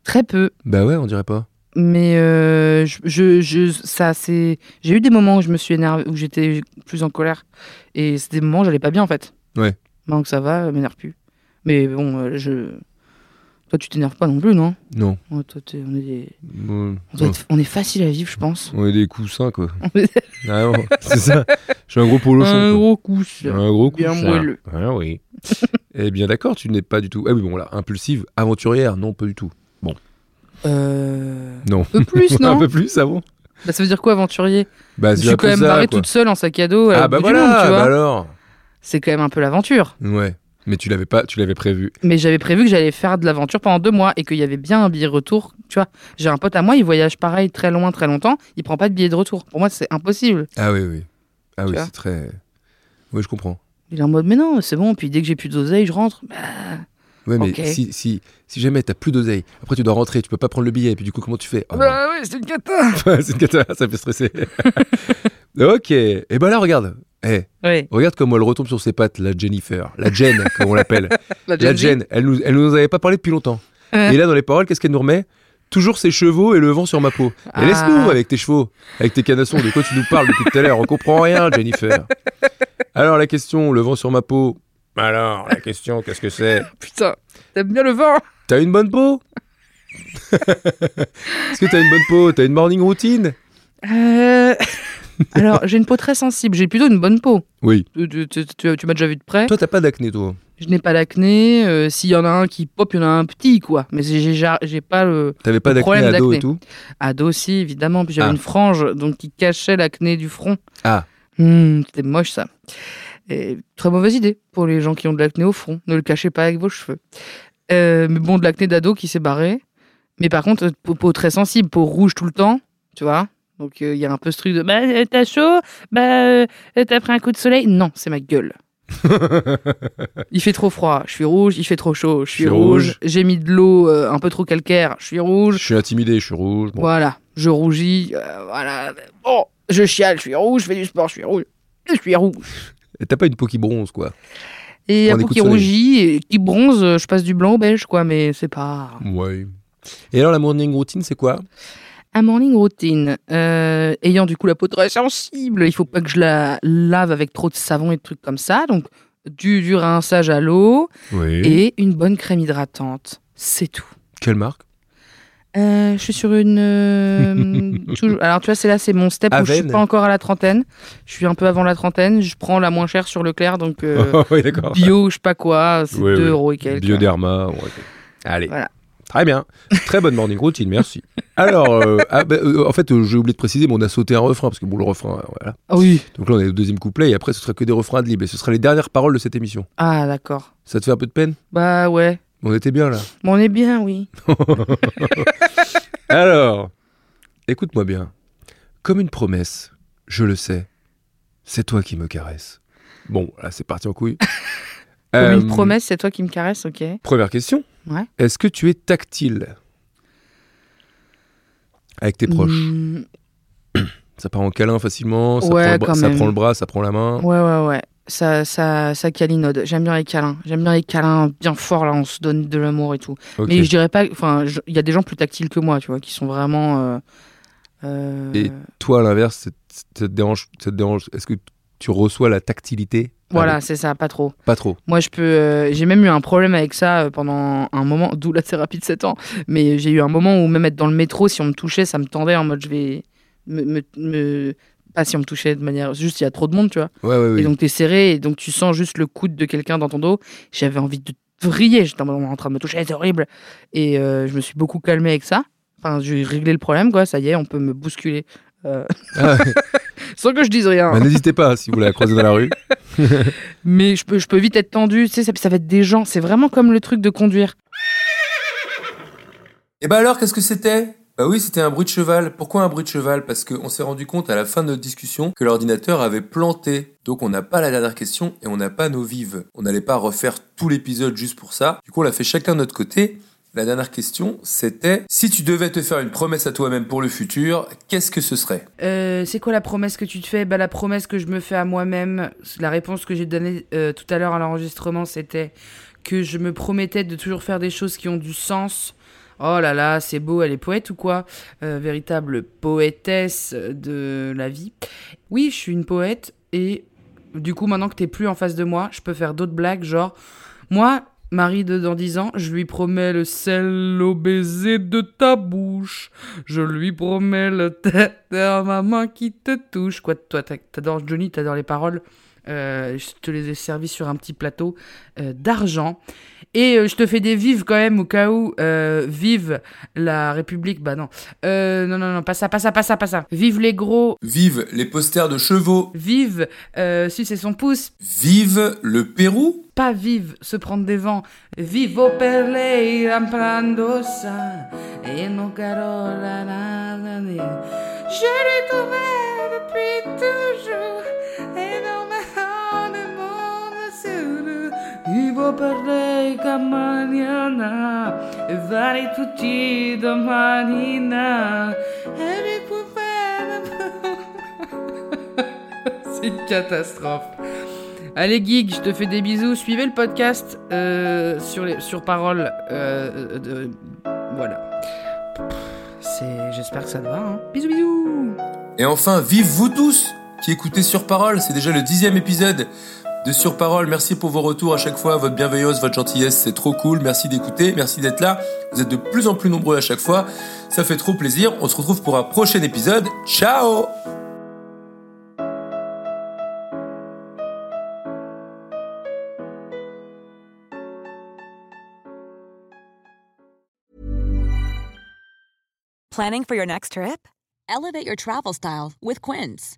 Speaker 3: Très peu.
Speaker 2: Bah ouais, on dirait pas.
Speaker 3: Mais euh, je, je, je- ça, c'est. J'ai eu des moments où je me suis énervée, où j'étais plus en colère. Et c'était des moments où j'allais pas bien, en fait.
Speaker 2: Ouais.
Speaker 3: Maintenant que ça va, euh, m'énerve plus. Mais bon, euh, je. Toi, tu t'énerves pas non plus, non
Speaker 2: Non.
Speaker 3: Ouais, toi, t'es- on, est des-
Speaker 2: Bon,
Speaker 3: on doit être- on est facile à vivre, je pense.
Speaker 2: On est des coussins,
Speaker 3: (laughs)
Speaker 2: quoi.
Speaker 3: On est-
Speaker 2: Ah, ouais, c'est ça. Je suis un gros polochon.
Speaker 3: un
Speaker 2: quoi.
Speaker 3: gros coup. ça.
Speaker 2: Un gros
Speaker 3: bien
Speaker 2: coussin.
Speaker 3: moelleux.
Speaker 2: Ah oui. (laughs) eh bien, d'accord, tu n'es pas du tout. Ah oui, bon, là, impulsive, aventurière, non, pas du tout.
Speaker 3: Euh,
Speaker 2: Non.
Speaker 3: Un peu plus,
Speaker 2: (laughs) un
Speaker 3: non
Speaker 2: peu plus, avant
Speaker 3: Bah, Ça veut dire quoi, aventurier
Speaker 2: Bah,
Speaker 3: Je
Speaker 2: c'est un
Speaker 3: suis
Speaker 2: peu
Speaker 3: quand même
Speaker 2: ça,
Speaker 3: barrée
Speaker 2: quoi.
Speaker 3: toute seule en sac à dos. à
Speaker 2: Ah
Speaker 3: l'autre
Speaker 2: bah
Speaker 3: bout du
Speaker 2: voilà,
Speaker 3: monde, tu
Speaker 2: bah
Speaker 3: vois.
Speaker 2: alors.
Speaker 3: C'est quand même un peu l'aventure.
Speaker 2: Ouais. Mais tu l'avais pas, tu l'avais prévu.
Speaker 3: Mais j'avais prévu que j'allais faire de l'aventure pendant deux mois et qu'il y avait bien un billet retour. Tu vois, j'ai un pote à moi, il voyage pareil très loin, très longtemps, il prend pas de billet de retour. Pour moi, c'est impossible.
Speaker 2: Ah oui, oui. Ah
Speaker 3: Tu
Speaker 2: oui,
Speaker 3: vois
Speaker 2: c'est très. Oui, je comprends.
Speaker 3: Il est en mode, mais non, c'est bon, puis dès que j'ai plus d'oseille, je rentre. Bah,
Speaker 2: Ouais, mais
Speaker 3: Ok.
Speaker 2: si, si, si jamais t'as plus d'oseille, après tu dois rentrer, tu peux pas prendre le billet, et puis du coup, comment tu fais Oh, non.
Speaker 3: bah ouais, c'est une cata
Speaker 2: (laughs) C'est une cata, ça fait stresser. (laughs) ok. Et ben là, regarde. Eh,
Speaker 3: Ouais,
Speaker 2: regarde comme elle retombe sur ses pattes, la Jennifer, la
Speaker 3: (laughs)
Speaker 2: Jen, comme on l'appelle.
Speaker 3: la
Speaker 2: la
Speaker 3: Gen Z.
Speaker 2: Jen, elle nous, elle nous en avait pas parlé depuis longtemps.
Speaker 3: Ouais.
Speaker 2: Et là, dans les paroles, qu'est-ce qu'elle nous remet Toujours ses chevaux et le vent sur ma peau. Mais
Speaker 3: Ah.
Speaker 2: laisse-nous avec tes chevaux, avec tes canassons, de quoi tu nous parles depuis tout à l'heure On comprend rien, Jennifer. Alors, la question, le vent sur ma peau. Alors, la question, qu'est-ce que c'est
Speaker 3: Putain, t'aimes bien le vent
Speaker 2: T'as une bonne peau Est-ce que t'as une bonne peau T'as une morning routine
Speaker 3: Euh, (laughs) Alors, j'ai une peau très sensible, j'ai plutôt une bonne peau.
Speaker 2: Oui.
Speaker 3: Tu, tu- tu- tu- tu m'as déjà vu de près.
Speaker 2: Toi, t'as pas d'acné, toi
Speaker 3: Je n'ai pas d'acné. euh, S'il y en a un qui pop, il y en a un petit, quoi. Mais j'ai- j'ai j'ai pas le.
Speaker 2: T'avais pas
Speaker 3: Le
Speaker 2: d'acné
Speaker 3: problème
Speaker 2: ado et
Speaker 3: d'acné.
Speaker 2: tout
Speaker 3: Ado aussi, évidemment. Puis j'avais
Speaker 2: Ah.
Speaker 3: une frange donc qui cachait l'acné du front.
Speaker 2: Ah.
Speaker 3: Hmm, C'était moche ça. Et très mauvaise idée pour les gens qui ont de l'acné au front. Ne le cachez pas avec vos cheveux. Euh, mais bon, de l'acné d'ado qui s'est barré. Mais par contre, euh, peau, peau très sensible, peau rouge tout le temps, tu vois. Donc euh, il y a un peu ce truc de bah euh, t'as chaud, bah euh, t'as pris un coup de soleil. Non, c'est
Speaker 2: (laughs)
Speaker 3: ma gueule. il fait trop froid, je suis rouge. Il fait trop chaud, je suis
Speaker 2: Je suis
Speaker 3: rouge.
Speaker 2: rouge.
Speaker 3: J'ai mis de l'eau euh, un peu trop calcaire, je suis rouge.
Speaker 2: Je suis intimidé, je suis rouge. Bon.
Speaker 3: Voilà, je rougis, euh, voilà. Bon, je chiale, je suis rouge, je fais du sport, je suis rouge. Je suis rouge.
Speaker 2: Et T'as pas une peau qui bronze, quoi.
Speaker 3: Et
Speaker 2: Prends
Speaker 3: un
Speaker 2: des
Speaker 3: peu
Speaker 2: coups
Speaker 3: qui
Speaker 2: de soleil.
Speaker 3: rougit, et qui bronze, euh, je passe du blanc au beige, quoi, mais c'est pas.
Speaker 2: Ouais. Et alors, la morning routine, c'est quoi
Speaker 3: Un morning routine. euh, ayant du coup la peau très sensible, il faut pas que je la lave avec trop de savon et de trucs comme ça. Donc, du, du rinçage à l'eau
Speaker 2: Oui.
Speaker 3: et une bonne crème hydratante. C'est tout.
Speaker 2: Quelle marque
Speaker 3: Euh, je suis
Speaker 2: (laughs)
Speaker 3: sur une. euh, toujours- Alors, tu vois, c'est là, c'est mon step où je suis
Speaker 2: Aven.
Speaker 3: pas encore à la trentaine. Je suis un peu avant la trentaine. Je prends la moins chère sur Leclerc,
Speaker 2: (laughs)
Speaker 3: donc euh,
Speaker 2: Oui, d'accord.
Speaker 3: bio, je sais pas quoi, c'est
Speaker 2: Oui,
Speaker 3: 2
Speaker 2: oui.
Speaker 3: euros et quelques.
Speaker 2: Bioderma. ouais, ok. Allez.
Speaker 3: Voilà.
Speaker 2: Très bien. Très bonne morning routine, merci. Alors, euh, ah, bah, euh, en fait, euh, j'ai oublié de préciser, mais on a sauté un refrain, parce que bon, le refrain, euh, voilà.
Speaker 3: Ah oui.
Speaker 2: Donc là, on est au deuxième couplet, et après, ce sera que des refrains de libre, et ce sera les dernières paroles de cette émission.
Speaker 3: Ah, d'accord.
Speaker 2: Ça te fait un peu de peine
Speaker 3: Bah ouais.
Speaker 2: On était bien, là.
Speaker 3: Bon, on est bien, oui.
Speaker 2: Alors, écoute-moi bien. Comme une promesse, je le sais, c'est toi qui me caresses. Bon, là, c'est parti en couille.
Speaker 3: Comme
Speaker 2: Euh,
Speaker 3: une promesse, c'est toi qui me caresse, ok.
Speaker 2: Première question.
Speaker 3: Ouais.
Speaker 2: Est-ce que tu es tactile avec tes proches
Speaker 3: Mm,
Speaker 2: Ça part en câlin facilement, ça,
Speaker 3: Ouais,
Speaker 2: prend, le bras,
Speaker 3: quand
Speaker 2: ça
Speaker 3: même.
Speaker 2: prend le bras, ça prend la main.
Speaker 3: ouais, ouais, ouais. Ça, ça, ça câlinode. J'aime bien les câlins. J'aime bien les câlins bien forts, là, on se donne de l'amour et tout.
Speaker 2: Ok.
Speaker 3: Mais je dirais pas. Enfin, je- il y a des gens plus tactiles que moi, tu vois, qui sont vraiment. euh, euh,
Speaker 2: Et Toi, à l'inverse, c'est- c'est- ça te dérange, ça te dérange. Est-ce que tu reçois la tactilité
Speaker 3: Voilà,
Speaker 2: Avec-
Speaker 3: c'est ça, pas trop.
Speaker 2: Pas trop.
Speaker 3: Moi, je peux. euh, j'ai même eu un problème avec ça euh, pendant un moment, (laughs) d'où la thérapie de 7 ans. Mais j'ai eu un moment où, même être dans le métro, si on me touchait, ça me tendait en mode je vais. Me, me- me- Pas si on me touchait de manière. Juste, il y a trop de monde, tu vois.
Speaker 2: Ouais, ouais, ouais.
Speaker 3: Et donc, t'es serré, et donc tu sens juste le coude de quelqu'un dans ton dos. J'avais envie de vriller, j'étais en mode, on est en train de me toucher, c'est horrible. Et euh, je me suis beaucoup calmé avec ça. Enfin, j'ai réglé le problème, quoi, ça y est, on peut me bousculer. euh,
Speaker 2: Ah,
Speaker 3: (laughs) sans que je dise rien.
Speaker 2: bah, N'hésitez pas si vous la croisez dans la rue.
Speaker 3: Mais je peux, je peux vite être tendu, tu sais, ça, ça va être des gens. C'est vraiment comme le truc de conduire.
Speaker 2: Et bah alors, qu'est-ce que c'était Bah oui, c'était un bruit de cheval. Pourquoi un bruit de cheval Parce qu'on s'est rendu compte à la fin de notre discussion que l'ordinateur avait planté. Donc on n'a pas la dernière question et on n'a pas nos vives. On n'allait pas refaire tout l'épisode juste pour ça. Du coup, on l'a fait chacun de notre côté.
Speaker 5: La dernière question, c'était si tu devais te faire une promesse à toi-même pour le futur, qu'est-ce que ce serait
Speaker 3: Euh, c'est quoi la promesse que tu te fais bah, La promesse que je me fais à moi-même, la réponse que j'ai donnée euh, tout à l'heure à l'enregistrement, c'était que je me promettais de toujours faire des choses qui ont du sens. Oh là là, c'est beau, elle est poète ou quoi Euh, Véritable poétesse de la vie. Oui, je suis une poète et du coup, maintenant que t'es plus en face de moi, je peux faire d'autres blagues, genre, moi, Marie de dans 10 ans, je lui promets le sel au baiser de ta bouche. Je lui promets le tête à ma main qui te touche. Quoi, toi, t'as- t'adores Johnny, t'adores les paroles. Euh, je te les ai servis sur un petit plateau euh, d'argent. Et euh, je te fais des vives quand même, au cas où. euh, vive la République. Bah non. Euh, non, non, non, pas ça, pas ça, pas ça, pas ça. Vive les gros.
Speaker 5: Vive les posters de chevaux
Speaker 3: Vive, euh, sucer son pouce.
Speaker 5: Vive le Pérou
Speaker 3: Pas vive, se prendre des vents. Vivo per lei, ramprando sa, e non caro la la la. Je l'ai trouvé depuis toujours, et dans ma hand, mon sur Vivo per lei, camaniana, e vari tutti domanina, e mi può (laughs) C'est une catastrophe. Allez, Gig, je te fais des bisous. Suivez le podcast euh, sur, les, sur parole. euh, de- voilà. C'est, j'espère que ça te va. hein. Bisous, bisous.
Speaker 5: Et enfin, vive vous tous qui écoutez Sur Parole, c'est déjà le dixième épisode de Sur Parole. Merci pour vos retours à chaque fois, votre bienveillance, votre gentillesse, c'est trop cool. Merci d'écouter, merci d'être là. Vous êtes de plus en plus nombreux à chaque fois, ça fait trop plaisir. On se retrouve pour un prochain épisode. Ciao
Speaker 6: Planning for your next trip? Elevate your travel style with Quince.